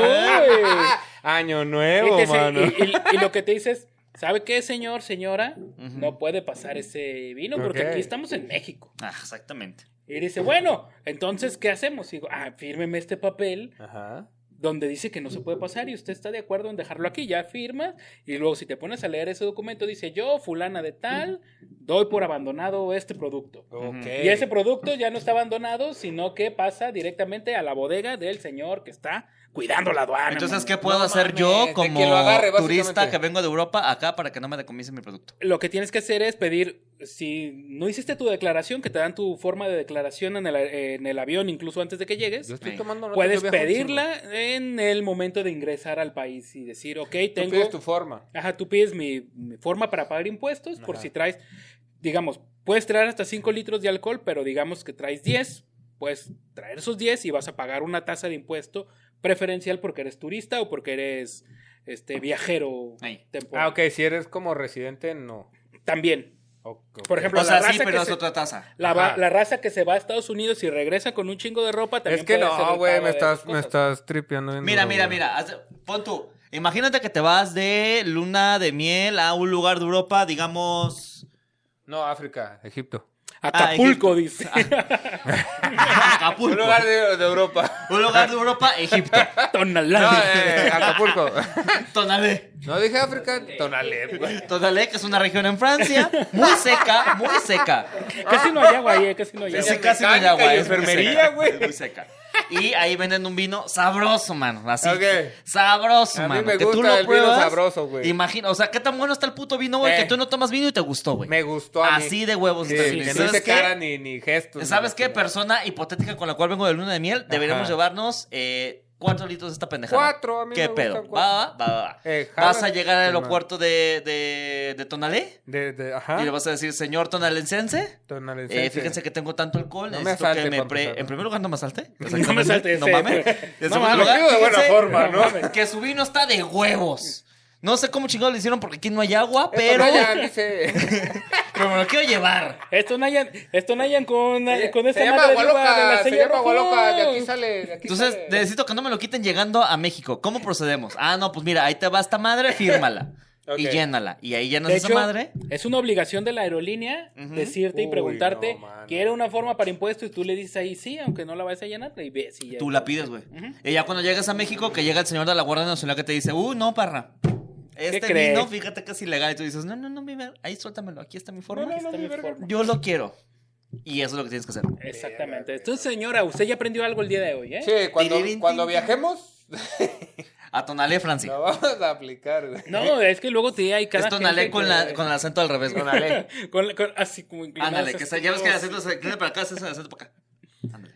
Speaker 1: [LAUGHS]
Speaker 2: Dice,
Speaker 1: Año
Speaker 2: uy. y,
Speaker 1: nuevo,
Speaker 2: te dice-
Speaker 1: mano.
Speaker 2: y- y- y lo que te dice es, ¿sabe qué, señor, señora? No puede pasar ese vino porque
Speaker 1: Ok.
Speaker 2: aquí estamos en México.
Speaker 3: Ah, exactamente.
Speaker 2: Y dice, bueno, entonces, ¿qué hacemos? Y digo, ah, fírmeme este papel
Speaker 1: Ajá.
Speaker 2: donde dice que no se puede pasar y usted está de acuerdo en dejarlo aquí, ya firma y luego si te pones a leer ese documento dice yo, fulana de tal, doy por abandonado este producto.
Speaker 1: Ok.
Speaker 2: Y ese producto ya no está abandonado, sino que pasa directamente a la bodega del señor que está cuidando la aduana.
Speaker 3: Entonces,
Speaker 2: mano.
Speaker 3: ¿qué puedo
Speaker 1: Ah, no
Speaker 3: hacer
Speaker 1: mames,
Speaker 3: yo
Speaker 1: de
Speaker 3: como
Speaker 1: que lo agarre,
Speaker 3: turista
Speaker 1: básicamente.
Speaker 3: que vengo de Europa acá para que no me decomise mi producto?
Speaker 2: Lo que tienes que hacer es pedir, si no hiciste tu declaración, que te dan tu forma de declaración en el, en el avión incluso antes de que llegues.
Speaker 1: Yo estoy
Speaker 3: Sí.
Speaker 1: tomando nota,
Speaker 2: Puedes
Speaker 1: yo viajo un chingo.
Speaker 2: pedirla en el momento de ingresar al país y decir, ok, tengo...
Speaker 1: Tú pides tu forma.
Speaker 2: Ajá, tú pides mi, mi forma para pagar impuestos por
Speaker 1: Ajá.
Speaker 2: si traes, digamos, puedes traer hasta 5 litros de alcohol, pero digamos que traes 10, puedes traer esos 10 y vas a pagar una tasa de impuesto preferencial porque eres turista o porque eres este viajero
Speaker 3: Ahí.
Speaker 2: temporal.
Speaker 1: Ah, ok. Si eres como residente, no.
Speaker 2: También.
Speaker 1: Ok, ok.
Speaker 2: Por ejemplo,
Speaker 3: O sea,
Speaker 2: la,
Speaker 3: sí,
Speaker 2: raza
Speaker 3: pero
Speaker 2: que
Speaker 3: es
Speaker 2: se,
Speaker 3: otra taza.
Speaker 2: la, va-
Speaker 1: Ajá.
Speaker 2: la raza que se va a Estados Unidos y regresa con un chingo de ropa también
Speaker 1: es que
Speaker 2: puede hacer
Speaker 1: no,
Speaker 2: el
Speaker 1: güey.
Speaker 2: pago
Speaker 1: Me
Speaker 2: de esas
Speaker 1: estás, me
Speaker 2: cosas.
Speaker 1: estás tripeando. bien
Speaker 3: Mira,
Speaker 1: duro,
Speaker 3: mira,
Speaker 1: güey.
Speaker 3: mira. haz- Pon tú. Imagínate que te vas
Speaker 1: [LAUGHS]
Speaker 3: de luna de miel a un lugar de Europa, digamos.
Speaker 1: No, África, Egipto.
Speaker 2: Acapulco, dice.
Speaker 1: Un
Speaker 3: Acapulco.
Speaker 1: lugar de, de
Speaker 3: [LAUGHS]
Speaker 1: Europa.
Speaker 3: Un lugar de Europa, Egipto.
Speaker 2: [LAUGHS] Tonalá.
Speaker 1: No,
Speaker 2: dice.
Speaker 1: eh,
Speaker 3: [LAUGHS]
Speaker 1: Acapulco.
Speaker 3: Tonalé.
Speaker 1: No dije África, Tonalep, güey.
Speaker 3: Tonalé, que es una región en Francia muy seca, muy seca.
Speaker 2: [LAUGHS] Casi no hay agua ahí, eh, casi no hay
Speaker 3: Es
Speaker 2: agua.
Speaker 1: seca.
Speaker 3: casi no hay
Speaker 1: mecánica
Speaker 3: agua.
Speaker 1: y
Speaker 3: es muy
Speaker 1: enfermería,
Speaker 3: seca,
Speaker 1: güey.
Speaker 3: es muy seca. Y ahí venden un vino sabroso, mano. Así.
Speaker 1: Ok.
Speaker 3: Sabroso,
Speaker 1: A mí
Speaker 3: mano.
Speaker 1: me
Speaker 3: que tú
Speaker 1: gusta
Speaker 3: lo
Speaker 1: el vino
Speaker 3: pruebas,
Speaker 1: sabroso, güey.
Speaker 3: Imagina, o sea, qué tan bueno está el puto vino, güey,
Speaker 1: Eh.
Speaker 3: que tú no tomas vino y te gustó, güey.
Speaker 1: Me gustó a mí.
Speaker 3: Así de huevos
Speaker 1: Sí,
Speaker 3: está
Speaker 1: que
Speaker 3: el vino.
Speaker 1: no
Speaker 3: ¿Sabes
Speaker 1: hice
Speaker 3: qué?
Speaker 1: cara ni, ni gestos.
Speaker 3: ¿Sabes
Speaker 1: ni
Speaker 3: qué?
Speaker 1: nada.
Speaker 3: Persona hipotética con la cual vengo de luna de miel, deberíamos
Speaker 1: Ajá.
Speaker 3: llevarnos eh, cuatro litros de esta pendejada.
Speaker 1: Cuatro, a mí
Speaker 3: ¿Qué
Speaker 1: me gustan
Speaker 3: pedo?
Speaker 1: cuatro.
Speaker 3: Va, va, va, va, va.
Speaker 1: Eh, jala.
Speaker 3: Vas a llegar al
Speaker 1: Sí, man.
Speaker 3: aeropuerto de, de, de Tonalé
Speaker 1: De, de- ajá.
Speaker 3: y le vas a decir, señor tonalensense,
Speaker 1: Tonalescencia.
Speaker 3: eh, fíjense que tengo tanto alcohol.
Speaker 1: No me
Speaker 3: necesito
Speaker 1: asalte,
Speaker 3: que me
Speaker 1: para
Speaker 3: pre-
Speaker 1: empezar.
Speaker 3: En primer lugar, no me salte.
Speaker 2: No me salte,
Speaker 3: No
Speaker 2: sí.
Speaker 3: mames.
Speaker 2: No
Speaker 3: En
Speaker 2: mames.
Speaker 3: segundo
Speaker 1: Lo
Speaker 3: lugar,
Speaker 1: digo de buena
Speaker 3: fíjense
Speaker 1: forma, ¿no?
Speaker 3: Que su vino está de huevos. No sé cómo chingados le hicieron porque aquí no hay agua,
Speaker 1: Esto
Speaker 3: pero,
Speaker 1: no, ya, dice.
Speaker 3: pero me lo quiero llevar.
Speaker 2: Esto nayan, esto nayan con, con esta
Speaker 1: se llama
Speaker 2: madre diva
Speaker 1: Gualoca,
Speaker 2: de la
Speaker 1: se
Speaker 2: silla
Speaker 1: llama
Speaker 2: roja.
Speaker 1: Gualoca, de aquí sale. de aquí
Speaker 3: Entonces,
Speaker 1: sale.
Speaker 3: necesito que no me lo quiten llegando a México. ¿Cómo procedemos? Ah, no, pues mira, ahí te va esta madre, fírmala. Y
Speaker 1: Ok.
Speaker 3: llénala. Y ahí llenas
Speaker 2: De
Speaker 3: esa
Speaker 2: hecho,
Speaker 3: madre.
Speaker 2: es una obligación de la aerolínea decirte y
Speaker 1: Uy,
Speaker 2: preguntarte,
Speaker 1: no, mano.
Speaker 2: ¿quiere una forma para impuestos? Y tú le dices ahí sí, aunque no la vayas a llenar. Y ves, y ya.
Speaker 3: Tú la pides, güey. Y ya cuando llegas a México, que llega el señor de la Guardia Nacional que te dice, uh, no, parra. Este
Speaker 2: crees?
Speaker 3: vino, fíjate que es ilegal. Y tú dices, no, no, no, mi ver, ahí suéltamelo, aquí está mi forma.
Speaker 2: Aquí está mi forma.
Speaker 3: Yo lo quiero. Y eso es lo que tienes que hacer.
Speaker 2: Exactamente. Entonces, señora, usted ya aprendió algo el día de hoy, ¿eh?
Speaker 1: Sí, cuando,
Speaker 3: Tirirín,
Speaker 1: cuando
Speaker 3: tin, tin.
Speaker 1: viajemos,
Speaker 3: A Tonalé,
Speaker 1: [LAUGHS]
Speaker 3: Francia.
Speaker 1: la vamos a aplicar, güey.
Speaker 2: No, es que luego te hay cada
Speaker 3: es Tonalé
Speaker 2: gente
Speaker 3: con,
Speaker 2: que-
Speaker 3: la, con el acento al revés. güey.
Speaker 2: con la- con- así como inclinado.
Speaker 3: [LAUGHS] Ándale, que
Speaker 2: así
Speaker 3: se- ya ves que el
Speaker 2: como-
Speaker 3: acento se inclina para acá, se hace el acento para acá. Ándale.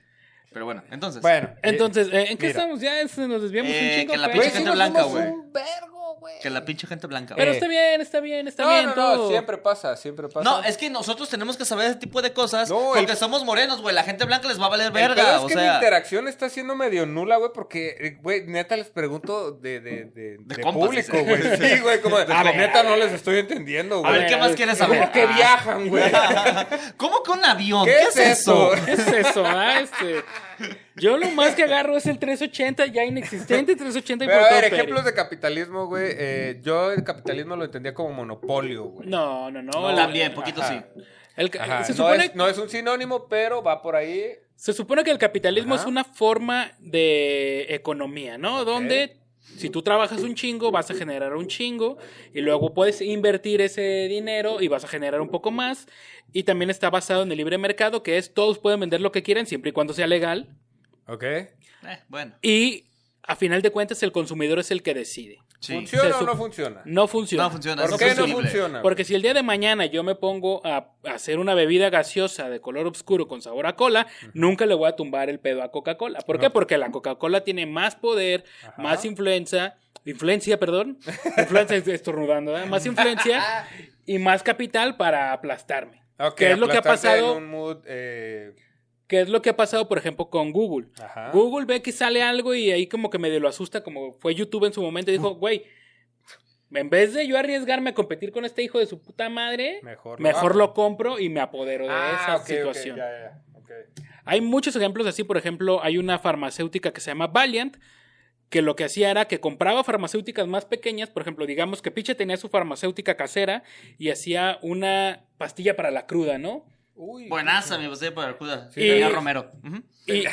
Speaker 3: Pero bueno, entonces.
Speaker 1: Bueno,
Speaker 2: Entonces, eh, ¿en qué
Speaker 1: Mira.
Speaker 2: estamos? Ya es- nos desviamos
Speaker 3: Eh,
Speaker 2: un chingo. pues.
Speaker 3: que la
Speaker 2: pero-
Speaker 1: güey,
Speaker 3: pinche
Speaker 1: sí
Speaker 3: gente
Speaker 1: nos
Speaker 3: blanca,
Speaker 1: dimos
Speaker 3: Ah, güey.
Speaker 1: un vergo, güey.
Speaker 3: Que la pinche gente blanca.
Speaker 2: Pero
Speaker 1: Eh.
Speaker 2: está bien, está bien, está
Speaker 1: No,
Speaker 2: bien.
Speaker 1: no, no,
Speaker 2: todo.
Speaker 1: siempre pasa, siempre pasa.
Speaker 3: No, es que nosotros tenemos que saber ese tipo de cosas
Speaker 1: No,
Speaker 3: porque
Speaker 1: el-
Speaker 3: somos morenos, güey. La gente blanca les va a valer
Speaker 1: El pedo
Speaker 3: verga.
Speaker 1: es
Speaker 3: O
Speaker 1: que
Speaker 3: sea,
Speaker 1: mi interacción está siendo medio nula, güey, porque, eh, güey, neta les pregunto de, de, de, de
Speaker 3: compas,
Speaker 1: público,
Speaker 3: dice.
Speaker 1: güey. Sí, güey, como, de,
Speaker 2: [LAUGHS]
Speaker 1: "Pues,
Speaker 2: A ver,
Speaker 1: neta no les estoy entendiendo,
Speaker 3: a
Speaker 1: güey.
Speaker 3: ver, ¿qué más
Speaker 2: ver,
Speaker 3: quieres
Speaker 1: ¿Cómo
Speaker 3: saber?
Speaker 1: que
Speaker 3: Ah.
Speaker 1: viajan,
Speaker 2: [LAUGHS]
Speaker 1: güey?
Speaker 3: ¿Cómo que un avión?
Speaker 1: ¿Qué, es eso?
Speaker 2: ¿Qué es eso? Ah, este. Yo lo más que agarro es el 380, ya inexistente 380 y
Speaker 1: Pero
Speaker 2: por
Speaker 1: a ver,
Speaker 2: todo Peri.
Speaker 1: ejemplos de capitalismo, güey. eh, yo el capitalismo lo entendía como monopolio, güey.
Speaker 2: No, no, no. la-
Speaker 3: También, pues. poquito
Speaker 1: Ajá.
Speaker 3: sí.
Speaker 2: el ca-
Speaker 1: Ajá,
Speaker 2: se,
Speaker 1: no,
Speaker 2: supone,
Speaker 1: es, no es un sinónimo, pero va por ahí.
Speaker 2: se supone que el capitalismo
Speaker 1: Ajá.
Speaker 2: es una forma de economía, ¿no? Donde si tú trabajas un chingo, vas a generar un chingo y luego puedes invertir ese dinero y vas a generar un poco más. Y también está basado en el libre mercado, que es todos pueden vender lo que quieran siempre y cuando sea legal.
Speaker 1: ¿Ok?
Speaker 3: Eh, bueno,
Speaker 2: Y a final de cuentas, el consumidor es el que decide.
Speaker 3: sí.
Speaker 1: ¿Funciona
Speaker 2: Se
Speaker 1: o
Speaker 2: sup-
Speaker 1: no funciona?
Speaker 2: No funciona.
Speaker 3: Ah. No funciona.
Speaker 1: ¿Por
Speaker 3: es
Speaker 1: qué no
Speaker 3: insostenible.
Speaker 1: funciona? güey?
Speaker 2: Porque si el día de mañana yo me pongo a hacer una bebida gaseosa de color oscuro con sabor a cola, nunca le voy a tumbar el pedo a Coca-Cola. ¿Por qué? Porque la Coca-Cola tiene más poder, más influencia, influencia, perdón, influencia estornudando, ¿eh? más influencia y más capital para aplastarme.
Speaker 1: Ok,
Speaker 2: ¿Qué es lo que ha
Speaker 1: aplastarte
Speaker 2: pasado?
Speaker 1: en un mood, eh,
Speaker 2: ¿Qué es lo que ha pasado, por ejemplo, con Google?
Speaker 1: Ajá.
Speaker 2: Google ve que sale algo y ahí como que medio lo asusta, como fue YouTube en su momento y dijo, güey, en vez de yo arriesgarme a competir con este hijo de su puta madre,
Speaker 1: Mejor lo
Speaker 2: mejor
Speaker 1: hago".
Speaker 2: lo compro y me apodero de esa
Speaker 1: ah, ok, ok,
Speaker 2: situación.
Speaker 1: ya, ya, ya, ok.
Speaker 2: Hay muchos ejemplos así, por ejemplo, hay una farmacéutica que se llama Valiant, que lo que hacía era que compraba farmacéuticas más pequeñas, por ejemplo, digamos que Piche tenía su farmacéutica casera y hacía una pastilla para la cruda, ¿no?
Speaker 1: Uy,
Speaker 3: Buenaza, mi pasé por el Judas.
Speaker 2: Y-
Speaker 3: Daniel Romero. Ujú.
Speaker 2: Y, y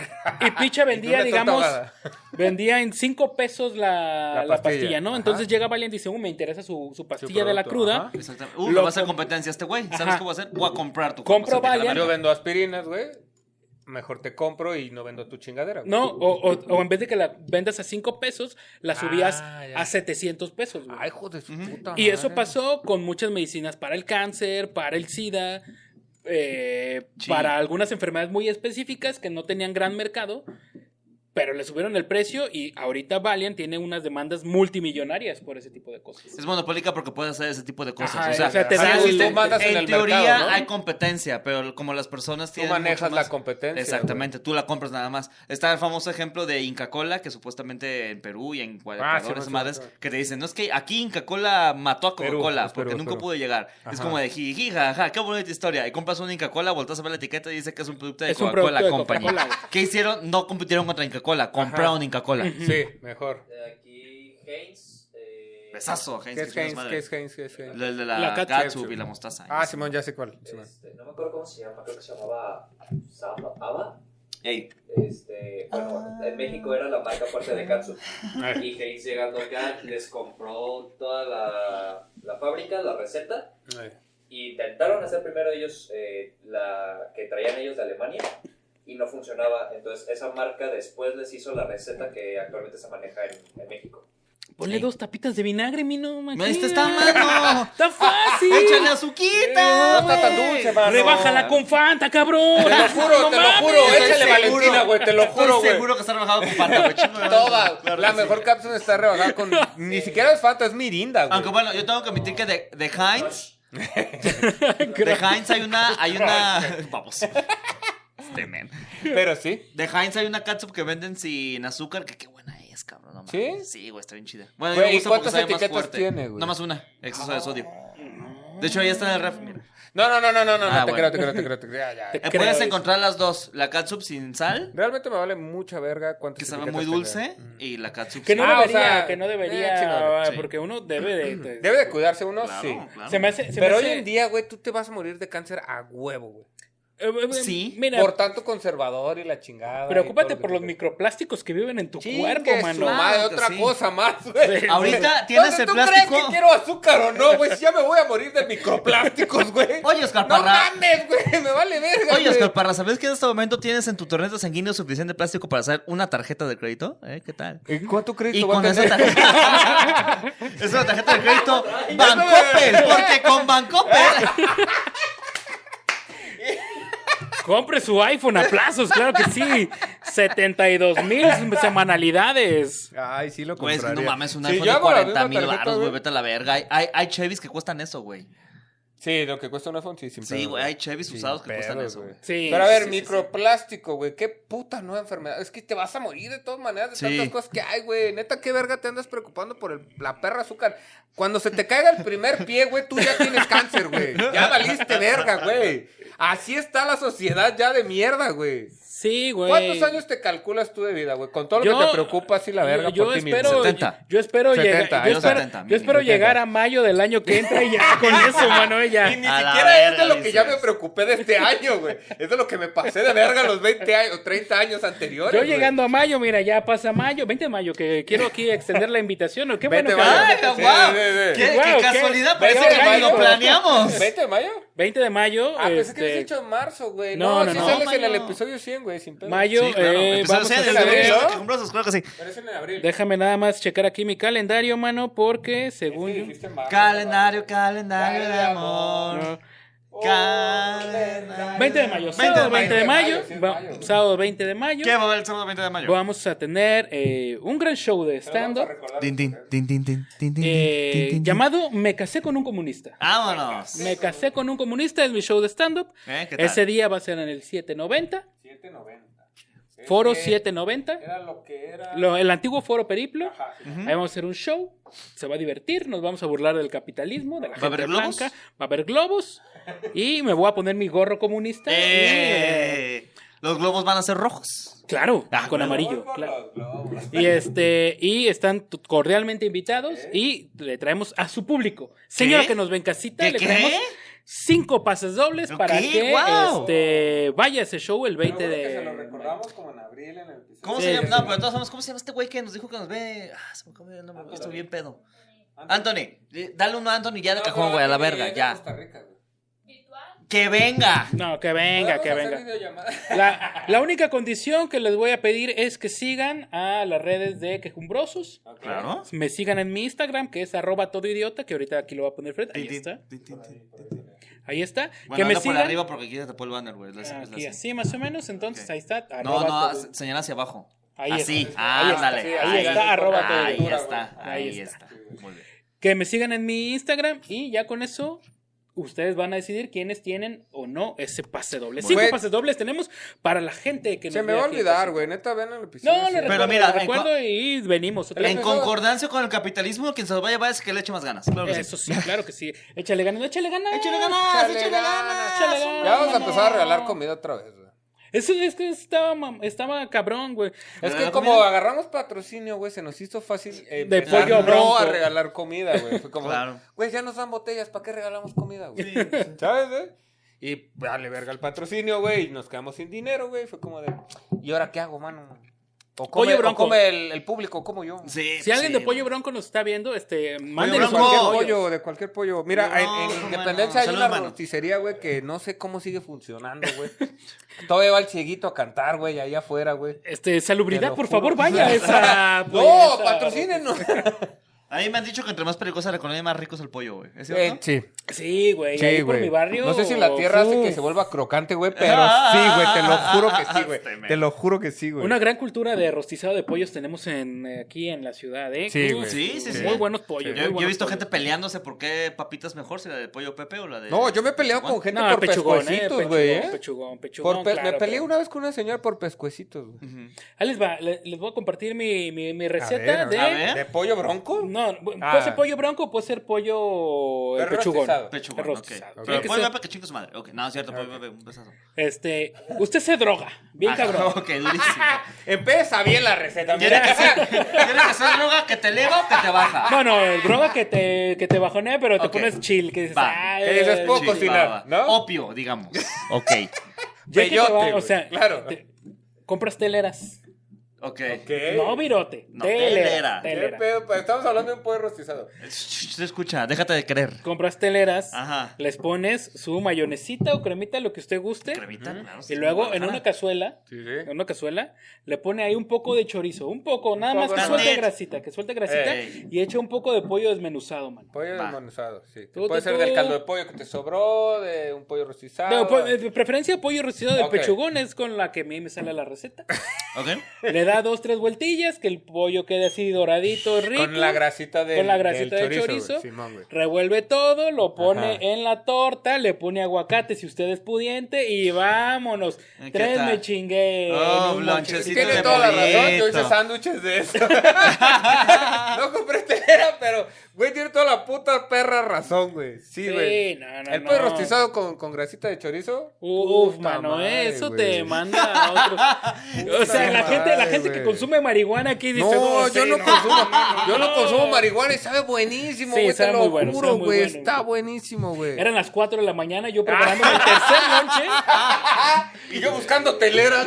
Speaker 1: [LAUGHS]
Speaker 2: Picha
Speaker 1: y tú
Speaker 2: vendía,
Speaker 1: una torta
Speaker 2: digamos,
Speaker 1: ahogada.
Speaker 2: vendía en 5 pesos la,
Speaker 1: La
Speaker 2: la pastilla.
Speaker 1: pastilla,
Speaker 2: ¿no?
Speaker 1: ajá.
Speaker 2: Entonces llega Valiant y dice, uh, me interesa su, su pastilla de la
Speaker 1: producto,
Speaker 2: cruda.
Speaker 1: ajá.
Speaker 3: Exactamente. Uh, me
Speaker 2: Lo
Speaker 3: va a hacer
Speaker 2: com-
Speaker 3: competencia este güey. ¿Sabes
Speaker 2: Ajá.
Speaker 3: qué voy a hacer? Voy a comprar tu
Speaker 2: Compro
Speaker 3: farmacéutica, la
Speaker 2: Valiant.
Speaker 1: Yo
Speaker 3: verga.
Speaker 1: vendo aspirinas, güey. Mejor te compro y no vendo tu chingadera. güey.
Speaker 2: No, o, o- o en vez de que la vendas a 5 pesos, la subías
Speaker 1: Ah, ya.
Speaker 2: a 700 pesos. güey.
Speaker 1: Ay, hijo de su puta
Speaker 2: Y eso
Speaker 1: madre.
Speaker 2: pasó con muchas medicinas para el cáncer, para el SIDA, eh,
Speaker 3: Sí.
Speaker 2: para algunas enfermedades muy específicas que no tenían gran mercado, pero le subieron el precio y ahorita Valiant tiene unas demandas multimillonarias por ese tipo de cosas.
Speaker 3: Es monopólica porque puede hacer ese tipo de cosas.
Speaker 2: Ajá,
Speaker 3: o sea,
Speaker 2: o sea, te
Speaker 3: sí
Speaker 2: da-
Speaker 3: existe-
Speaker 2: tú
Speaker 1: mandas en
Speaker 3: en,
Speaker 1: el
Speaker 3: teoría
Speaker 1: mercado, ¿no?
Speaker 3: hay competencia, pero como las personas
Speaker 1: Tú
Speaker 3: tienen.
Speaker 1: manejas
Speaker 3: mucho más-
Speaker 1: la competencia.
Speaker 3: Exactamente, tú la compras nada más. Está el famoso ejemplo de Inca Cola, que supuestamente en Perú y en
Speaker 1: Ah,
Speaker 3: Ecuador,
Speaker 1: sí,
Speaker 3: esas
Speaker 1: sí,
Speaker 3: madres,
Speaker 1: sí.
Speaker 3: que te dicen, no es que aquí Inca Cola mató a
Speaker 1: Perú,
Speaker 3: Coca-Cola
Speaker 1: es Perú,
Speaker 3: porque
Speaker 1: es
Speaker 3: nunca
Speaker 1: Perú.
Speaker 3: pudo llegar. Es
Speaker 1: Ajá.
Speaker 3: como de jiji, jaja, qué bonita historia. Y compras un Inca Cola, volteas a ver la etiqueta y dice que es un producto de
Speaker 2: Es un producto
Speaker 3: Coca-Cola
Speaker 2: de
Speaker 3: Company.
Speaker 1: [LAUGHS]
Speaker 2: Coca-Cola, güey.
Speaker 3: ¿Qué hicieron? No compitieron contra Inca Cola, compraron Inca Cola.
Speaker 1: Sí, mejor.
Speaker 4: Aquí Haynes eh,
Speaker 3: Pesazo, Heinz.
Speaker 1: ¿Qué es
Speaker 3: que
Speaker 1: Heinz?
Speaker 3: chingas
Speaker 1: ¿Qué
Speaker 3: madre.
Speaker 1: es Heinz? ¿Qué es Heinz?
Speaker 3: El de la,
Speaker 2: La
Speaker 3: Katsup
Speaker 2: catsup.
Speaker 3: y la mostaza.
Speaker 1: Ah, Simón, ya sé cuál. Simón.
Speaker 4: Este, no me acuerdo cómo se llama, creo que se llamaba Saba, Aba.
Speaker 3: Ey,
Speaker 4: Este, bueno,
Speaker 2: Ah.
Speaker 4: en México era la marca fuerte de Katsu. Y Heinz llegando acá les compró toda la, la fábrica, la receta. Y Intentaron hacer primero ellos eh, la que traían ellos de Alemania y no funcionaba. Entonces esa marca después les hizo la receta que actualmente se maneja en, en México.
Speaker 2: Ponle
Speaker 3: Sí.
Speaker 2: dos tapitas de vinagre, mi no.
Speaker 3: no,
Speaker 2: imagina.
Speaker 3: este está mano.
Speaker 1: [LAUGHS]
Speaker 2: Está fácil.
Speaker 3: ¡Échale
Speaker 1: No
Speaker 3: azuquita!
Speaker 1: está tan
Speaker 3: güey!
Speaker 1: dulce, mano.
Speaker 2: Rebájala con Fanta, cabrón.
Speaker 1: Te lo juro,
Speaker 2: No
Speaker 1: te lo
Speaker 2: mames.
Speaker 1: juro. Échale
Speaker 3: Estoy seguro.
Speaker 1: Valentina, güey. Te lo juro,
Speaker 3: Estoy
Speaker 1: güey.
Speaker 3: seguro que está rebajado con Fanta, güey. Chingo de madre.
Speaker 1: Toda.
Speaker 3: Claro
Speaker 1: la
Speaker 3: que
Speaker 1: mejor
Speaker 3: sí.
Speaker 1: cápsula está rebajada con. Ni siquiera es Fanta, es Mirinda, güey.
Speaker 3: Aunque bueno, yo tengo que admitir que de, de
Speaker 1: [LAUGHS]
Speaker 3: Heinz. de Heinz hay una. Hay una. Vamos. Este men.
Speaker 1: Pero sí.
Speaker 3: De Heinz hay una catsup que venden sin azúcar, que qué buena es, cabrón. No mames.
Speaker 1: ¿Sí?
Speaker 3: Sí, güey, está bien chida. Bueno,
Speaker 1: Güey,
Speaker 3: yo me
Speaker 1: ¿y
Speaker 3: gusta porque
Speaker 1: cuántas
Speaker 3: sabe más
Speaker 1: etiquetas
Speaker 3: fuerte.
Speaker 1: tiene, güey? Mm.
Speaker 3: Nada más una, exceso de sodio. De hecho, ahí está en el ref. mira.
Speaker 1: No, no, no, no, no, no.
Speaker 3: Ah,
Speaker 1: no, te
Speaker 3: bueno.
Speaker 1: creo, te creo, te creo, te creo. Ya, ya, ya.
Speaker 2: Te-
Speaker 3: Eh,
Speaker 2: creo,
Speaker 3: Puedes
Speaker 2: dice.
Speaker 3: encontrar las dos, la catsup sin sal,
Speaker 1: Realmente me vale mucha verga cuántas
Speaker 3: que sabe
Speaker 1: etiquetas
Speaker 3: muy
Speaker 1: tenga. Mm.
Speaker 3: dulce, y la catsup
Speaker 2: Que no
Speaker 1: Ah, o
Speaker 2: debería,
Speaker 1: sea,
Speaker 2: que no
Speaker 1: eh,
Speaker 2: debería.
Speaker 1: chingada.
Speaker 3: Sí.
Speaker 2: Porque uno debe de. de-
Speaker 1: Debe de cuidarse uno,
Speaker 3: Claro,
Speaker 1: sí.
Speaker 3: claro.
Speaker 2: Se me hace. se
Speaker 1: Pero
Speaker 2: me
Speaker 1: hoy
Speaker 2: hace-
Speaker 1: en día, güey, tú te vas a morir de cáncer a huevo, güey.
Speaker 2: Eh, eh,
Speaker 3: Sí.
Speaker 2: Mira,
Speaker 1: Por tanto conservador y la chingada.
Speaker 2: preocúpate por los
Speaker 1: micrófonos
Speaker 2: microplásticos que viven en tu cuerpo,
Speaker 1: Chingue su
Speaker 2: mano.
Speaker 1: madre,
Speaker 3: Claro que
Speaker 1: otra
Speaker 3: sí.
Speaker 1: cosa más, güey.
Speaker 2: Sí.
Speaker 3: Ahorita
Speaker 1: tiene
Speaker 3: tienes el
Speaker 1: ¿tú
Speaker 3: plástico.
Speaker 1: crees que quiero azúcar o no, güey? Si ya me voy a morir de microplásticos, güey.
Speaker 3: Oye, Oscar
Speaker 1: No
Speaker 3: Parra.
Speaker 1: mames, güey. Me vale verga,
Speaker 3: Oye,
Speaker 1: güey.
Speaker 3: Oscar Parra, ¿sabes que en este momento tienes en tu torneo sanguíneo suficiente plástico para hacer una tarjeta de crédito? ¿Eh? ¿Qué tal?
Speaker 1: ¿Y ¿Cuánto crees
Speaker 3: Y
Speaker 1: que va a
Speaker 3: con esa
Speaker 1: tener?
Speaker 3: tarjeta. [LAUGHS] es una tarjeta de
Speaker 1: [LAUGHS]
Speaker 3: crédito Bancoppel, porque con Bancoppel.
Speaker 2: Compre su iPhone a plazos, claro que sí. 72 mil semanalidades.
Speaker 1: Ay, sí lo
Speaker 3: Güey, es
Speaker 1: compraría.
Speaker 3: que no mames, un
Speaker 1: Sí,
Speaker 3: iPhone
Speaker 1: yo
Speaker 3: de
Speaker 1: hago la
Speaker 3: 40
Speaker 1: misma
Speaker 3: mil
Speaker 1: tarjeta,
Speaker 3: baros, güey,
Speaker 1: güey.
Speaker 3: vete a la verga. Hay, hay, hay Chevys que cuestan eso, güey.
Speaker 1: Sí, lo que cuesta un iPhone, sí, sin
Speaker 3: Sí,
Speaker 1: pedos,
Speaker 3: güey, hay Chevys
Speaker 1: Sin
Speaker 3: usados que cuestan
Speaker 1: pedos,
Speaker 3: eso, güey.
Speaker 2: Sí,
Speaker 1: Pero a ver,
Speaker 2: sí, sí,
Speaker 1: microplástico, güey. Qué puta nueva enfermedad. Es que te vas a morir de todas maneras de
Speaker 3: Sí.
Speaker 1: tantas cosas que hay, güey. Neta, qué verga te andas preocupando por el- la perra azúcar. Cuando se te caiga el primer pie, güey, tú ya tienes cáncer, güey. Ya valiste verga, güey. Así está la sociedad ya de mierda, güey.
Speaker 2: Sí, güey.
Speaker 1: ¿Cuántos años te calculas tú de vida, güey? Con todo lo
Speaker 2: Yo-
Speaker 1: que te preocupa, así la verga
Speaker 2: yo,
Speaker 1: por ti mismo.
Speaker 2: espero,
Speaker 3: 70.
Speaker 2: Yo espero,
Speaker 1: 70,
Speaker 2: llegar, yo
Speaker 1: yo
Speaker 2: espero,
Speaker 3: 70,
Speaker 2: yo espero
Speaker 1: mínimo.
Speaker 2: llegar a mayo del año que entra y ya
Speaker 1: [LAUGHS]
Speaker 2: con eso, mano, eh,
Speaker 1: Y ni
Speaker 2: ya.
Speaker 3: [LAUGHS] A la
Speaker 1: siquiera es de
Speaker 3: verga,
Speaker 1: lo que ya me
Speaker 3: dices.
Speaker 1: preocupé de este año, güey. Es de lo que me pasé de verga los 20 años, o 30 años anteriores.
Speaker 2: Yo
Speaker 1: güey.
Speaker 2: llegando a mayo, mira, ya pasa mayo, 20 de mayo, que quiero aquí extender la invitación. ¿no? Qué bueno
Speaker 1: Vete,
Speaker 2: que-
Speaker 1: mayo.
Speaker 3: ¡Ay, no,
Speaker 1: Sí,
Speaker 3: guau!
Speaker 1: sí, sí.
Speaker 3: ¡Qué,
Speaker 2: Guau,
Speaker 3: qué
Speaker 2: qué-
Speaker 3: casualidad!
Speaker 2: vaya
Speaker 3: Parece que ni
Speaker 2: gallo.
Speaker 3: lo planeamos.
Speaker 1: 20 de mayo.
Speaker 2: 20 de mayo.
Speaker 1: Ah, pensé que
Speaker 2: este,
Speaker 1: habías dicho en marzo, güey.
Speaker 2: No,
Speaker 1: No,
Speaker 2: no,
Speaker 1: si
Speaker 2: no.
Speaker 1: sales en
Speaker 3: Mayo.
Speaker 1: el episodio 100, güey, sin pedo.
Speaker 2: Mayo,
Speaker 3: Sí, claro.
Speaker 2: eh,
Speaker 3: Empezó a
Speaker 2: vamos a
Speaker 3: hacer
Speaker 2: hacer
Speaker 3: desde
Speaker 1: abril,
Speaker 3: que
Speaker 1: ¿no?
Speaker 3: compró sus cosas, sí.
Speaker 1: Pero es en abril.
Speaker 2: Déjame nada más checar aquí mi calendario, mano, porque según yo-
Speaker 1: Dijiste en marzo,
Speaker 3: Calendario, calendario de amor.
Speaker 2: No.
Speaker 1: Oh,
Speaker 3: Calendario.
Speaker 2: 20 de mayo,
Speaker 3: 20 de
Speaker 2: sábado
Speaker 3: mayo.
Speaker 2: 20 de mayo,
Speaker 1: Sí, es
Speaker 2: va-
Speaker 1: mayo, güey.
Speaker 2: sábado 20 de mayo,
Speaker 3: ¿Qué va a haber el sábado 20 de mayo?
Speaker 2: vamos a tener eh, un gran show de stand-up
Speaker 3: Tin, tin, tin, tin, tin, tin, tin,
Speaker 2: eh,
Speaker 3: tin, tin,
Speaker 2: llamado Me casé con un comunista.
Speaker 3: Vámonos.
Speaker 2: Me casé con un comunista, es mi show de stand-up.
Speaker 3: ¿Eh? ¿Qué tal?
Speaker 2: Ese día va a ser en el 790,
Speaker 1: 790.
Speaker 2: foro
Speaker 1: Sí,
Speaker 2: 790,
Speaker 1: Era lo que era.
Speaker 2: lo- el antiguo foro Periplo.
Speaker 1: Ajá, Ah, sí.
Speaker 2: Ahí vamos a hacer un show, se va a divertir, nos vamos a burlar del capitalismo, de la
Speaker 3: ¿Va a
Speaker 2: gente
Speaker 3: haber globos?
Speaker 2: blanca, va a haber globos y me voy a poner mi gorro comunista. y, eh,
Speaker 3: Eh, los globos van a ser rojos.
Speaker 2: claro,
Speaker 3: Ah,
Speaker 2: con
Speaker 3: bueno.
Speaker 2: amarillo.
Speaker 1: Por
Speaker 2: claro.
Speaker 1: los globos.
Speaker 2: Y este y están t- cordialmente invitados y le traemos a su público. Señora
Speaker 3: ¿Qué?
Speaker 2: que nos ve en casita,
Speaker 3: ¿Qué,
Speaker 2: le
Speaker 3: qué?
Speaker 2: traemos cinco pases dobles
Speaker 3: Ok,
Speaker 2: para que
Speaker 3: guau.
Speaker 2: este vaya a ese show el
Speaker 1: Pero
Speaker 2: 20
Speaker 1: bueno
Speaker 2: de
Speaker 1: que se lo recordamos como en abril en el episodio.
Speaker 3: ¿Cómo
Speaker 2: Sí,
Speaker 3: se llama?
Speaker 2: sí,
Speaker 3: No,
Speaker 2: sí.
Speaker 3: pero de todas formas, ¿cómo se llama este güey que nos dijo que nos ve? Ah, se me acabó el nombre, güey, Estoy bien pedo. Anthony, eh, dale uno a Anthony ya de
Speaker 1: No,
Speaker 3: cajón,
Speaker 1: pero
Speaker 3: güey, a la
Speaker 1: Anthony
Speaker 3: verga,
Speaker 1: es de
Speaker 3: ya.
Speaker 1: Costa Rica, güey.
Speaker 6: Virtual.
Speaker 3: ¡Que venga!
Speaker 2: No, que venga,
Speaker 1: Podemos
Speaker 2: que
Speaker 1: hacer
Speaker 2: venga.
Speaker 1: videollamada.
Speaker 2: La, la única condición que les voy a pedir es que sigan a las redes de Quejumbrosos.
Speaker 1: Ok.
Speaker 3: Claro.
Speaker 2: Me sigan en mi Instagram, que es arroba todo idiota, que ahorita aquí lo va a poner Fred. Ahí está. Ahí está. que
Speaker 3: Bueno,
Speaker 2: me
Speaker 3: anda por
Speaker 2: sigan. Ah,
Speaker 3: arriba porque aquí ya tapó el banner, güey. es así, es
Speaker 2: Aquí,
Speaker 3: así.
Speaker 2: así más o menos. Entonces,
Speaker 3: Ok.
Speaker 2: ahí está.
Speaker 3: No,
Speaker 2: arroba
Speaker 3: no,
Speaker 2: todo-
Speaker 3: as- señala hacia abajo.
Speaker 2: Ahí
Speaker 3: así,
Speaker 2: está. Ahí está,
Speaker 3: ándale.
Speaker 2: sí, ahí está, arroba todo
Speaker 3: Ahí
Speaker 1: idiota,
Speaker 3: está,
Speaker 2: güey. Ahí
Speaker 3: ahí
Speaker 2: está.
Speaker 3: está. Muy bien.
Speaker 2: Que me sigan en mi Instagram y ya con eso ustedes van a decidir quiénes tienen o no ese pase doble. Cinco
Speaker 1: Güey.
Speaker 2: pases dobles tenemos para la gente que
Speaker 1: Se
Speaker 2: nos
Speaker 1: me
Speaker 2: ve
Speaker 1: va a
Speaker 2: aquí. pues,
Speaker 1: olvidar, güey. Neta, ven el episodio.
Speaker 2: No, lo
Speaker 1: cien.
Speaker 2: recuerdo,
Speaker 3: mira,
Speaker 2: lo
Speaker 3: en
Speaker 2: recuerdo y venimos otra
Speaker 1: En
Speaker 2: vez.
Speaker 3: En concordancia con el capitalismo, quien se los va a llevar es que le eche más ganas. Claro que sí.
Speaker 2: Eso sí, claro que sí. Échale ganas, échale ganas.
Speaker 3: Échale ganas,
Speaker 1: Échale
Speaker 3: échale
Speaker 1: ganas,
Speaker 3: ganas.
Speaker 2: échale ganas.
Speaker 1: Ya vamos a empezar a regalar comida otra vez, güey.
Speaker 2: Eso es que estaba, mam- estaba cabrón, güey.
Speaker 1: Es
Speaker 3: Ah,
Speaker 1: que como
Speaker 3: comida.
Speaker 1: agarramos patrocinio, güey, se nos hizo fácil eh,
Speaker 2: De
Speaker 1: empezar
Speaker 2: pollo
Speaker 1: no
Speaker 2: bronco.
Speaker 1: a regalar comida, güey. Fue como,
Speaker 3: Claro. pues
Speaker 1: güey, ya nos dan botellas, ¿para qué regalamos comida, güey? ¿Sabes, eh? güey? [LAUGHS] Y dale verga el patrocinio, güey, y nos quedamos sin dinero, güey. Fue como de, ¿y ahora qué hago, mano? O come,
Speaker 2: Pollo
Speaker 1: o
Speaker 2: bronco.
Speaker 1: come el, el público, como yo.
Speaker 3: Sí,
Speaker 2: Si alguien
Speaker 3: sí.
Speaker 2: de Pollo Bronco nos está viendo, este, mándenos
Speaker 1: De
Speaker 3: Bronco.
Speaker 1: cualquier
Speaker 2: cualquier pollo.
Speaker 1: pollo, de cualquier pollo. Mira,
Speaker 3: No,
Speaker 1: en, en
Speaker 3: mano.
Speaker 1: Independencia hay
Speaker 3: Salud,
Speaker 1: una
Speaker 3: mano.
Speaker 1: roticería, güey, que no sé cómo sigue funcionando, güey. [LAUGHS] Todavía va el cieguito a cantar, güey, allá afuera, güey.
Speaker 2: Este,
Speaker 1: Te
Speaker 2: salubridad,
Speaker 1: lo
Speaker 2: por
Speaker 1: juro.
Speaker 2: favor, vaya a esa.
Speaker 1: [LAUGHS] No,
Speaker 2: esa-
Speaker 1: patrocínenos.
Speaker 3: A mí me han dicho que entre más peligrosa la economía, más rico es el pollo, güey. ¿Es
Speaker 1: Eh,
Speaker 3: cierto?
Speaker 1: sí.
Speaker 2: Sí, güey,
Speaker 1: Sí,
Speaker 2: ahí por
Speaker 1: güey.
Speaker 2: mi barrio.
Speaker 1: No sé si la tierra hace que
Speaker 2: uf,
Speaker 1: se vuelva crocante, güey, pero
Speaker 3: Ah,
Speaker 1: sí, güey, te lo juro que sí,
Speaker 3: este
Speaker 2: [LAUGHS]
Speaker 3: men.
Speaker 1: güey. Te lo juro que sí, güey.
Speaker 2: Una gran cultura de rostizado de pollos tenemos en, eh, aquí en la ciudad, ¿eh?
Speaker 1: Sí,
Speaker 2: Uf,
Speaker 1: güey.
Speaker 3: Sí, sí, sí.
Speaker 2: Muy buenos pollos. muy
Speaker 3: Yo, yo he
Speaker 2: buenos
Speaker 3: visto
Speaker 2: pollos.
Speaker 3: gente peleándose por qué papitas mejor, si la de pollo Pepe o la de.
Speaker 1: No, yo me he peleado con gente
Speaker 2: No,
Speaker 1: por
Speaker 2: pechugón, eh,
Speaker 1: pescuecitos,
Speaker 2: pechugón,
Speaker 1: güey. ¿eh?
Speaker 2: pechugón, pechugón,
Speaker 1: Por pe-
Speaker 2: claro,
Speaker 1: me peleé
Speaker 2: pero-
Speaker 1: una vez con una señora por pescuecitos, güey.
Speaker 2: Ahí les va, le- les voy a compartir mi, mi, mi
Speaker 1: A
Speaker 2: receta
Speaker 1: ver,
Speaker 2: de...
Speaker 1: a
Speaker 3: ¿Eh?
Speaker 1: ver. ¿De pollo bronco?
Speaker 2: No, bu-
Speaker 1: Ah.
Speaker 2: puede ser pollo bronco o puede ser pollo eh,
Speaker 1: Pero
Speaker 2: pechugón.
Speaker 1: rostizado.
Speaker 3: Pechugón, ok.
Speaker 2: Rostizado.
Speaker 3: Pero
Speaker 2: Tiene
Speaker 3: el
Speaker 2: que
Speaker 3: pollo
Speaker 2: ser-
Speaker 3: Pepe, que chingue su madre. Ok, no, es cierto, pollo Pepe, un besazo.
Speaker 2: Este, usted se droga, bien
Speaker 3: Ah,
Speaker 2: cabrón.
Speaker 3: Ok, durísimo.
Speaker 1: Empieza bien la receta,
Speaker 3: Tiene
Speaker 1: mira.
Speaker 3: que
Speaker 2: [LAUGHS]
Speaker 3: ser, tiene que ser droga que te eleva o que te baja.
Speaker 2: No, no, el droga que te, que te bajonea, pero te
Speaker 3: Ok.
Speaker 2: pones chill, que dices,
Speaker 3: Va.
Speaker 2: "Ay, eh,
Speaker 1: Que dices,
Speaker 2: ay,
Speaker 1: "Puedo
Speaker 2: ay".
Speaker 1: cocinar".
Speaker 3: va, va.
Speaker 1: ¿no?
Speaker 3: Opio, digamos. Ok.
Speaker 2: Ya que te va,
Speaker 1: Peyote,
Speaker 2: o
Speaker 1: güey,
Speaker 2: sea,
Speaker 1: claro.
Speaker 2: te- compras teleras.
Speaker 3: Ok.
Speaker 1: ¿Qué?
Speaker 2: No, virote.
Speaker 3: No,
Speaker 2: telera.
Speaker 3: telera.
Speaker 1: ¿Qué
Speaker 2: telera.
Speaker 1: pedo? Pero Estamos hablando de un pollo rostizado.
Speaker 3: Se escucha, déjate de creer.
Speaker 2: Compras teleras,
Speaker 3: Ajá.
Speaker 2: les pones su mayonesita o cremita, lo que usted guste.
Speaker 3: Cremita, claro.
Speaker 2: Y
Speaker 3: sí,
Speaker 2: luego
Speaker 3: ajá.
Speaker 2: en una cazuela,
Speaker 1: Sí,
Speaker 2: en una cazuela, le pone ahí un poco de chorizo, un poco, nada más
Speaker 1: poco,
Speaker 2: que
Speaker 1: ¿no?
Speaker 2: suelte
Speaker 3: Net.
Speaker 2: grasita, que suelte grasita
Speaker 3: Ey.
Speaker 2: y echa un poco de pollo desmenuzado, man.
Speaker 1: Pollo
Speaker 3: Va.
Speaker 1: desmenuzado, sí.
Speaker 2: Tú,
Speaker 1: Puede
Speaker 2: tú,
Speaker 1: ser
Speaker 2: tú.
Speaker 1: del caldo de pollo que te sobró, de un pollo rostizado.
Speaker 2: No, po- eh, de preferencia pollo rociado de
Speaker 1: Ok.
Speaker 2: pechugón es con la que a mí me sale la receta.
Speaker 3: Ok.
Speaker 2: Le da dos, tres vueltillas, que el pollo quede así doradito, rico.
Speaker 1: con la grasita de
Speaker 2: con la grasita de chorizo, revuelve todo, lo pone
Speaker 1: Ajá.
Speaker 2: en la torta, le pone aguacate si usted es pudiente y vámonos.
Speaker 3: ¿Qué
Speaker 2: Tres
Speaker 3: tal?
Speaker 2: me chingué.
Speaker 3: Oh,
Speaker 2: en un
Speaker 3: lonchecito
Speaker 2: mochilito.
Speaker 1: Tiene
Speaker 3: de
Speaker 1: toda la
Speaker 3: pollito.
Speaker 1: razón, yo hice sándwiches de
Speaker 2: [LAUGHS]
Speaker 1: eso. no compré telera, pero, güey, tiene toda la puta perra razón, güey. Sí,
Speaker 2: Sí,
Speaker 1: güey.
Speaker 2: no, no,
Speaker 1: el pollo
Speaker 2: no.
Speaker 1: rostizado con, con grasita de chorizo.
Speaker 2: Uf,
Speaker 1: puta
Speaker 2: mano,
Speaker 1: madre,
Speaker 2: eso
Speaker 1: güey.
Speaker 2: te manda a otro.
Speaker 1: [LAUGHS]
Speaker 2: o sea,
Speaker 1: Puta
Speaker 2: la gente, la
Speaker 1: madre,
Speaker 2: gente que
Speaker 1: güey.
Speaker 2: consume marihuana aquí dice,
Speaker 1: No, yo
Speaker 2: sí,
Speaker 1: no consumo, yo no
Speaker 2: no".
Speaker 1: consumo marihuana y sabe buenísimo,
Speaker 2: Sí,
Speaker 1: güey,
Speaker 2: sabe
Speaker 1: te
Speaker 2: muy
Speaker 1: lo
Speaker 2: bueno, sabe
Speaker 1: juro,
Speaker 2: muy
Speaker 1: güey,
Speaker 2: bueno.
Speaker 1: está buenísimo, güey.
Speaker 2: Eran las 4 de la mañana, yo preparando el tercer lonche.
Speaker 1: Y yo buscando
Speaker 2: [LAUGHS]
Speaker 1: teleras.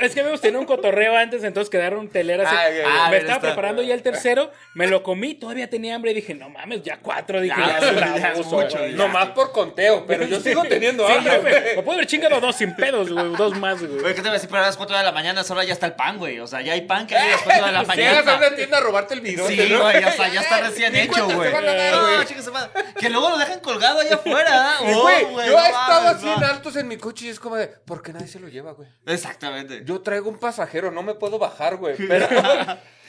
Speaker 2: Es que habíamos tenido un cotorreo antes, entonces quedaron teleras.
Speaker 1: Ah, ok,
Speaker 3: ok.
Speaker 2: me
Speaker 3: Ah,
Speaker 2: estaba
Speaker 3: está.
Speaker 2: preparando ya el tercero, me lo comí, todavía tenía hambre y dije, no mames, ya cuatro. Dije, ya,
Speaker 3: Ya,
Speaker 2: es un
Speaker 3: ya es
Speaker 2: abuso,
Speaker 3: mucho,
Speaker 2: güey.
Speaker 3: ya.
Speaker 1: Nomás por conteo, pero yo sigo teniendo
Speaker 2: Sí,
Speaker 1: hambre,
Speaker 2: yo me,
Speaker 1: güey.
Speaker 2: me puedo haber chingado dos sin pedos, güey, dos más,
Speaker 3: Güey,
Speaker 2: güey.
Speaker 3: ¿qué te voy a decir? Pero a las 4 de la mañana, a esa hora ya está el pan, güey. O sea, ya hay pan que hay a las
Speaker 1: [LAUGHS]
Speaker 3: 4 de la
Speaker 1: Llegas a
Speaker 3: mañana.
Speaker 1: una tienda a robarte el virote,
Speaker 3: Sí,
Speaker 1: ¿no?
Speaker 3: güey, o sea, ya está recién
Speaker 1: Ni
Speaker 3: hecho,
Speaker 1: cuenta
Speaker 3: güey.
Speaker 1: se van a dar,
Speaker 3: No,
Speaker 1: güey.
Speaker 3: chinga su madre. Que luego lo dejan colgado allá afuera.
Speaker 1: Y,
Speaker 3: Oh,
Speaker 1: [LAUGHS] güey,
Speaker 3: güey,
Speaker 1: yo
Speaker 3: no
Speaker 1: he estado
Speaker 3: mames,
Speaker 1: así
Speaker 3: no.
Speaker 1: en altos en mi coche y es como de, ¿por qué nadie se lo lleva, güey?
Speaker 3: Exactamente.
Speaker 1: Yo traigo un pasajero, no me puedo bajar, güey.
Speaker 3: [LAUGHS]
Speaker 1: Pero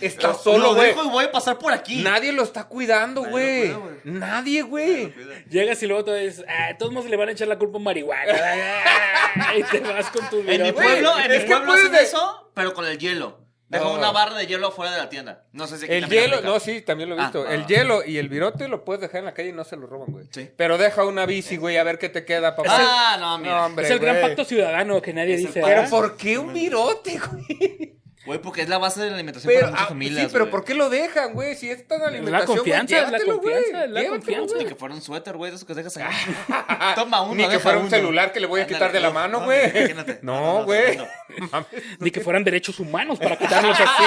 Speaker 1: está
Speaker 3: Lo-
Speaker 1: solo,
Speaker 3: lo
Speaker 1: güey.
Speaker 3: dejo y voy a pasar por aquí.
Speaker 1: Nadie lo está cuidando,
Speaker 3: Nadie
Speaker 1: güey.
Speaker 3: lo cuida, güey.
Speaker 1: Nadie, güey.
Speaker 2: Llegas y luego te dices, ah, de todos modos le van a echar la culpa a marihuana. [LAUGHS] y te vas con tu
Speaker 3: En mi
Speaker 2: virote.
Speaker 1: Güey,
Speaker 3: pueblo, en
Speaker 1: es que
Speaker 3: mi pueblo
Speaker 1: puedes
Speaker 3: hacen
Speaker 1: de-
Speaker 3: eso, pero con el hielo. Dejo
Speaker 1: No.
Speaker 3: una barra de hielo afuera de la tienda. No sé si aquí
Speaker 1: El
Speaker 3: también
Speaker 1: hielo,
Speaker 3: aplica.
Speaker 1: no, sí, también lo he
Speaker 3: Ah,
Speaker 1: visto.
Speaker 3: ah.
Speaker 1: el hielo y el virote lo puedes dejar en la calle y no se lo roban, güey.
Speaker 3: Sí.
Speaker 1: Pero deja una bici, güey, a ver qué te queda, papá.
Speaker 3: Ah, no,
Speaker 1: No,
Speaker 3: mira.
Speaker 1: hombre,
Speaker 2: Es el gran
Speaker 1: güey.
Speaker 2: pacto ciudadano que nadie
Speaker 3: Es el
Speaker 2: dice.
Speaker 3: pacto.
Speaker 2: ¿verdad?
Speaker 1: Pero ¿por qué un virote, güey?
Speaker 3: Güey, porque es la base de la alimentación
Speaker 1: Pero,
Speaker 3: para muchas
Speaker 1: ah,
Speaker 3: familias.
Speaker 1: sí, pero
Speaker 3: güey.
Speaker 1: ¿por qué lo dejan, güey? Si es tan alimentación,
Speaker 2: la
Speaker 1: güey,
Speaker 2: confianza, es la
Speaker 1: llévatelo, güey.
Speaker 2: confianza, es la
Speaker 1: Llévatelo,
Speaker 2: confianza.
Speaker 1: güey.
Speaker 3: Ni que fuera un suéter, güey, de esos que dejas ahí.
Speaker 1: [LAUGHS]
Speaker 3: Toma uno,
Speaker 1: Ni que
Speaker 3: deja
Speaker 1: fuera un
Speaker 3: uno.
Speaker 1: celular que le voy a quitar
Speaker 3: Ándale,
Speaker 1: de la
Speaker 3: no,
Speaker 1: mano,
Speaker 3: no,
Speaker 1: güey.
Speaker 3: imagínate. No,
Speaker 1: [LAUGHS] No,
Speaker 3: no,
Speaker 1: güey.
Speaker 3: no,
Speaker 1: Mames.
Speaker 2: Ni que fueran derechos humanos para quitarnos así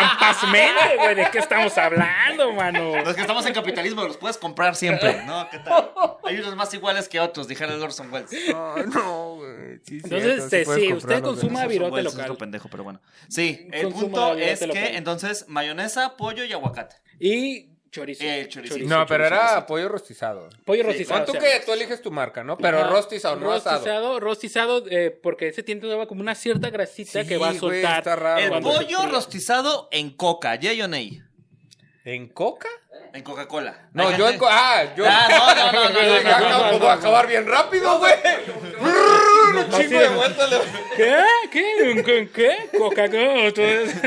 Speaker 2: rampazmente, güey. ¿De qué estamos hablando, mano?
Speaker 3: Los que estamos en capitalismo los puedes comprar siempre. No,
Speaker 1: [LAUGHS]
Speaker 3: ¿qué tal? Hay unos más iguales que otros, dijera el Orson Welles.
Speaker 1: No, no, güey. Sí, es
Speaker 2: Entonces,
Speaker 1: cierto,
Speaker 2: este,
Speaker 1: puedes
Speaker 2: sí,
Speaker 1: comprar
Speaker 2: usted
Speaker 1: los
Speaker 2: consuma
Speaker 1: derechos.
Speaker 3: Orson
Speaker 2: virote
Speaker 3: Welles es
Speaker 2: local.
Speaker 3: otro pendejo, pero bueno. Sí, el
Speaker 2: Consuma
Speaker 3: punto
Speaker 2: virote
Speaker 3: es que
Speaker 2: local.
Speaker 3: entonces mayonesa, pollo y aguacate.
Speaker 2: Y chorizo.
Speaker 3: Eh, chorizo.
Speaker 1: No, pero era pollo rostizado.
Speaker 2: Pollo
Speaker 3: Sí,
Speaker 2: rostizado.
Speaker 1: Pon
Speaker 2: o
Speaker 1: tú
Speaker 2: sea,
Speaker 1: que tú eliges tu marca, ¿no? Pero
Speaker 2: ajá,
Speaker 1: rostizado, no asado.
Speaker 2: Rostizado, rostizado, eh, porque ese tiene todavía como una cierta grasita
Speaker 1: Sí,
Speaker 2: que va a
Speaker 1: güey,
Speaker 2: soltar.
Speaker 1: está raro.
Speaker 3: El
Speaker 2: cuando se
Speaker 3: pollo
Speaker 2: fría.
Speaker 3: rostizado en coca, ¿yay o nay?
Speaker 1: ¿En coca?
Speaker 3: En Coca-Cola.
Speaker 1: No,
Speaker 3: Hay
Speaker 1: yo
Speaker 3: gente-
Speaker 1: en coca. Ah, yo. [LAUGHS]
Speaker 3: Ah, no, no, no, no, no,
Speaker 1: Ya
Speaker 3: no, no,
Speaker 1: acabo
Speaker 3: no,
Speaker 1: de acabar bien rápido, güey. Brrr, Un chingo de vueltas. le-
Speaker 2: [LAUGHS] ¿Qué? ¿Qué? ¿En- en ¿Qué? Coca-Cola. todo
Speaker 1: [LAUGHS]
Speaker 2: eso.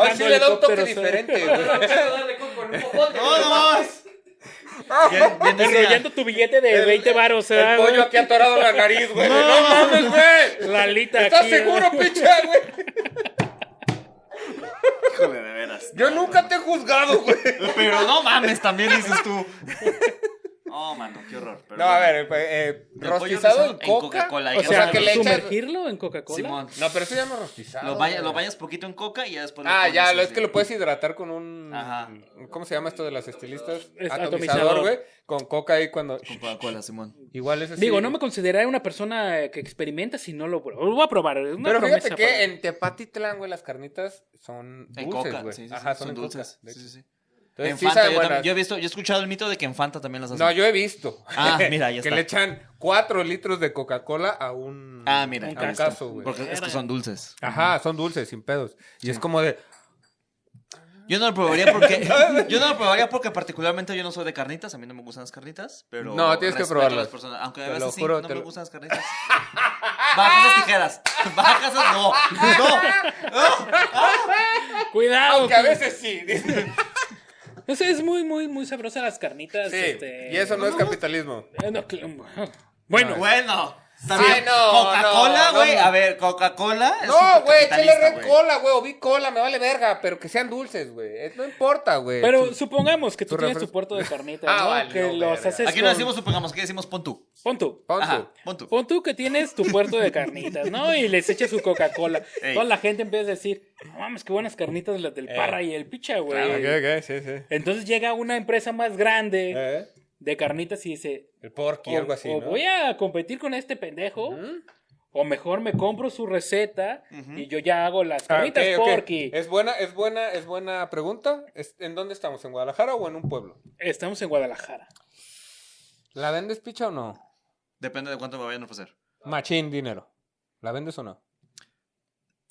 Speaker 1: Hoy sí le da un toque
Speaker 2: Helicópteros, ¿eh?
Speaker 1: diferente,
Speaker 4: Pero
Speaker 1: güey. [LAUGHS]
Speaker 4: quiero darle con con un popote.
Speaker 3: no, no más. Bien- bien decía.
Speaker 2: Enrollando tu billete de 20 varos,
Speaker 1: El
Speaker 2: ¿verdad,
Speaker 1: pollo
Speaker 2: güey?
Speaker 1: aquí atorado en la nariz, güey.
Speaker 2: No.
Speaker 1: No, mames, güey.
Speaker 2: La alita
Speaker 1: ¿Estás
Speaker 2: aquí,
Speaker 1: seguro,
Speaker 2: güey?
Speaker 1: pinche, güey?
Speaker 3: Híjole, de veras.
Speaker 1: Yo nunca te he juzgado, güey.
Speaker 3: Pero no mames, también
Speaker 1: [LAUGHS]
Speaker 3: dices tú. No, mano, qué horror. pero
Speaker 1: No, a
Speaker 3: bueno.
Speaker 1: ver, eh, eh,
Speaker 3: El pollo
Speaker 1: rostizado en
Speaker 3: en
Speaker 1: coca.
Speaker 3: Coca-Cola, hay
Speaker 2: O
Speaker 1: o
Speaker 3: que
Speaker 2: sea,
Speaker 1: sea, que le echas.
Speaker 2: sumergirlo en Coca-Cola.
Speaker 3: Simón.
Speaker 1: No, pero eso ya no es rostizado.
Speaker 3: Lo, vaya-
Speaker 1: güey.
Speaker 3: lo vayas poquito en coca y ya después. lo
Speaker 1: Ah,
Speaker 3: pones
Speaker 1: ya, lo- es
Speaker 3: así.
Speaker 1: que lo puedes hidratar con un.
Speaker 3: Ajá.
Speaker 1: ¿Cómo se llama esto de las estilistas?
Speaker 2: Es atomizador.
Speaker 1: atomizador, güey. Con coca ahí cuando.
Speaker 3: Con Coca-Cola, Simón.
Speaker 1: Igual es así.
Speaker 2: Digo, no me consideraré una persona que experimenta si no lo pruebo. Lo voy a probar. es una
Speaker 1: Pero fíjate
Speaker 2: promesa
Speaker 1: que
Speaker 2: para-
Speaker 1: en Tepatitlán, güey, las carnitas son
Speaker 3: En
Speaker 1: dulces,
Speaker 3: coca,
Speaker 1: güey.
Speaker 3: sí, sí, sí,
Speaker 1: Ajá, son,
Speaker 3: son
Speaker 1: en coca,
Speaker 3: dulces.
Speaker 1: de
Speaker 3: Sí, sí,
Speaker 1: hecho.
Speaker 3: sí.
Speaker 1: Entonces,
Speaker 3: en
Speaker 1: sí
Speaker 3: Fanta,
Speaker 1: saben
Speaker 3: yo, tam-
Speaker 1: buenas.
Speaker 3: yo he visto, yo he escuchado el mito de que en Fanta también las hacen.
Speaker 1: No, yo he visto. [LAUGHS]
Speaker 3: Ah, mira, ya
Speaker 1: que
Speaker 3: está.
Speaker 1: le echan cuatro litros de Coca-Cola a un.
Speaker 3: Ah, mira,
Speaker 1: a un
Speaker 3: ahí está.
Speaker 1: caso, güey.
Speaker 3: Porque es que son dulces.
Speaker 1: Ajá, son dulces, sin pedos. Y es como de.
Speaker 3: Yo no lo
Speaker 1: [LAUGHS]
Speaker 3: probaría porque yo no lo probaría porque particularmente yo no soy de carnitas, a mí no me gustan las carnitas, pero
Speaker 1: No, tienes que
Speaker 3: respeto a las
Speaker 1: probarlas.
Speaker 3: personas, aunque a
Speaker 1: Te lo
Speaker 3: veces sí,
Speaker 1: juro,
Speaker 3: no
Speaker 1: te
Speaker 3: me
Speaker 1: lo-
Speaker 3: gustan las carnitas. [LAUGHS] Bajas esas tijeras, [LAUGHS] bajas
Speaker 1: [LAUGHS]
Speaker 3: esas no, no.
Speaker 2: Cuidado.
Speaker 1: Aunque a veces sí. [LAUGHS] dice.
Speaker 2: No sé, es muy, muy, muy sabrosa las carnitas.
Speaker 1: Sí,
Speaker 2: este,
Speaker 1: y eso no es capitalismo.
Speaker 2: Eh, no, cl-
Speaker 1: [LAUGHS]
Speaker 2: Bueno,
Speaker 3: Bueno, está
Speaker 1: Ay,
Speaker 3: bien.
Speaker 1: no,
Speaker 3: Coca-Cola,
Speaker 1: no,
Speaker 3: güey,
Speaker 1: no.
Speaker 3: a ver, Coca-Cola es
Speaker 1: No, güey, échale
Speaker 3: supercapitalista,
Speaker 1: red
Speaker 3: güey.
Speaker 1: cola, güey, o bicola, me vale verga, pero que sean dulces, güey. Es- No importa, güey.
Speaker 2: pero supongamos que tú
Speaker 1: tu
Speaker 2: tienes
Speaker 1: refres-
Speaker 2: tu puerto de carnitas,
Speaker 1: [LAUGHS] Ah,
Speaker 2: ¿no?
Speaker 1: valió
Speaker 2: que los
Speaker 1: verga.
Speaker 2: haces
Speaker 3: Aquí no
Speaker 2: con-
Speaker 3: decimos supongamos, aquí decimos pon tú.
Speaker 2: Pon tú.
Speaker 1: Pon
Speaker 3: Ajá,
Speaker 1: tú.
Speaker 3: pon tú.
Speaker 2: Pon tú que tienes tu puerto de carnitas, ¿no? Y les echas su Coca-Cola.
Speaker 3: Ey.
Speaker 2: Toda la gente empieza a decir, no mames, qué buenas carnitas las del Parra y el Picha, güey.
Speaker 1: Ah, ok, ok, sí, sí.
Speaker 2: Entonces llega una empresa más grande
Speaker 1: Eh,
Speaker 2: de carnitas y dice,
Speaker 1: El porky,
Speaker 2: o,
Speaker 1: algo así,
Speaker 2: o
Speaker 1: ¿no?
Speaker 2: voy a competir con este pendejo, o mejor me compro su receta y yo ya hago las
Speaker 1: Ah,
Speaker 2: carnitas
Speaker 1: ok, ok.
Speaker 2: porky.
Speaker 1: Es buena, es buena, es buena pregunta. Es- ¿En dónde estamos? ¿En Guadalajara o en un pueblo?
Speaker 2: Estamos en Guadalajara.
Speaker 1: ¿La vendes picha o no?
Speaker 3: Depende de cuánto me vayan a ofrecer.
Speaker 1: Machín dinero. ¿La vendes o no?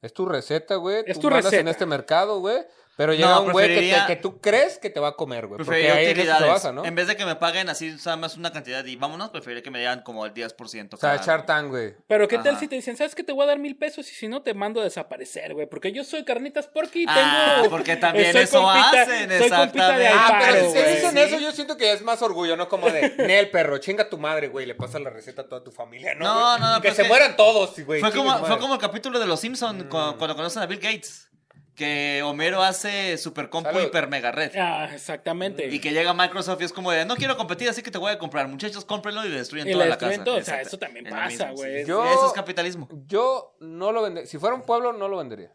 Speaker 1: Es tu receta, güey.
Speaker 2: Es
Speaker 1: tú
Speaker 2: tu
Speaker 1: mandas en
Speaker 2: receta.
Speaker 1: este mercado, güey. Pero llega un güey que,
Speaker 3: preferiría-
Speaker 1: te- que tú crees que te va a comer, güey. Porque
Speaker 3: Preferiría
Speaker 1: ahí en eso se
Speaker 3: utilidades.
Speaker 1: basa, ¿no?
Speaker 3: En vez de que me paguen así, o sea, más una cantidad y vámonos, preferiría que me dieran como el 10%.
Speaker 1: O sea,
Speaker 3: cada-
Speaker 1: echar tan, güey.
Speaker 2: Pero qué tal
Speaker 3: Ajá.
Speaker 2: si te dicen, ¿sabes qué? Te voy a dar mil pesos y si no te mando a desaparecer, güey. Porque yo soy carnitas porky y tengo...
Speaker 3: Ah, porque también
Speaker 2: soy
Speaker 3: eso
Speaker 2: compita-
Speaker 3: hacen,
Speaker 2: soy compita de
Speaker 3: exactamente.
Speaker 1: Ah, pero
Speaker 2: Alfaro,
Speaker 1: si te
Speaker 2: güey.
Speaker 1: dicen
Speaker 3: Sí.
Speaker 1: eso, yo siento que es más orgullo, ¿no? Como
Speaker 2: [LAUGHS]
Speaker 1: de, Nel, perro, chinga tu madre, güey. Le pasa la receta a toda tu familia, ¿no?
Speaker 3: No,
Speaker 1: güey?
Speaker 3: no, no,
Speaker 1: Que
Speaker 3: pero
Speaker 1: se
Speaker 3: es que-
Speaker 1: mueran todos, güey.
Speaker 3: Fue
Speaker 1: chinga
Speaker 3: como,
Speaker 1: tu madre. Mm.
Speaker 3: fue como el capítulo de Los Simpsons cuando, cuando conocen a Bill Gates. Que Homero hace super compu
Speaker 1: Salud.
Speaker 3: hiper mega red.
Speaker 2: Ah, exactamente.
Speaker 3: Y que llega Microsoft y es como de, no quiero competir, así que te voy a comprar. Muchachos, cómprenlo y le destruyen
Speaker 2: Y
Speaker 3: toda
Speaker 2: le
Speaker 3: la casa.
Speaker 2: destruyen todo, o sea,
Speaker 3: Exacto.
Speaker 2: eso también
Speaker 3: Es lo
Speaker 2: pasa,
Speaker 3: mismo, sí,
Speaker 2: güey.
Speaker 3: sí.
Speaker 1: Yo-
Speaker 3: Eso es capitalismo.
Speaker 1: Yo no lo vendería. Si fuera un pueblo, no lo vendería.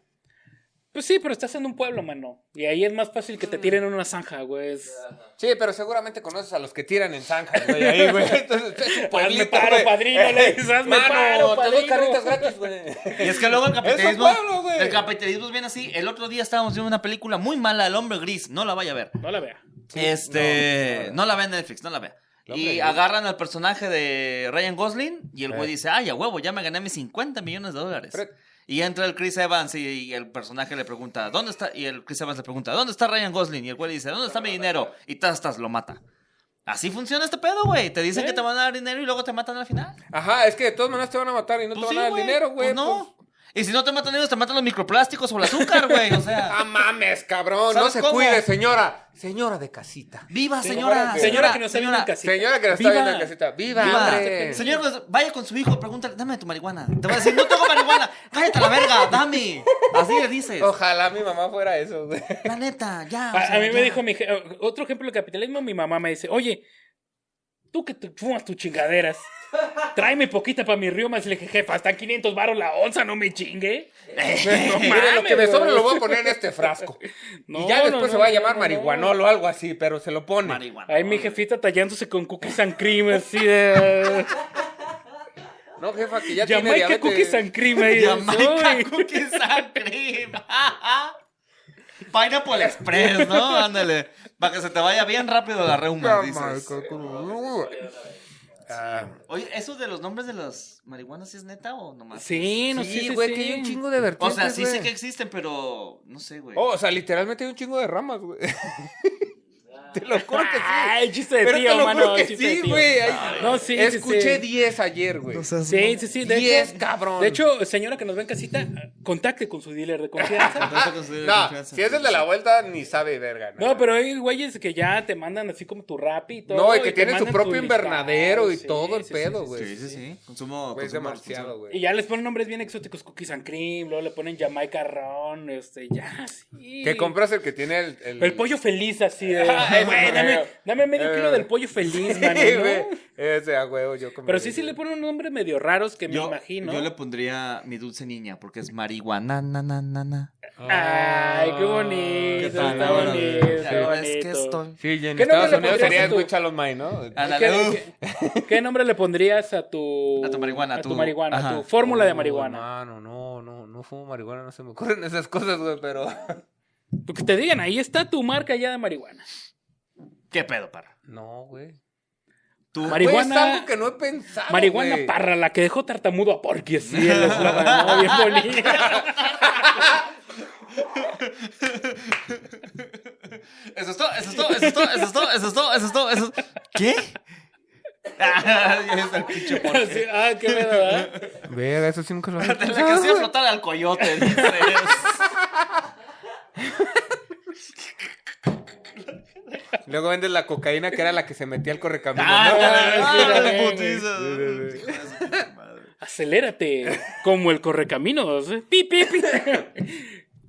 Speaker 2: Pues sí, pero estás en un pueblo, mano. Y ahí es más fácil que te tiren en una zanja, güey. Es-
Speaker 1: Sí, pero seguramente conoces a los que tiran en zanjas, güey. Ahí, güey. [LAUGHS] Entonces, es un pueblito,
Speaker 2: Pues, paro,
Speaker 1: güey. [LAUGHS]
Speaker 2: padrino, le dices, hazme
Speaker 1: Mano,
Speaker 2: paro,
Speaker 1: te doy
Speaker 2: padrino.
Speaker 1: carnitas gratis, güey.
Speaker 3: Y es que luego el capitalismo.
Speaker 1: Es un pueblo, güey.
Speaker 3: el capitalismo es bien así. El otro día estábamos viendo una película muy mala, El hombre gris. No la vaya a ver.
Speaker 2: No la vea.
Speaker 3: Este,
Speaker 1: no,
Speaker 3: no, la ve en Netflix, no la vea.
Speaker 1: La
Speaker 3: Y
Speaker 1: hombre,
Speaker 3: agarran al personaje de Ryan Gosling y el güey
Speaker 1: Eh.
Speaker 3: dice, ay, a huevo, ya me gané mis 50 millones de dólares.
Speaker 1: [LAUGHS] Pero-
Speaker 3: Y entra el Chris Evans y, y el personaje le pregunta, ¿dónde está? Y el Chris Evans le pregunta, ¿dónde está Ryan Gosling? Y el güey dice, ¿dónde está mi dinero? Y tastas, lo mata. Así funciona este pedo, güey. Te dicen
Speaker 2: ¿Eh?
Speaker 3: que te van a dar dinero y luego te matan al final.
Speaker 1: Ajá, es que de todas maneras te van a matar y no
Speaker 3: Pues
Speaker 1: te van
Speaker 3: sí,
Speaker 1: a dar dinero, güey.
Speaker 3: Pues no.
Speaker 1: pues.
Speaker 3: Y si no te matan ellos, te matan los microplásticos o el azúcar, güey. O sea,
Speaker 2: [LAUGHS]
Speaker 1: Ah, mames, cabrón. No
Speaker 3: ¿Sabes
Speaker 1: se
Speaker 3: cómo?
Speaker 1: cuide, señora. Señora de casita.
Speaker 3: viva,
Speaker 1: Señora
Speaker 3: señora.
Speaker 1: que-
Speaker 2: Señora que nos está viendo en
Speaker 3: señora.
Speaker 2: casita.
Speaker 1: Señora que la está
Speaker 2: Viva.
Speaker 1: viendo en casita. ¡Viva,
Speaker 3: Viva.
Speaker 1: hombre!
Speaker 3: Señor, pues, vaya con su hijo, pregúntale, dame tu marihuana. Te va a decir, no tengo marihuana, cállate a la verga, dame. Así le dices.
Speaker 1: Ojalá mi mamá fuera eso, güey.
Speaker 3: La neta, ya. o
Speaker 2: A,
Speaker 3: sea,
Speaker 2: a mí me
Speaker 3: ya.
Speaker 2: dijo mi je- otro ejemplo de capitalismo, mi mamá me dice, oye, tú que te fumas tus chingaderas, tráeme poquita para mi río más. Le dije, jefa, están 500 baros la onza, no
Speaker 1: [LAUGHS]
Speaker 2: me chingue. No
Speaker 1: Mire, lo que me
Speaker 2: güey.
Speaker 1: sobra lo voy a poner en este frasco.
Speaker 2: [LAUGHS] No,
Speaker 1: y ya después
Speaker 2: no,
Speaker 1: se
Speaker 2: no,
Speaker 1: va a llamar
Speaker 2: no, no.
Speaker 1: marihuanol o algo así, pero se lo pone.
Speaker 3: Marihuana.
Speaker 2: Ahí mi jefita tallándose con cookies and cream, así de...
Speaker 1: No, jefa, que ya tiene
Speaker 2: Jamaica
Speaker 1: diabetes.
Speaker 2: cookies and cream. ahí,
Speaker 3: Jamaica
Speaker 2: uy.
Speaker 3: cookies and cream. [LAUGHS] Pineapple Express, ¿no? Ándale. Para que se te vaya bien rápido la reuma, dices.
Speaker 1: Jamaica cookies. Ah.
Speaker 3: Oye, ¿eso de los nombres de las marihuanas sí es neta o nomás?
Speaker 2: Sí, no sé.
Speaker 1: Sí, güey, que hay un chingo de
Speaker 3: O
Speaker 1: vertientes,
Speaker 3: sea, sí sé
Speaker 1: güey.
Speaker 3: que existen, pero no sé, güey. [LAUGHS]
Speaker 1: Oh, o sea, literalmente hay un chingo de ramas, güey. [LAUGHS] Te lo juro que sí.
Speaker 2: Ay, chiste Ah, de
Speaker 1: Pero
Speaker 2: tío,
Speaker 1: te lo
Speaker 2: mano,
Speaker 1: juro que
Speaker 2: chiste de
Speaker 1: sí,
Speaker 2: tío.
Speaker 1: güey. Ay,
Speaker 2: No, sí, sí,
Speaker 1: Escuché
Speaker 2: sí.
Speaker 1: 10 ayer, güey.
Speaker 5: O sea,
Speaker 2: Sí, sí, sí. De
Speaker 1: Diez,
Speaker 2: hecho,
Speaker 1: cabrón.
Speaker 2: De hecho, señora que nos ve en casita, contacte con su dealer de confianza.
Speaker 3: Contacta con su dealer de
Speaker 1: ah, no,
Speaker 3: confianza.
Speaker 1: si es el de la vuelta, ni sabe verga. nada.
Speaker 2: No, pero hay güeyes que ya te mandan así como tu rap y todo.
Speaker 1: No, y que
Speaker 2: te
Speaker 1: tienen su
Speaker 2: mandan
Speaker 1: propio
Speaker 2: tu
Speaker 1: invernadero
Speaker 2: listado,
Speaker 1: y todo el pedo, güey.
Speaker 3: Sí, sí, sí. Consumo.
Speaker 1: Güey, es
Speaker 3: consumo
Speaker 1: demasiado,
Speaker 3: responsable.
Speaker 2: Y
Speaker 1: güey.
Speaker 2: ya les ponen nombres bien exóticos, cookies and cream, luego le ponen Jamaica Ron, este, ya, sí.
Speaker 1: Que compras el que tiene el... El,
Speaker 2: El
Speaker 1: [LAUGHS]
Speaker 2: pollo feliz así de,
Speaker 1: Ah, ese
Speaker 2: güey, dame,
Speaker 1: mero.
Speaker 2: dame medio
Speaker 1: Eh.
Speaker 2: kilo del pollo feliz,
Speaker 1: Sí,
Speaker 2: mano, ¿no?
Speaker 1: güey. Ese, a huevo, yo
Speaker 2: Pero
Speaker 1: comería,
Speaker 2: sí, sí
Speaker 1: güey.
Speaker 2: le ponen nombres medio raros que me
Speaker 3: Yo,
Speaker 2: imagino.
Speaker 3: yo le pondría mi dulce niña porque es marihuana. Na, na, na, na.
Speaker 2: Ay, qué bonito,
Speaker 3: Qué
Speaker 2: está
Speaker 3: palabra,
Speaker 2: bonito,
Speaker 3: güey.
Speaker 2: está
Speaker 3: Ah, Es
Speaker 2: bonito.
Speaker 3: que estoy.
Speaker 1: Sí, en
Speaker 2: ¿Qué nombre
Speaker 1: Estados
Speaker 2: le
Speaker 1: Unidos
Speaker 2: pondrías Ah,
Speaker 1: sería
Speaker 2: a tu-
Speaker 1: escucha los May, ¿no?
Speaker 3: Ándale, uh. uf.
Speaker 2: ¿Qué, qué- qué nombre le pondrías a tu...
Speaker 3: A tu marihuana,
Speaker 2: A tu
Speaker 3: tu-
Speaker 2: marihuana,
Speaker 3: ajá.
Speaker 2: tu fórmula de
Speaker 1: Oh,
Speaker 2: marihuana.
Speaker 1: Mano, no, no, no fumo marihuana, no se me ocurren [LAUGHS] esas cosas, güey, pero. [LAUGHS]
Speaker 2: Lo Que te digan, ahí está tu marca ya de marihuana.
Speaker 3: ¿Qué pedo, parra?
Speaker 1: No, güey.
Speaker 3: Tú,
Speaker 2: Mari-
Speaker 1: Marihuana.
Speaker 2: Marihuana-
Speaker 1: es algo que no he pensado.
Speaker 2: Marihuana
Speaker 1: Ah, güey.
Speaker 2: parra, la que dejó tartamudo a
Speaker 1: [LAUGHS]
Speaker 2: Porky, sí, el eslogan, ¿no? Bien bonito.
Speaker 3: Eso es todo, eso es todo, eso es todo, eso es todo, eso es todo, eso es todo, eso es-
Speaker 1: [LAUGHS]
Speaker 3: ¿Qué? Ah, ya está el pinche porqué.
Speaker 2: [LAUGHS] Sí, ah, qué pedo, ¿verdad?
Speaker 1: Verga, eso sí [LAUGHS] nunca lo había
Speaker 3: De
Speaker 1: pensado.
Speaker 3: la que hacía flotar al
Speaker 1: [LAUGHS]
Speaker 3: coyote, dices.
Speaker 1: Luego vendes la cocaína que era la que se metía al correcamino.
Speaker 3: Ah,
Speaker 1: ¿no?
Speaker 3: ah,
Speaker 2: sí,
Speaker 3: de
Speaker 2: sí,
Speaker 3: putiza.
Speaker 1: sí, sí.
Speaker 3: Hijo de su puta madre.
Speaker 2: Acelérate, como el correcaminos. ¿eh? Pip, pip, pip.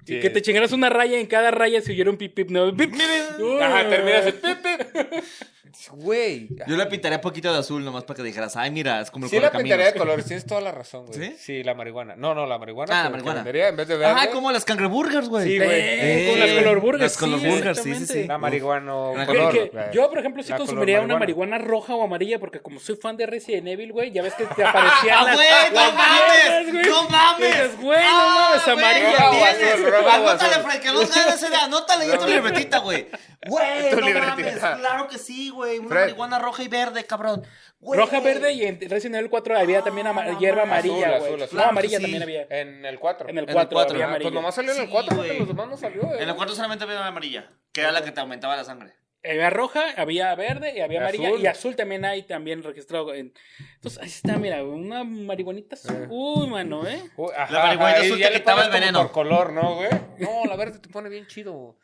Speaker 2: Y Que te chingaras una raya en cada raya si hubiera un pip, pip, no. Pip, pip.
Speaker 1: Ajá, terminas el pip, pip. [LAUGHS] Güey.
Speaker 3: Yo le pintaría poquito de azul nomás para que dijeras, ay, mira, es como el
Speaker 1: Sí la
Speaker 3: correcaminos".
Speaker 1: pintaría de color, tienes toda la razón, güey.
Speaker 3: ¿Sí?
Speaker 1: la marihuana. No, no, la marihuana. que-
Speaker 3: Ah, la
Speaker 1: que
Speaker 3: marihuana.
Speaker 1: vendería en vez de verde.
Speaker 3: Ajá, como las cangreburgers, güey.
Speaker 1: Sí, güey.
Speaker 2: Eh, con las color burgers,
Speaker 3: Las
Speaker 2: sí,
Speaker 3: color burgers, sí, sí, sí.
Speaker 2: exactamente.
Speaker 1: La marihuana o
Speaker 3: Que-
Speaker 1: color.
Speaker 2: Que- que
Speaker 1: güey.
Speaker 2: yo, por ejemplo, sí
Speaker 1: eh, La color
Speaker 2: consumiría una marihuana roja o amarilla, porque como soy fan de Resident Evil, güey, ya ves que te
Speaker 3: [LAUGHS] ¡Ah,
Speaker 2: aparecían las,
Speaker 3: güey! ¡No
Speaker 2: las mierdas,
Speaker 3: mames!
Speaker 2: güey.
Speaker 3: ¡No mames!
Speaker 2: Dices, güey, no
Speaker 3: Ah,
Speaker 2: mames,
Speaker 3: güey,
Speaker 2: amarilla.
Speaker 1: roja o
Speaker 2: güey.
Speaker 1: azul, roja o
Speaker 3: tienes. Anótale,
Speaker 1: azul.
Speaker 3: Fran, que no ganas era. Anótale, yo tu libretita, [LAUGHS] güey. Güey,
Speaker 1: Tu
Speaker 3: no mames.
Speaker 1: libretita.
Speaker 3: Claro que sí, güey. Una
Speaker 1: Fred.
Speaker 3: marihuana roja y verde, cabrón. Güey.
Speaker 2: Roja, verde y en Resident Evil 4 había también ama-
Speaker 3: Ah,
Speaker 2: hierba
Speaker 3: mamá.
Speaker 2: amarilla,
Speaker 1: Azul,
Speaker 2: güey.
Speaker 1: azul, azul.
Speaker 2: No, amarilla
Speaker 3: Sí.
Speaker 2: también había.
Speaker 1: En el 4.
Speaker 2: En el
Speaker 3: En el
Speaker 2: 4
Speaker 3: cuatro,
Speaker 2: había
Speaker 3: ah,
Speaker 2: amarilla.
Speaker 1: Pues nomás salió en el
Speaker 3: Sí,
Speaker 1: 4, porque
Speaker 3: güey.
Speaker 1: los demás no salió. eh.
Speaker 3: En el cuarto solamente había una amarilla, que era la que te aumentaba la sangre.
Speaker 2: Había Eh, roja, había verde y había
Speaker 1: Azul.
Speaker 2: amarilla. Y azul también hay también registrado. en- Entonces, ahí está, mira, una marihuanita azul. Uy, mano, ¿eh?
Speaker 1: Uy, ajá,
Speaker 3: La marihuana
Speaker 1: ajá,
Speaker 3: azul
Speaker 1: y
Speaker 3: te
Speaker 1: ya le
Speaker 3: quitaba
Speaker 1: pones
Speaker 3: el
Speaker 1: como
Speaker 3: veneno.
Speaker 1: Por color, ¿no, güey? No, la verde te pone bien chido.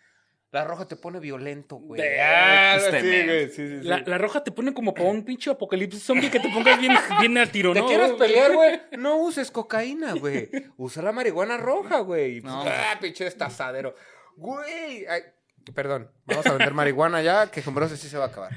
Speaker 1: La roja te pone violento, güey.
Speaker 2: Ve-
Speaker 1: Ah,
Speaker 3: este
Speaker 1: sí,
Speaker 3: men.
Speaker 1: güey, sí, sí, sí.
Speaker 2: La, la roja te pone como para un pinche apocalipsis zombie que te
Speaker 1: [LAUGHS]
Speaker 2: pongas bien, bien al tiro,
Speaker 1: ¿Te
Speaker 2: ¿no?
Speaker 1: quieres pelear, güey? No uses cocaína, güey. Usa la marihuana roja, güey.
Speaker 3: No.
Speaker 1: Ah, pinche estazadero. Güey. ay, Perdón, vamos a vender marihuana ya, que Jumbroso sí se va a acabar.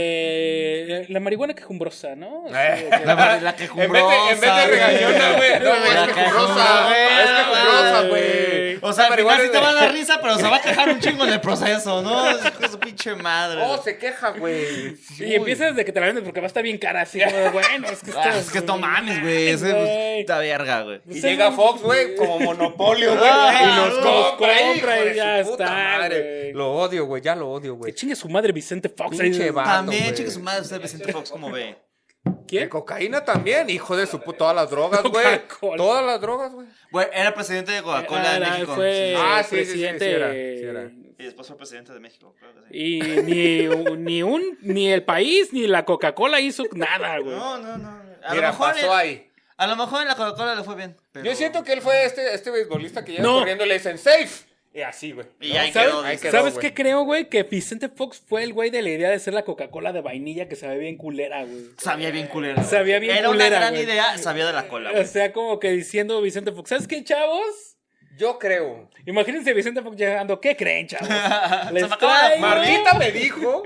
Speaker 2: Este. La marihuana quejumbrosa, ¿no? Así
Speaker 1: Eh.
Speaker 2: de que-
Speaker 3: [LAUGHS] La,
Speaker 1: En
Speaker 3: la
Speaker 1: vez de, en vez de regañona, güey. No, güey, es quejumbrosa.
Speaker 3: La quejumbrosa,
Speaker 1: Es quejumbrosa, güey.
Speaker 3: O sea, al final
Speaker 1: Marihuana
Speaker 3: sí te
Speaker 1: es-
Speaker 3: va a dar risa, pero se va a quejar un chingo en el proceso, ¿no? [LAUGHS] Hijo de su pinche madre.
Speaker 1: Oh, se queja, güey.
Speaker 2: Y
Speaker 1: Uy.
Speaker 2: empiezas de que te la venden porque va a estar bien cara, así
Speaker 1: [LAUGHS]
Speaker 2: como de, bueno, es que esto
Speaker 3: Ah, es que no mames, güey. Es
Speaker 2: Güey.
Speaker 3: puta verga, güey.
Speaker 1: Y llega Fox, güey, como monopolio, güey.
Speaker 3: Ah,
Speaker 1: y nos
Speaker 3: nos
Speaker 1: compra, hijo
Speaker 2: compra y
Speaker 1: de su
Speaker 2: ya
Speaker 1: puta
Speaker 2: está,
Speaker 1: madre.
Speaker 2: güey.
Speaker 1: Lo odio, güey, ya lo odio,
Speaker 2: Que
Speaker 1: güey.
Speaker 2: chingue su madre Vicente Fox. ¿eh?
Speaker 1: Pinche
Speaker 2: Ahí-
Speaker 1: vato,
Speaker 3: También,
Speaker 1: güey.
Speaker 3: chicos, su madre, usted Vicente Fox, ¿cómo ve?
Speaker 1: De
Speaker 2: ¿Quién?
Speaker 1: cocaína también, hijo de su puta. Todas las drogas, güey.
Speaker 2: Coca-Cola.
Speaker 1: Todas las drogas, güey.
Speaker 3: Güey, era presidente de Coca-Cola de
Speaker 2: Ah,
Speaker 3: México.
Speaker 2: Fue
Speaker 3: sí.
Speaker 1: Ah, sí, sí, sí,
Speaker 2: presidente.
Speaker 1: sí era, sí era.
Speaker 3: Y después fue presidente de México, claro que sí.
Speaker 2: Y ni, un- ni un, ni el país, ni la Coca-Cola hizo nada, güey.
Speaker 3: No, no, no. A,
Speaker 1: Mira,
Speaker 3: lo mejor
Speaker 1: pasó
Speaker 3: en,
Speaker 1: ahí.
Speaker 3: a lo mejor en la Coca-Cola le fue bien. pero-
Speaker 1: Yo siento que él fue este, este beisbolista que llega
Speaker 2: No.
Speaker 1: corriendo y le dicen safe. Y así, güey.
Speaker 3: Y ahí
Speaker 2: ¿Sabes,
Speaker 3: quedó.
Speaker 1: ahí
Speaker 3: dice.
Speaker 1: quedó.
Speaker 2: ¿sabes
Speaker 1: güey.
Speaker 2: qué creo, güey? Que Vicente Fox fue el güey de la idea de hacer la Coca-Cola de vainilla que se ve bien culera, güey.
Speaker 3: Sabía bien culera. güey.
Speaker 2: Sabía bien
Speaker 3: Era
Speaker 2: culera,
Speaker 3: una gran
Speaker 2: güey.
Speaker 3: idea, sabía de la cola.
Speaker 2: O
Speaker 3: güey.
Speaker 2: sea, como que diciendo Vicente Fox, ¿sabes qué, chavos?
Speaker 1: Yo creo.
Speaker 2: Imagínense Vicente Fox llegando, ¿qué creen,
Speaker 3: [LAUGHS]
Speaker 2: chavos?
Speaker 3: [LAUGHS] Se
Speaker 2: Les
Speaker 3: me acaba de
Speaker 2: traigo,
Speaker 1: Marlita me
Speaker 2: [LAUGHS]
Speaker 1: dijo.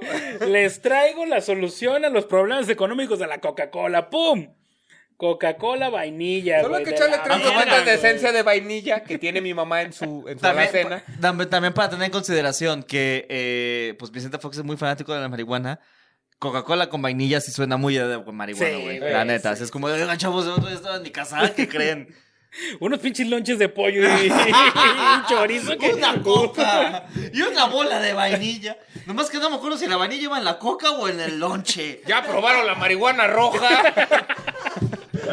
Speaker 2: les traigo la solución a los problemas económicos de la Coca-Cola. ¡Pum! Coca-Cola vainilla,
Speaker 1: Solo
Speaker 2: güey.
Speaker 1: hay que
Speaker 2: de
Speaker 1: echarle
Speaker 2: la
Speaker 1: tres
Speaker 2: buena,
Speaker 1: gomitas de
Speaker 2: güey.
Speaker 1: esencia de vainilla que tiene mi mamá en su, en su
Speaker 3: También,
Speaker 1: alacena.
Speaker 3: pa- tam- también para tener en consideración que eh, pues Vicente Fox es muy fanático de la marihuana. Coca-Cola con vainilla sí suena muy de marihuana,
Speaker 2: Sí,
Speaker 3: güey.
Speaker 2: güey,
Speaker 3: la neta, así
Speaker 2: sí.
Speaker 3: es como, oigan, chavos, yo estaba en mi casa,
Speaker 2: [LAUGHS]
Speaker 3: ¿qué creen? [LAUGHS]
Speaker 2: Unos pinches lonches de pollo y, [LAUGHS] y chorizo. que-
Speaker 3: una coca y una bola de vainilla. Nomás que no me acuerdo si la vainilla iba en la coca o en el lonche.
Speaker 2: [LAUGHS]
Speaker 1: Ya probaron la marihuana roja.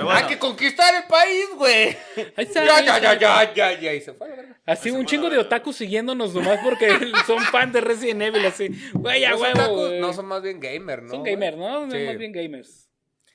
Speaker 1: Hay que conquistar el país, güey.
Speaker 2: Ahí está.
Speaker 1: Ya, ya, ya, ya, ya, ya. Y se fue a la verga.
Speaker 2: Así un chingo de otakus siguiéndonos nomás porque [LAUGHS] son fan de Resident Evil, así. Güey, a
Speaker 1: No son,
Speaker 2: huevo.
Speaker 1: tacos,
Speaker 2: güey.
Speaker 1: no son más bien gamer, ¿no?
Speaker 2: Son
Speaker 1: güey?
Speaker 2: gamers, ¿no?
Speaker 1: Sí.
Speaker 2: Son Más bien gamers.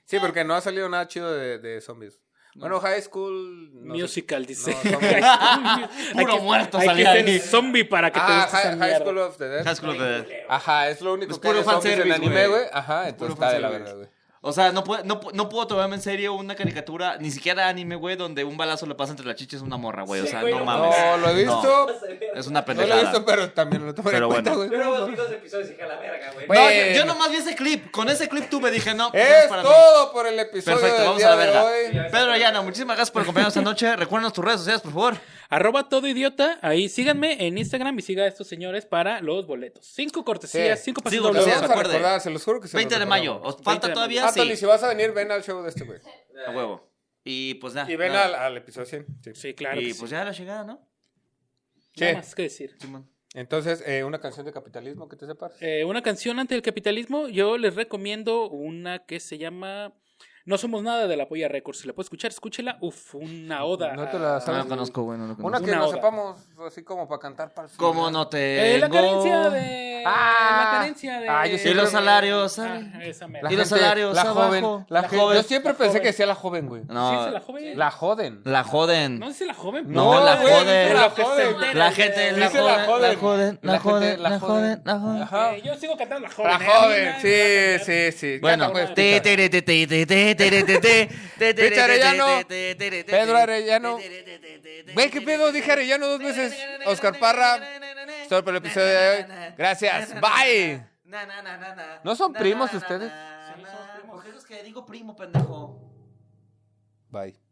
Speaker 1: Sí, porque no ha salido nada chido de, de zombies. Bueno, High School... no sé.
Speaker 2: Musical,
Speaker 3: [LAUGHS]
Speaker 2: dice. [LAUGHS]
Speaker 3: Ah,
Speaker 1: No, zombies.
Speaker 3: Puro
Speaker 2: Hay que-
Speaker 3: muerto
Speaker 2: hay que
Speaker 3: salía
Speaker 2: ser
Speaker 3: ahí.
Speaker 2: zombie para que te
Speaker 1: ah,
Speaker 2: guste esa
Speaker 1: High, High
Speaker 2: mierda.
Speaker 1: School of the Dead.
Speaker 3: High School of the Dead.
Speaker 1: Ajá, es lo único
Speaker 3: Es
Speaker 1: que
Speaker 3: puro
Speaker 1: hay de zombies en
Speaker 3: fanservice,
Speaker 1: anime,
Speaker 3: güey.
Speaker 1: güey. Ajá, entonces
Speaker 3: Puro
Speaker 1: está de la verga,
Speaker 3: fanservice.
Speaker 1: güey.
Speaker 3: O sea, no, puede, no, pu- no puedo tomarme en serio una caricatura, ni siquiera anime, güey, donde un balazo le pasa entre las chichas a una morra, güey. O
Speaker 4: Sí,
Speaker 3: sea,
Speaker 4: güey,
Speaker 3: no
Speaker 4: no
Speaker 3: mames.
Speaker 1: No, lo he
Speaker 4: [LAUGHS]
Speaker 1: visto.
Speaker 3: Es una
Speaker 1: No lo he
Speaker 3: pendejada.
Speaker 1: visto, pero también lo tomaré en
Speaker 3: Pero
Speaker 1: cuenta,
Speaker 3: bueno.
Speaker 1: güey.
Speaker 4: Pero los primeros episodios dije a la verga, güey.
Speaker 1: Bueno.
Speaker 3: No, yo, yo
Speaker 1: Bueno.
Speaker 3: nomás vi ese clip. Con ese clip tú me dije, no, no es
Speaker 1: Es
Speaker 3: para mí.
Speaker 1: todo por el episodio
Speaker 3: Perfecto,
Speaker 1: del
Speaker 3: vamos
Speaker 1: día
Speaker 3: a la verga.
Speaker 1: de hoy.
Speaker 3: Pedro Ayana, muchísimas gracias por acompañarnos esta noche. Recuérdanos tus redes sociales, por favor.
Speaker 2: Arroba todo idiota. Ahí síganme en Instagram y siga a estos señores para los boletos. Cinco cortesías,
Speaker 1: Sí.
Speaker 2: cinco
Speaker 3: Sí,
Speaker 2: pasitos
Speaker 1: Lo
Speaker 3: porque
Speaker 2: dobles.
Speaker 1: vamos
Speaker 3: se
Speaker 1: a
Speaker 3: acuerde.
Speaker 1: recordar, se los juro que se
Speaker 3: 20
Speaker 1: los
Speaker 3: de mayo. ¿Os
Speaker 2: 20
Speaker 3: falta
Speaker 2: de
Speaker 3: todavía?
Speaker 1: Ah, Tony,
Speaker 3: Sí.
Speaker 1: si vas a venir, ven al show de este, güey.
Speaker 3: A huevo. Y pues nada.
Speaker 1: Y ven
Speaker 3: nada.
Speaker 1: al, al episodio 100. Sí.
Speaker 2: Sí, claro. que
Speaker 3: Y
Speaker 2: sí.
Speaker 3: pues ya la llegada, ¿no?
Speaker 2: Nada
Speaker 1: Sí.
Speaker 2: más que decir.
Speaker 3: Simón.
Speaker 1: Entonces, eh, una canción de capitalismo que te sepas.
Speaker 2: Eh, una canción ante el capitalismo, yo les recomiendo una que se llama No somos nada de la Polla Records. Si la puedes escuchar, escúchela. Uf, una oda.
Speaker 1: No te la
Speaker 3: No
Speaker 1: sabes.
Speaker 2: Ah,
Speaker 3: lo conozco, güey, no lo
Speaker 1: una
Speaker 3: conozco.
Speaker 1: que
Speaker 2: Una
Speaker 1: no
Speaker 2: oda.
Speaker 1: sepamos, así como para cantar para el
Speaker 3: ¿Cómo
Speaker 1: final.
Speaker 3: no te
Speaker 2: eh, la carencia de.
Speaker 1: Ah.
Speaker 2: la carencia de.
Speaker 1: Ah, yo
Speaker 3: Y
Speaker 1: siempre-
Speaker 3: los salarios, ¿sabes?
Speaker 2: Ah, esa
Speaker 1: La
Speaker 2: mera.
Speaker 3: Y los
Speaker 1: gente-
Speaker 3: salarios
Speaker 1: La
Speaker 3: abajo.
Speaker 1: joven. La,
Speaker 2: La
Speaker 1: gen-
Speaker 2: joven,
Speaker 1: Yo siempre
Speaker 2: la
Speaker 1: pensé
Speaker 2: joven.
Speaker 1: que decía la joven, güey.
Speaker 2: ¿Sí
Speaker 3: No,
Speaker 2: es la joven?
Speaker 1: La joden.
Speaker 3: la joden.
Speaker 2: No dice la joven.
Speaker 1: No,
Speaker 3: la
Speaker 2: güey,
Speaker 3: joden.
Speaker 2: dice
Speaker 1: La
Speaker 2: que se
Speaker 1: joden.
Speaker 2: entera.
Speaker 3: La gente la
Speaker 1: Dice la
Speaker 3: joden, la
Speaker 1: joden.
Speaker 3: joden, la
Speaker 1: La gente
Speaker 3: joden,
Speaker 1: la
Speaker 3: la joden,
Speaker 1: joden.
Speaker 3: la joden.
Speaker 1: Ajá.
Speaker 2: Eh, yo sigo cantando la joven.
Speaker 1: La
Speaker 2: eh,
Speaker 1: joven,
Speaker 2: mira,
Speaker 1: sí, sí, sí. Ya
Speaker 3: Bueno,
Speaker 1: no puedes
Speaker 3: te,
Speaker 1: picar.
Speaker 3: te, te, te, te, te, te, te, te, te, te,
Speaker 1: Pinche Arellano,
Speaker 3: te, te, te, te,
Speaker 1: Pedro
Speaker 3: te,
Speaker 1: Arellano.
Speaker 3: te, te, te, te, te,
Speaker 1: Güey, ¿qué pedo? Dije Arellano dos veces. Oscar Parra. Solo por el episodio de hoy. Gracias. Bye.
Speaker 3: Na, na, na, na, na.
Speaker 1: ¿No son
Speaker 3: Na,
Speaker 1: primos
Speaker 3: na, na,
Speaker 1: ustedes?
Speaker 3: na, na. ¿Por qué es que digo primo, pendejo?
Speaker 1: Bye.